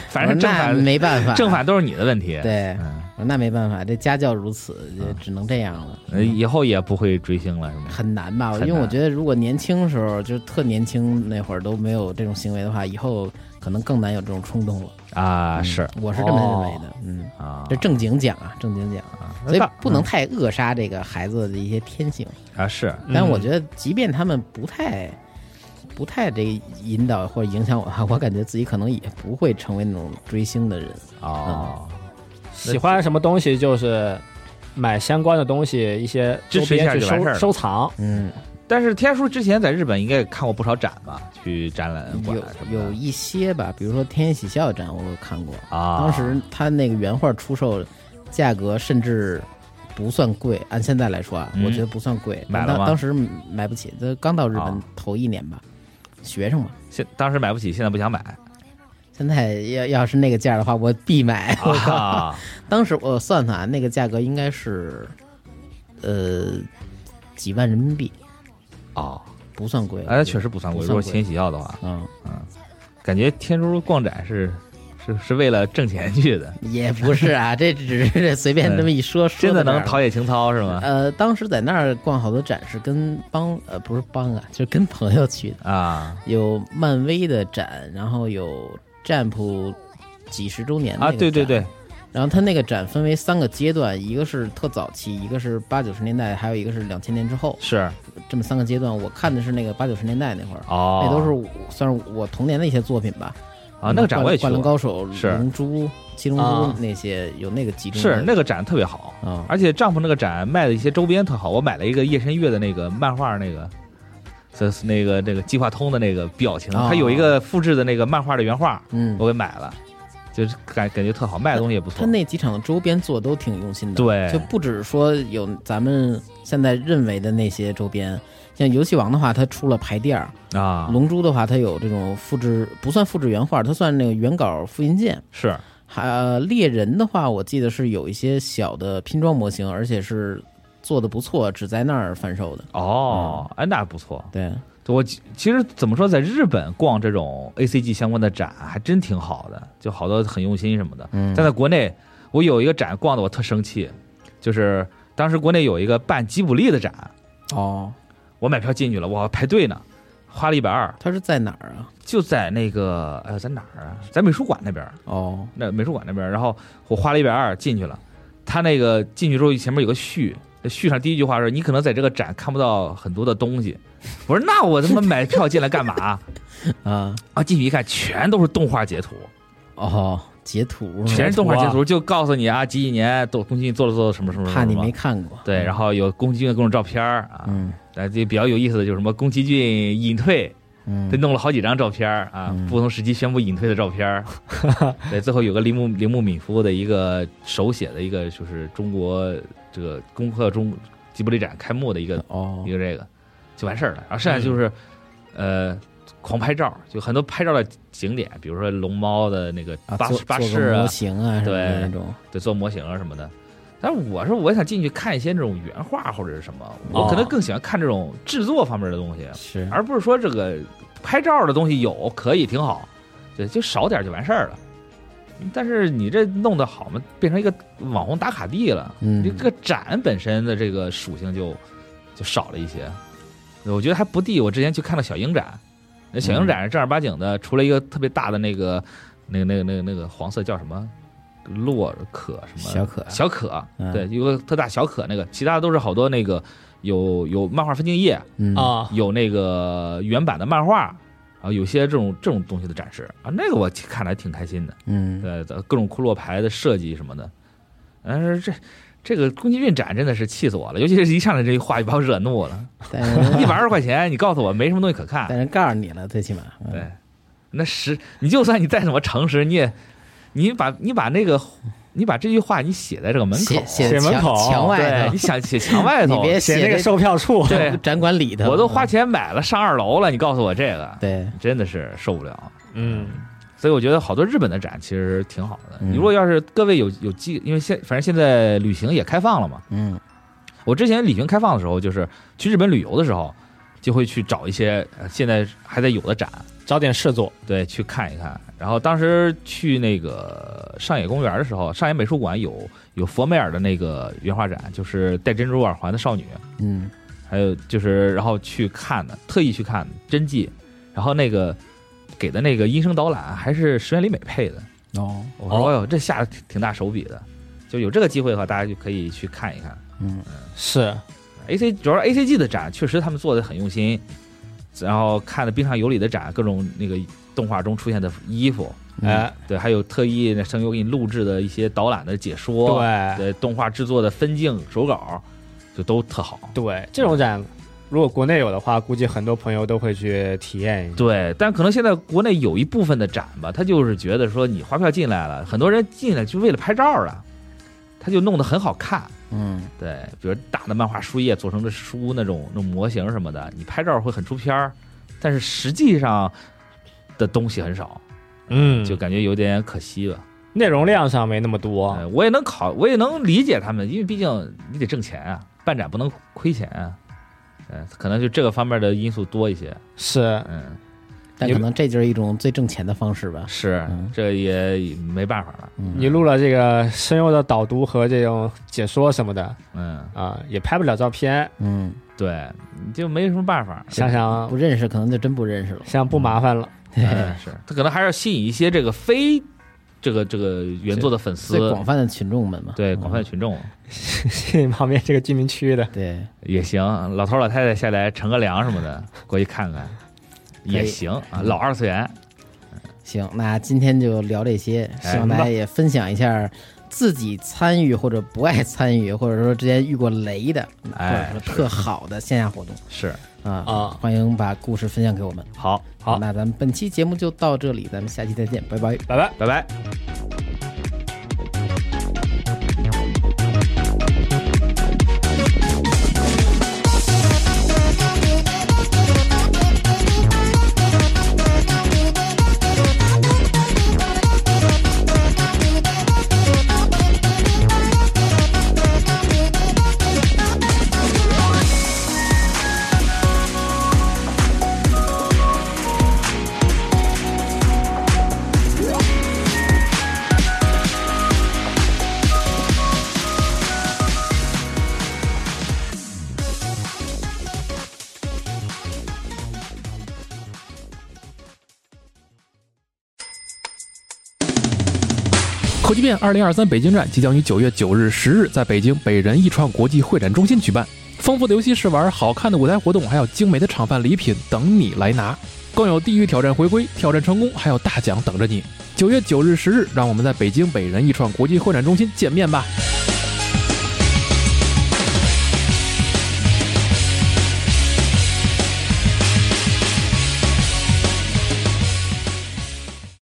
S4: 反正
S2: 我说
S4: 正
S2: 那
S4: 反
S2: 没办法，
S4: 正反都是你的问题。
S2: 对，
S4: 嗯，
S2: 我说那没办法，这家教如此，就只能这样了。
S4: 呃以后也不会追星了，是吗？
S2: 很难吧？
S4: 很
S2: 因为我
S4: 难
S2: 觉得，如果年轻时候就是特年轻那会儿都没有这种行为的话，以后可能更难有这种冲动了。
S4: 啊，
S2: 嗯
S4: 是
S2: 我是这么认为的。嗯，
S4: 啊，
S2: 这正经讲啊，正经讲，
S4: 啊那
S2: 所以
S4: 大
S2: 不能太扼杀这个孩子的一些天性。
S4: 啊是
S2: 但我觉得，即便他们不太、不太这个引导或者影响我的话，我感觉自己可能也不会成为那种追星的人。
S4: 哦，
S2: 嗯
S3: 喜欢什么东西就是买相关的东西，一些周
S4: 支持一下
S3: 边去
S4: 就完事儿
S3: 收
S4: 了
S3: 收藏。
S2: 嗯，
S4: 但是天叔之前在日本应该也看过不少展吧？去展览
S2: 嗯有
S4: 馆什么的
S2: 有一些吧，比如说《天喜笑展》，我有看过。
S4: 啊，
S2: 当时他那个原画出售价格甚至不算贵，按现在来说啊，
S4: 嗯
S2: 我觉得不算贵。
S4: 买了
S2: 但
S4: 吗
S2: 当当时买不起，这刚到日本
S4: 啊
S2: 头一年吧，学生嘛。
S4: 现当时买不起，现在 不想买
S2: 现在要要是那个价的话，我必买。我靠！
S4: 啊
S2: 当时我算算啊，那个价格应该是，呃，几万人民币，
S4: 哦，
S2: 不算贵。
S4: 哎，确实不算贵。
S2: 不
S4: 如
S2: 算
S4: 果
S2: 贵
S4: 千禧要的话，
S2: 嗯，
S4: 感觉天珠逛展是是是是为了挣钱去的，
S2: 也不是啊，这只 是随便这么一说，说
S4: 真
S2: 的
S4: 的哎能陶冶情操是吗？
S2: 呃，当时在那儿逛好多展示，跟帮呃不是帮啊， 就是跟朋友去的，
S4: 啊
S2: 有漫威的展，然后有占卜几十周年的
S4: 啊，
S2: 那个
S4: 对对
S2: 展
S4: 对，
S2: 然后它那个展分为三个阶段，一个是特早期，一个是八九十年代，还有一个是两千年之后，
S4: 是
S2: 这么三个阶段。我看的是那个八九十年代那会儿，
S4: 哦，
S2: 那都是我算是我童年的一些作品吧。
S4: 啊，那个展我也去
S2: 灌篮
S4: 过，
S2: 高手、
S4: 是
S2: 龙珠、七龙
S3: 啊
S2: 珠那些有那个集中的
S4: 是那个展特别好，
S2: 啊，
S4: 而且丈夫那个展卖的一些周边特好，我买了一个夜神月的那个漫画那个。这是那个那个计划通的那个表情，
S2: 哦
S4: 它有一个复制的那个漫画的原画，
S2: 嗯，
S4: 我给买了，就是感感觉特好，卖的东西也不错
S2: 他。那几场周边做得都挺用心的，
S4: 对
S2: 就不只说有咱们现在认为的那些周边，像游戏王的话，它出了牌垫儿；
S4: 啊，
S2: 龙珠的话，它有这种复制，不算复制原画，它算那个原稿复印件。
S4: 是
S2: 还、呃猎人的话，我记得是有一些小的拼装模型，而且是做的不错，只在那儿贩售的。
S4: 哦，
S2: 嗯
S4: 哎，那不错。
S2: 对，
S4: 我其其实怎么说，在日本逛这种 A C G 相关的展还真挺好的，就好多很用心什么的。
S2: 嗯
S4: 但在国内，我有一个展逛的我特生气，就是当时国内有一个办吉卜力的展，
S2: 哦，
S4: 我买票进去了，我排队呢，花了一百二，
S2: 它是在哪儿啊？
S4: 就在那个哎呦在哪儿啊，在美术馆那边儿，
S2: 哦，
S4: 那美术馆那边儿，然后我花了一百二进去了，他那个进去之后前面有个序，那序上第一句话是你可能在这个展看不到很多的东西，我说那我他妈买票进来干嘛？
S2: 啊，
S4: 啊，进去一看，全都是动画截图，
S2: 哦，截图，
S4: 啊全是动画
S3: 截
S4: 截
S3: 图啊
S4: 图，就告诉你啊，几几年都宫崎骏做了做了什么什么什么，
S2: 怕你没看过。
S4: 对，然后有宫崎骏的各种照片儿啊，
S2: 嗯
S4: 呃，这比较有意思的就是什么宫崎骏隐退，他
S2: 嗯，
S4: 弄了好几张照片儿啊，
S2: 嗯
S4: 不同时期宣布隐退的照片儿，对，最后有个铃木铃木敏夫的一个手写的一个就是中国这个攻克中吉卜力展开幕的一个
S2: 哦
S4: 一，个这个就完事儿了。然后剩下就是、
S2: 嗯
S4: 呃狂拍照，就很多拍照的景点，比如说龙猫的那个
S2: 啊，
S4: 巴
S2: 做
S4: 士巴
S2: 做
S4: 士
S2: 个模
S4: 啊，
S2: 型啊，什么的
S4: 对
S2: 那种。
S4: 对，做模型啊什么的。但是我是我想进去看一些那种原画或者是什么，我
S3: 哦
S4: 可能更喜欢看这种制作方面的东西，啊
S2: 是
S4: 而不是说这个拍照的东西有可以挺好，对，就少点就完事儿了。但是你这弄得好嘛，变成一个网红打卡地了，
S2: 嗯
S4: 这个展本身的这个属性就就少了一些。我觉得还不地，我之前去看了小鹰展，那小
S2: 嗯
S4: 鹰展是正儿八经的，除了一个特别大的那个那个那个那个那个黄色叫什么洛可什么
S2: 小可
S4: 小可，
S2: 嗯
S4: 对，有个特大小可那个，其他的都是好多那个有有漫画分镜页，
S2: 嗯
S3: 啊，
S4: 有那个原版的漫画，啊，有些这种这种东西的展示啊，那个我看来挺开心的，
S2: 嗯，
S4: 对，各种库洛牌的设计什么的，但是这这个宫崎骏展真的是气死我了，尤其是一上来这句话就把我惹怒了，
S2: 但是
S4: 一百二十块钱，你告诉我没什么东西可看，
S2: 但是告诉你了，最起码嗯
S4: 对，那实你就算你再怎么诚实，你也你把你把那个你把这句话你写在这个门口
S2: 写，写
S3: 写门
S2: 墙
S3: 口
S2: 墙外
S4: 对，
S2: 头
S4: 你，想写墙外头
S2: 你，别
S3: 写那
S2: 这
S3: 个售票处，
S4: 对
S2: 展馆里头，
S4: 我都花钱买了，上二楼了，你告诉我这个，
S2: 对，
S4: 真的是受不了。
S3: 嗯，
S4: 所以我觉得好多日本的展其实挺好的。
S2: 嗯
S4: 你如果要是各位有有机，因为现反正现在旅行也开放了嘛。
S2: 嗯
S4: 我之前旅行开放的时候，就是去日本旅游的时候，就会去找一些呃现在还在有的展，
S3: 找点事做，
S4: 对，去看一看。然后当时去那个上野公园的时候，上野美术馆有有佛美尔的那个原画展，就是戴珍珠耳环的少女，
S2: 嗯
S4: 还有就是然后去看的，特意去看的真迹，然后那个给的那个音声导览还是石原里美配的。
S2: 哦
S4: 我说：“哎呦，这下挺挺大手笔的。”就有这个机会的话，大家就可以去看一看。
S2: 嗯，
S3: 是
S4: A C 主要是 A C G 的展，确实他们做的很用心，然后看的冰上有里的展，各种那个动画中出现的衣服，
S2: 嗯
S3: 哎，
S4: 对，还有特意那声优给你录制的一些导览的解说，
S3: 对
S4: 对，动画制作的分镜手稿，就都特好。
S3: 对，这种展如果国内有的话，估计很多朋友都会去体验一下。
S4: 对，但可能现在国内有一部分的展吧，他就是觉得说你花票进来了，很多人进来就为了拍照了，他就弄得很好看。
S2: 嗯
S4: 对，比如大的漫画书页做成的书那种那种模型什么的，你拍照会很出片儿，但是实际上的东西很少，
S3: 嗯
S4: 就
S3: 就
S4: 感觉有点可惜吧。
S3: 内容量上没那么
S2: 哦
S3: 多
S4: 呃，我也能考，我也能理解他们，因为毕竟你得挣钱啊，办展不能呃亏钱啊。嗯，可能就这个方面的因素多一些。
S3: 是
S4: 嗯，
S2: 但可能这就是一种最挣钱的方式吧。
S4: 是
S2: 嗯
S4: 这也没办法了，
S2: 嗯，
S3: 你录了这个深入的导读和这种解说什么的
S4: 嗯，
S3: 啊、也拍不了照片。
S2: 嗯，
S4: 对，你就没什么 办法，
S3: 想想
S2: 不认识可能就真不认识了。
S3: 想不麻烦了，
S4: 嗯是他可能还是要吸引一些这个非这个这个原作的粉丝
S2: 最，广泛的群众们嘛，
S4: 对
S2: 嗯
S4: 广泛群众
S3: 吸引旁边这个居民区的。
S2: 对，
S4: 也行，老头老太太下来乘个凉什么的，过去看看也行啊，老二次元，
S2: 行，那今天就聊这些，
S3: 哎
S2: 希望大家也分享一下自己参与或者不爱参与，或者说之前遇过雷的，
S4: 哎
S2: 或者说特好的线下活动
S4: 是
S2: 啊
S3: 啊
S2: 欢迎把故事分享给我们。
S4: 好，
S3: 好
S2: 那咱们本期节目就到这里，咱们下期再见，拜拜。
S3: 拜拜。
S4: 拜拜。
S5: 科技变二零二三北京站即将于九月九日、十日在北京北人艺创国际会展中心举办，丰富的游戏试玩、好看的舞台活动，还有精美的厂饭礼品等你来拿，更有地狱挑战回归、挑战成功，还有大奖等着你。九月九日、十日，让我们在北京北人艺创国际会展中心见面吧！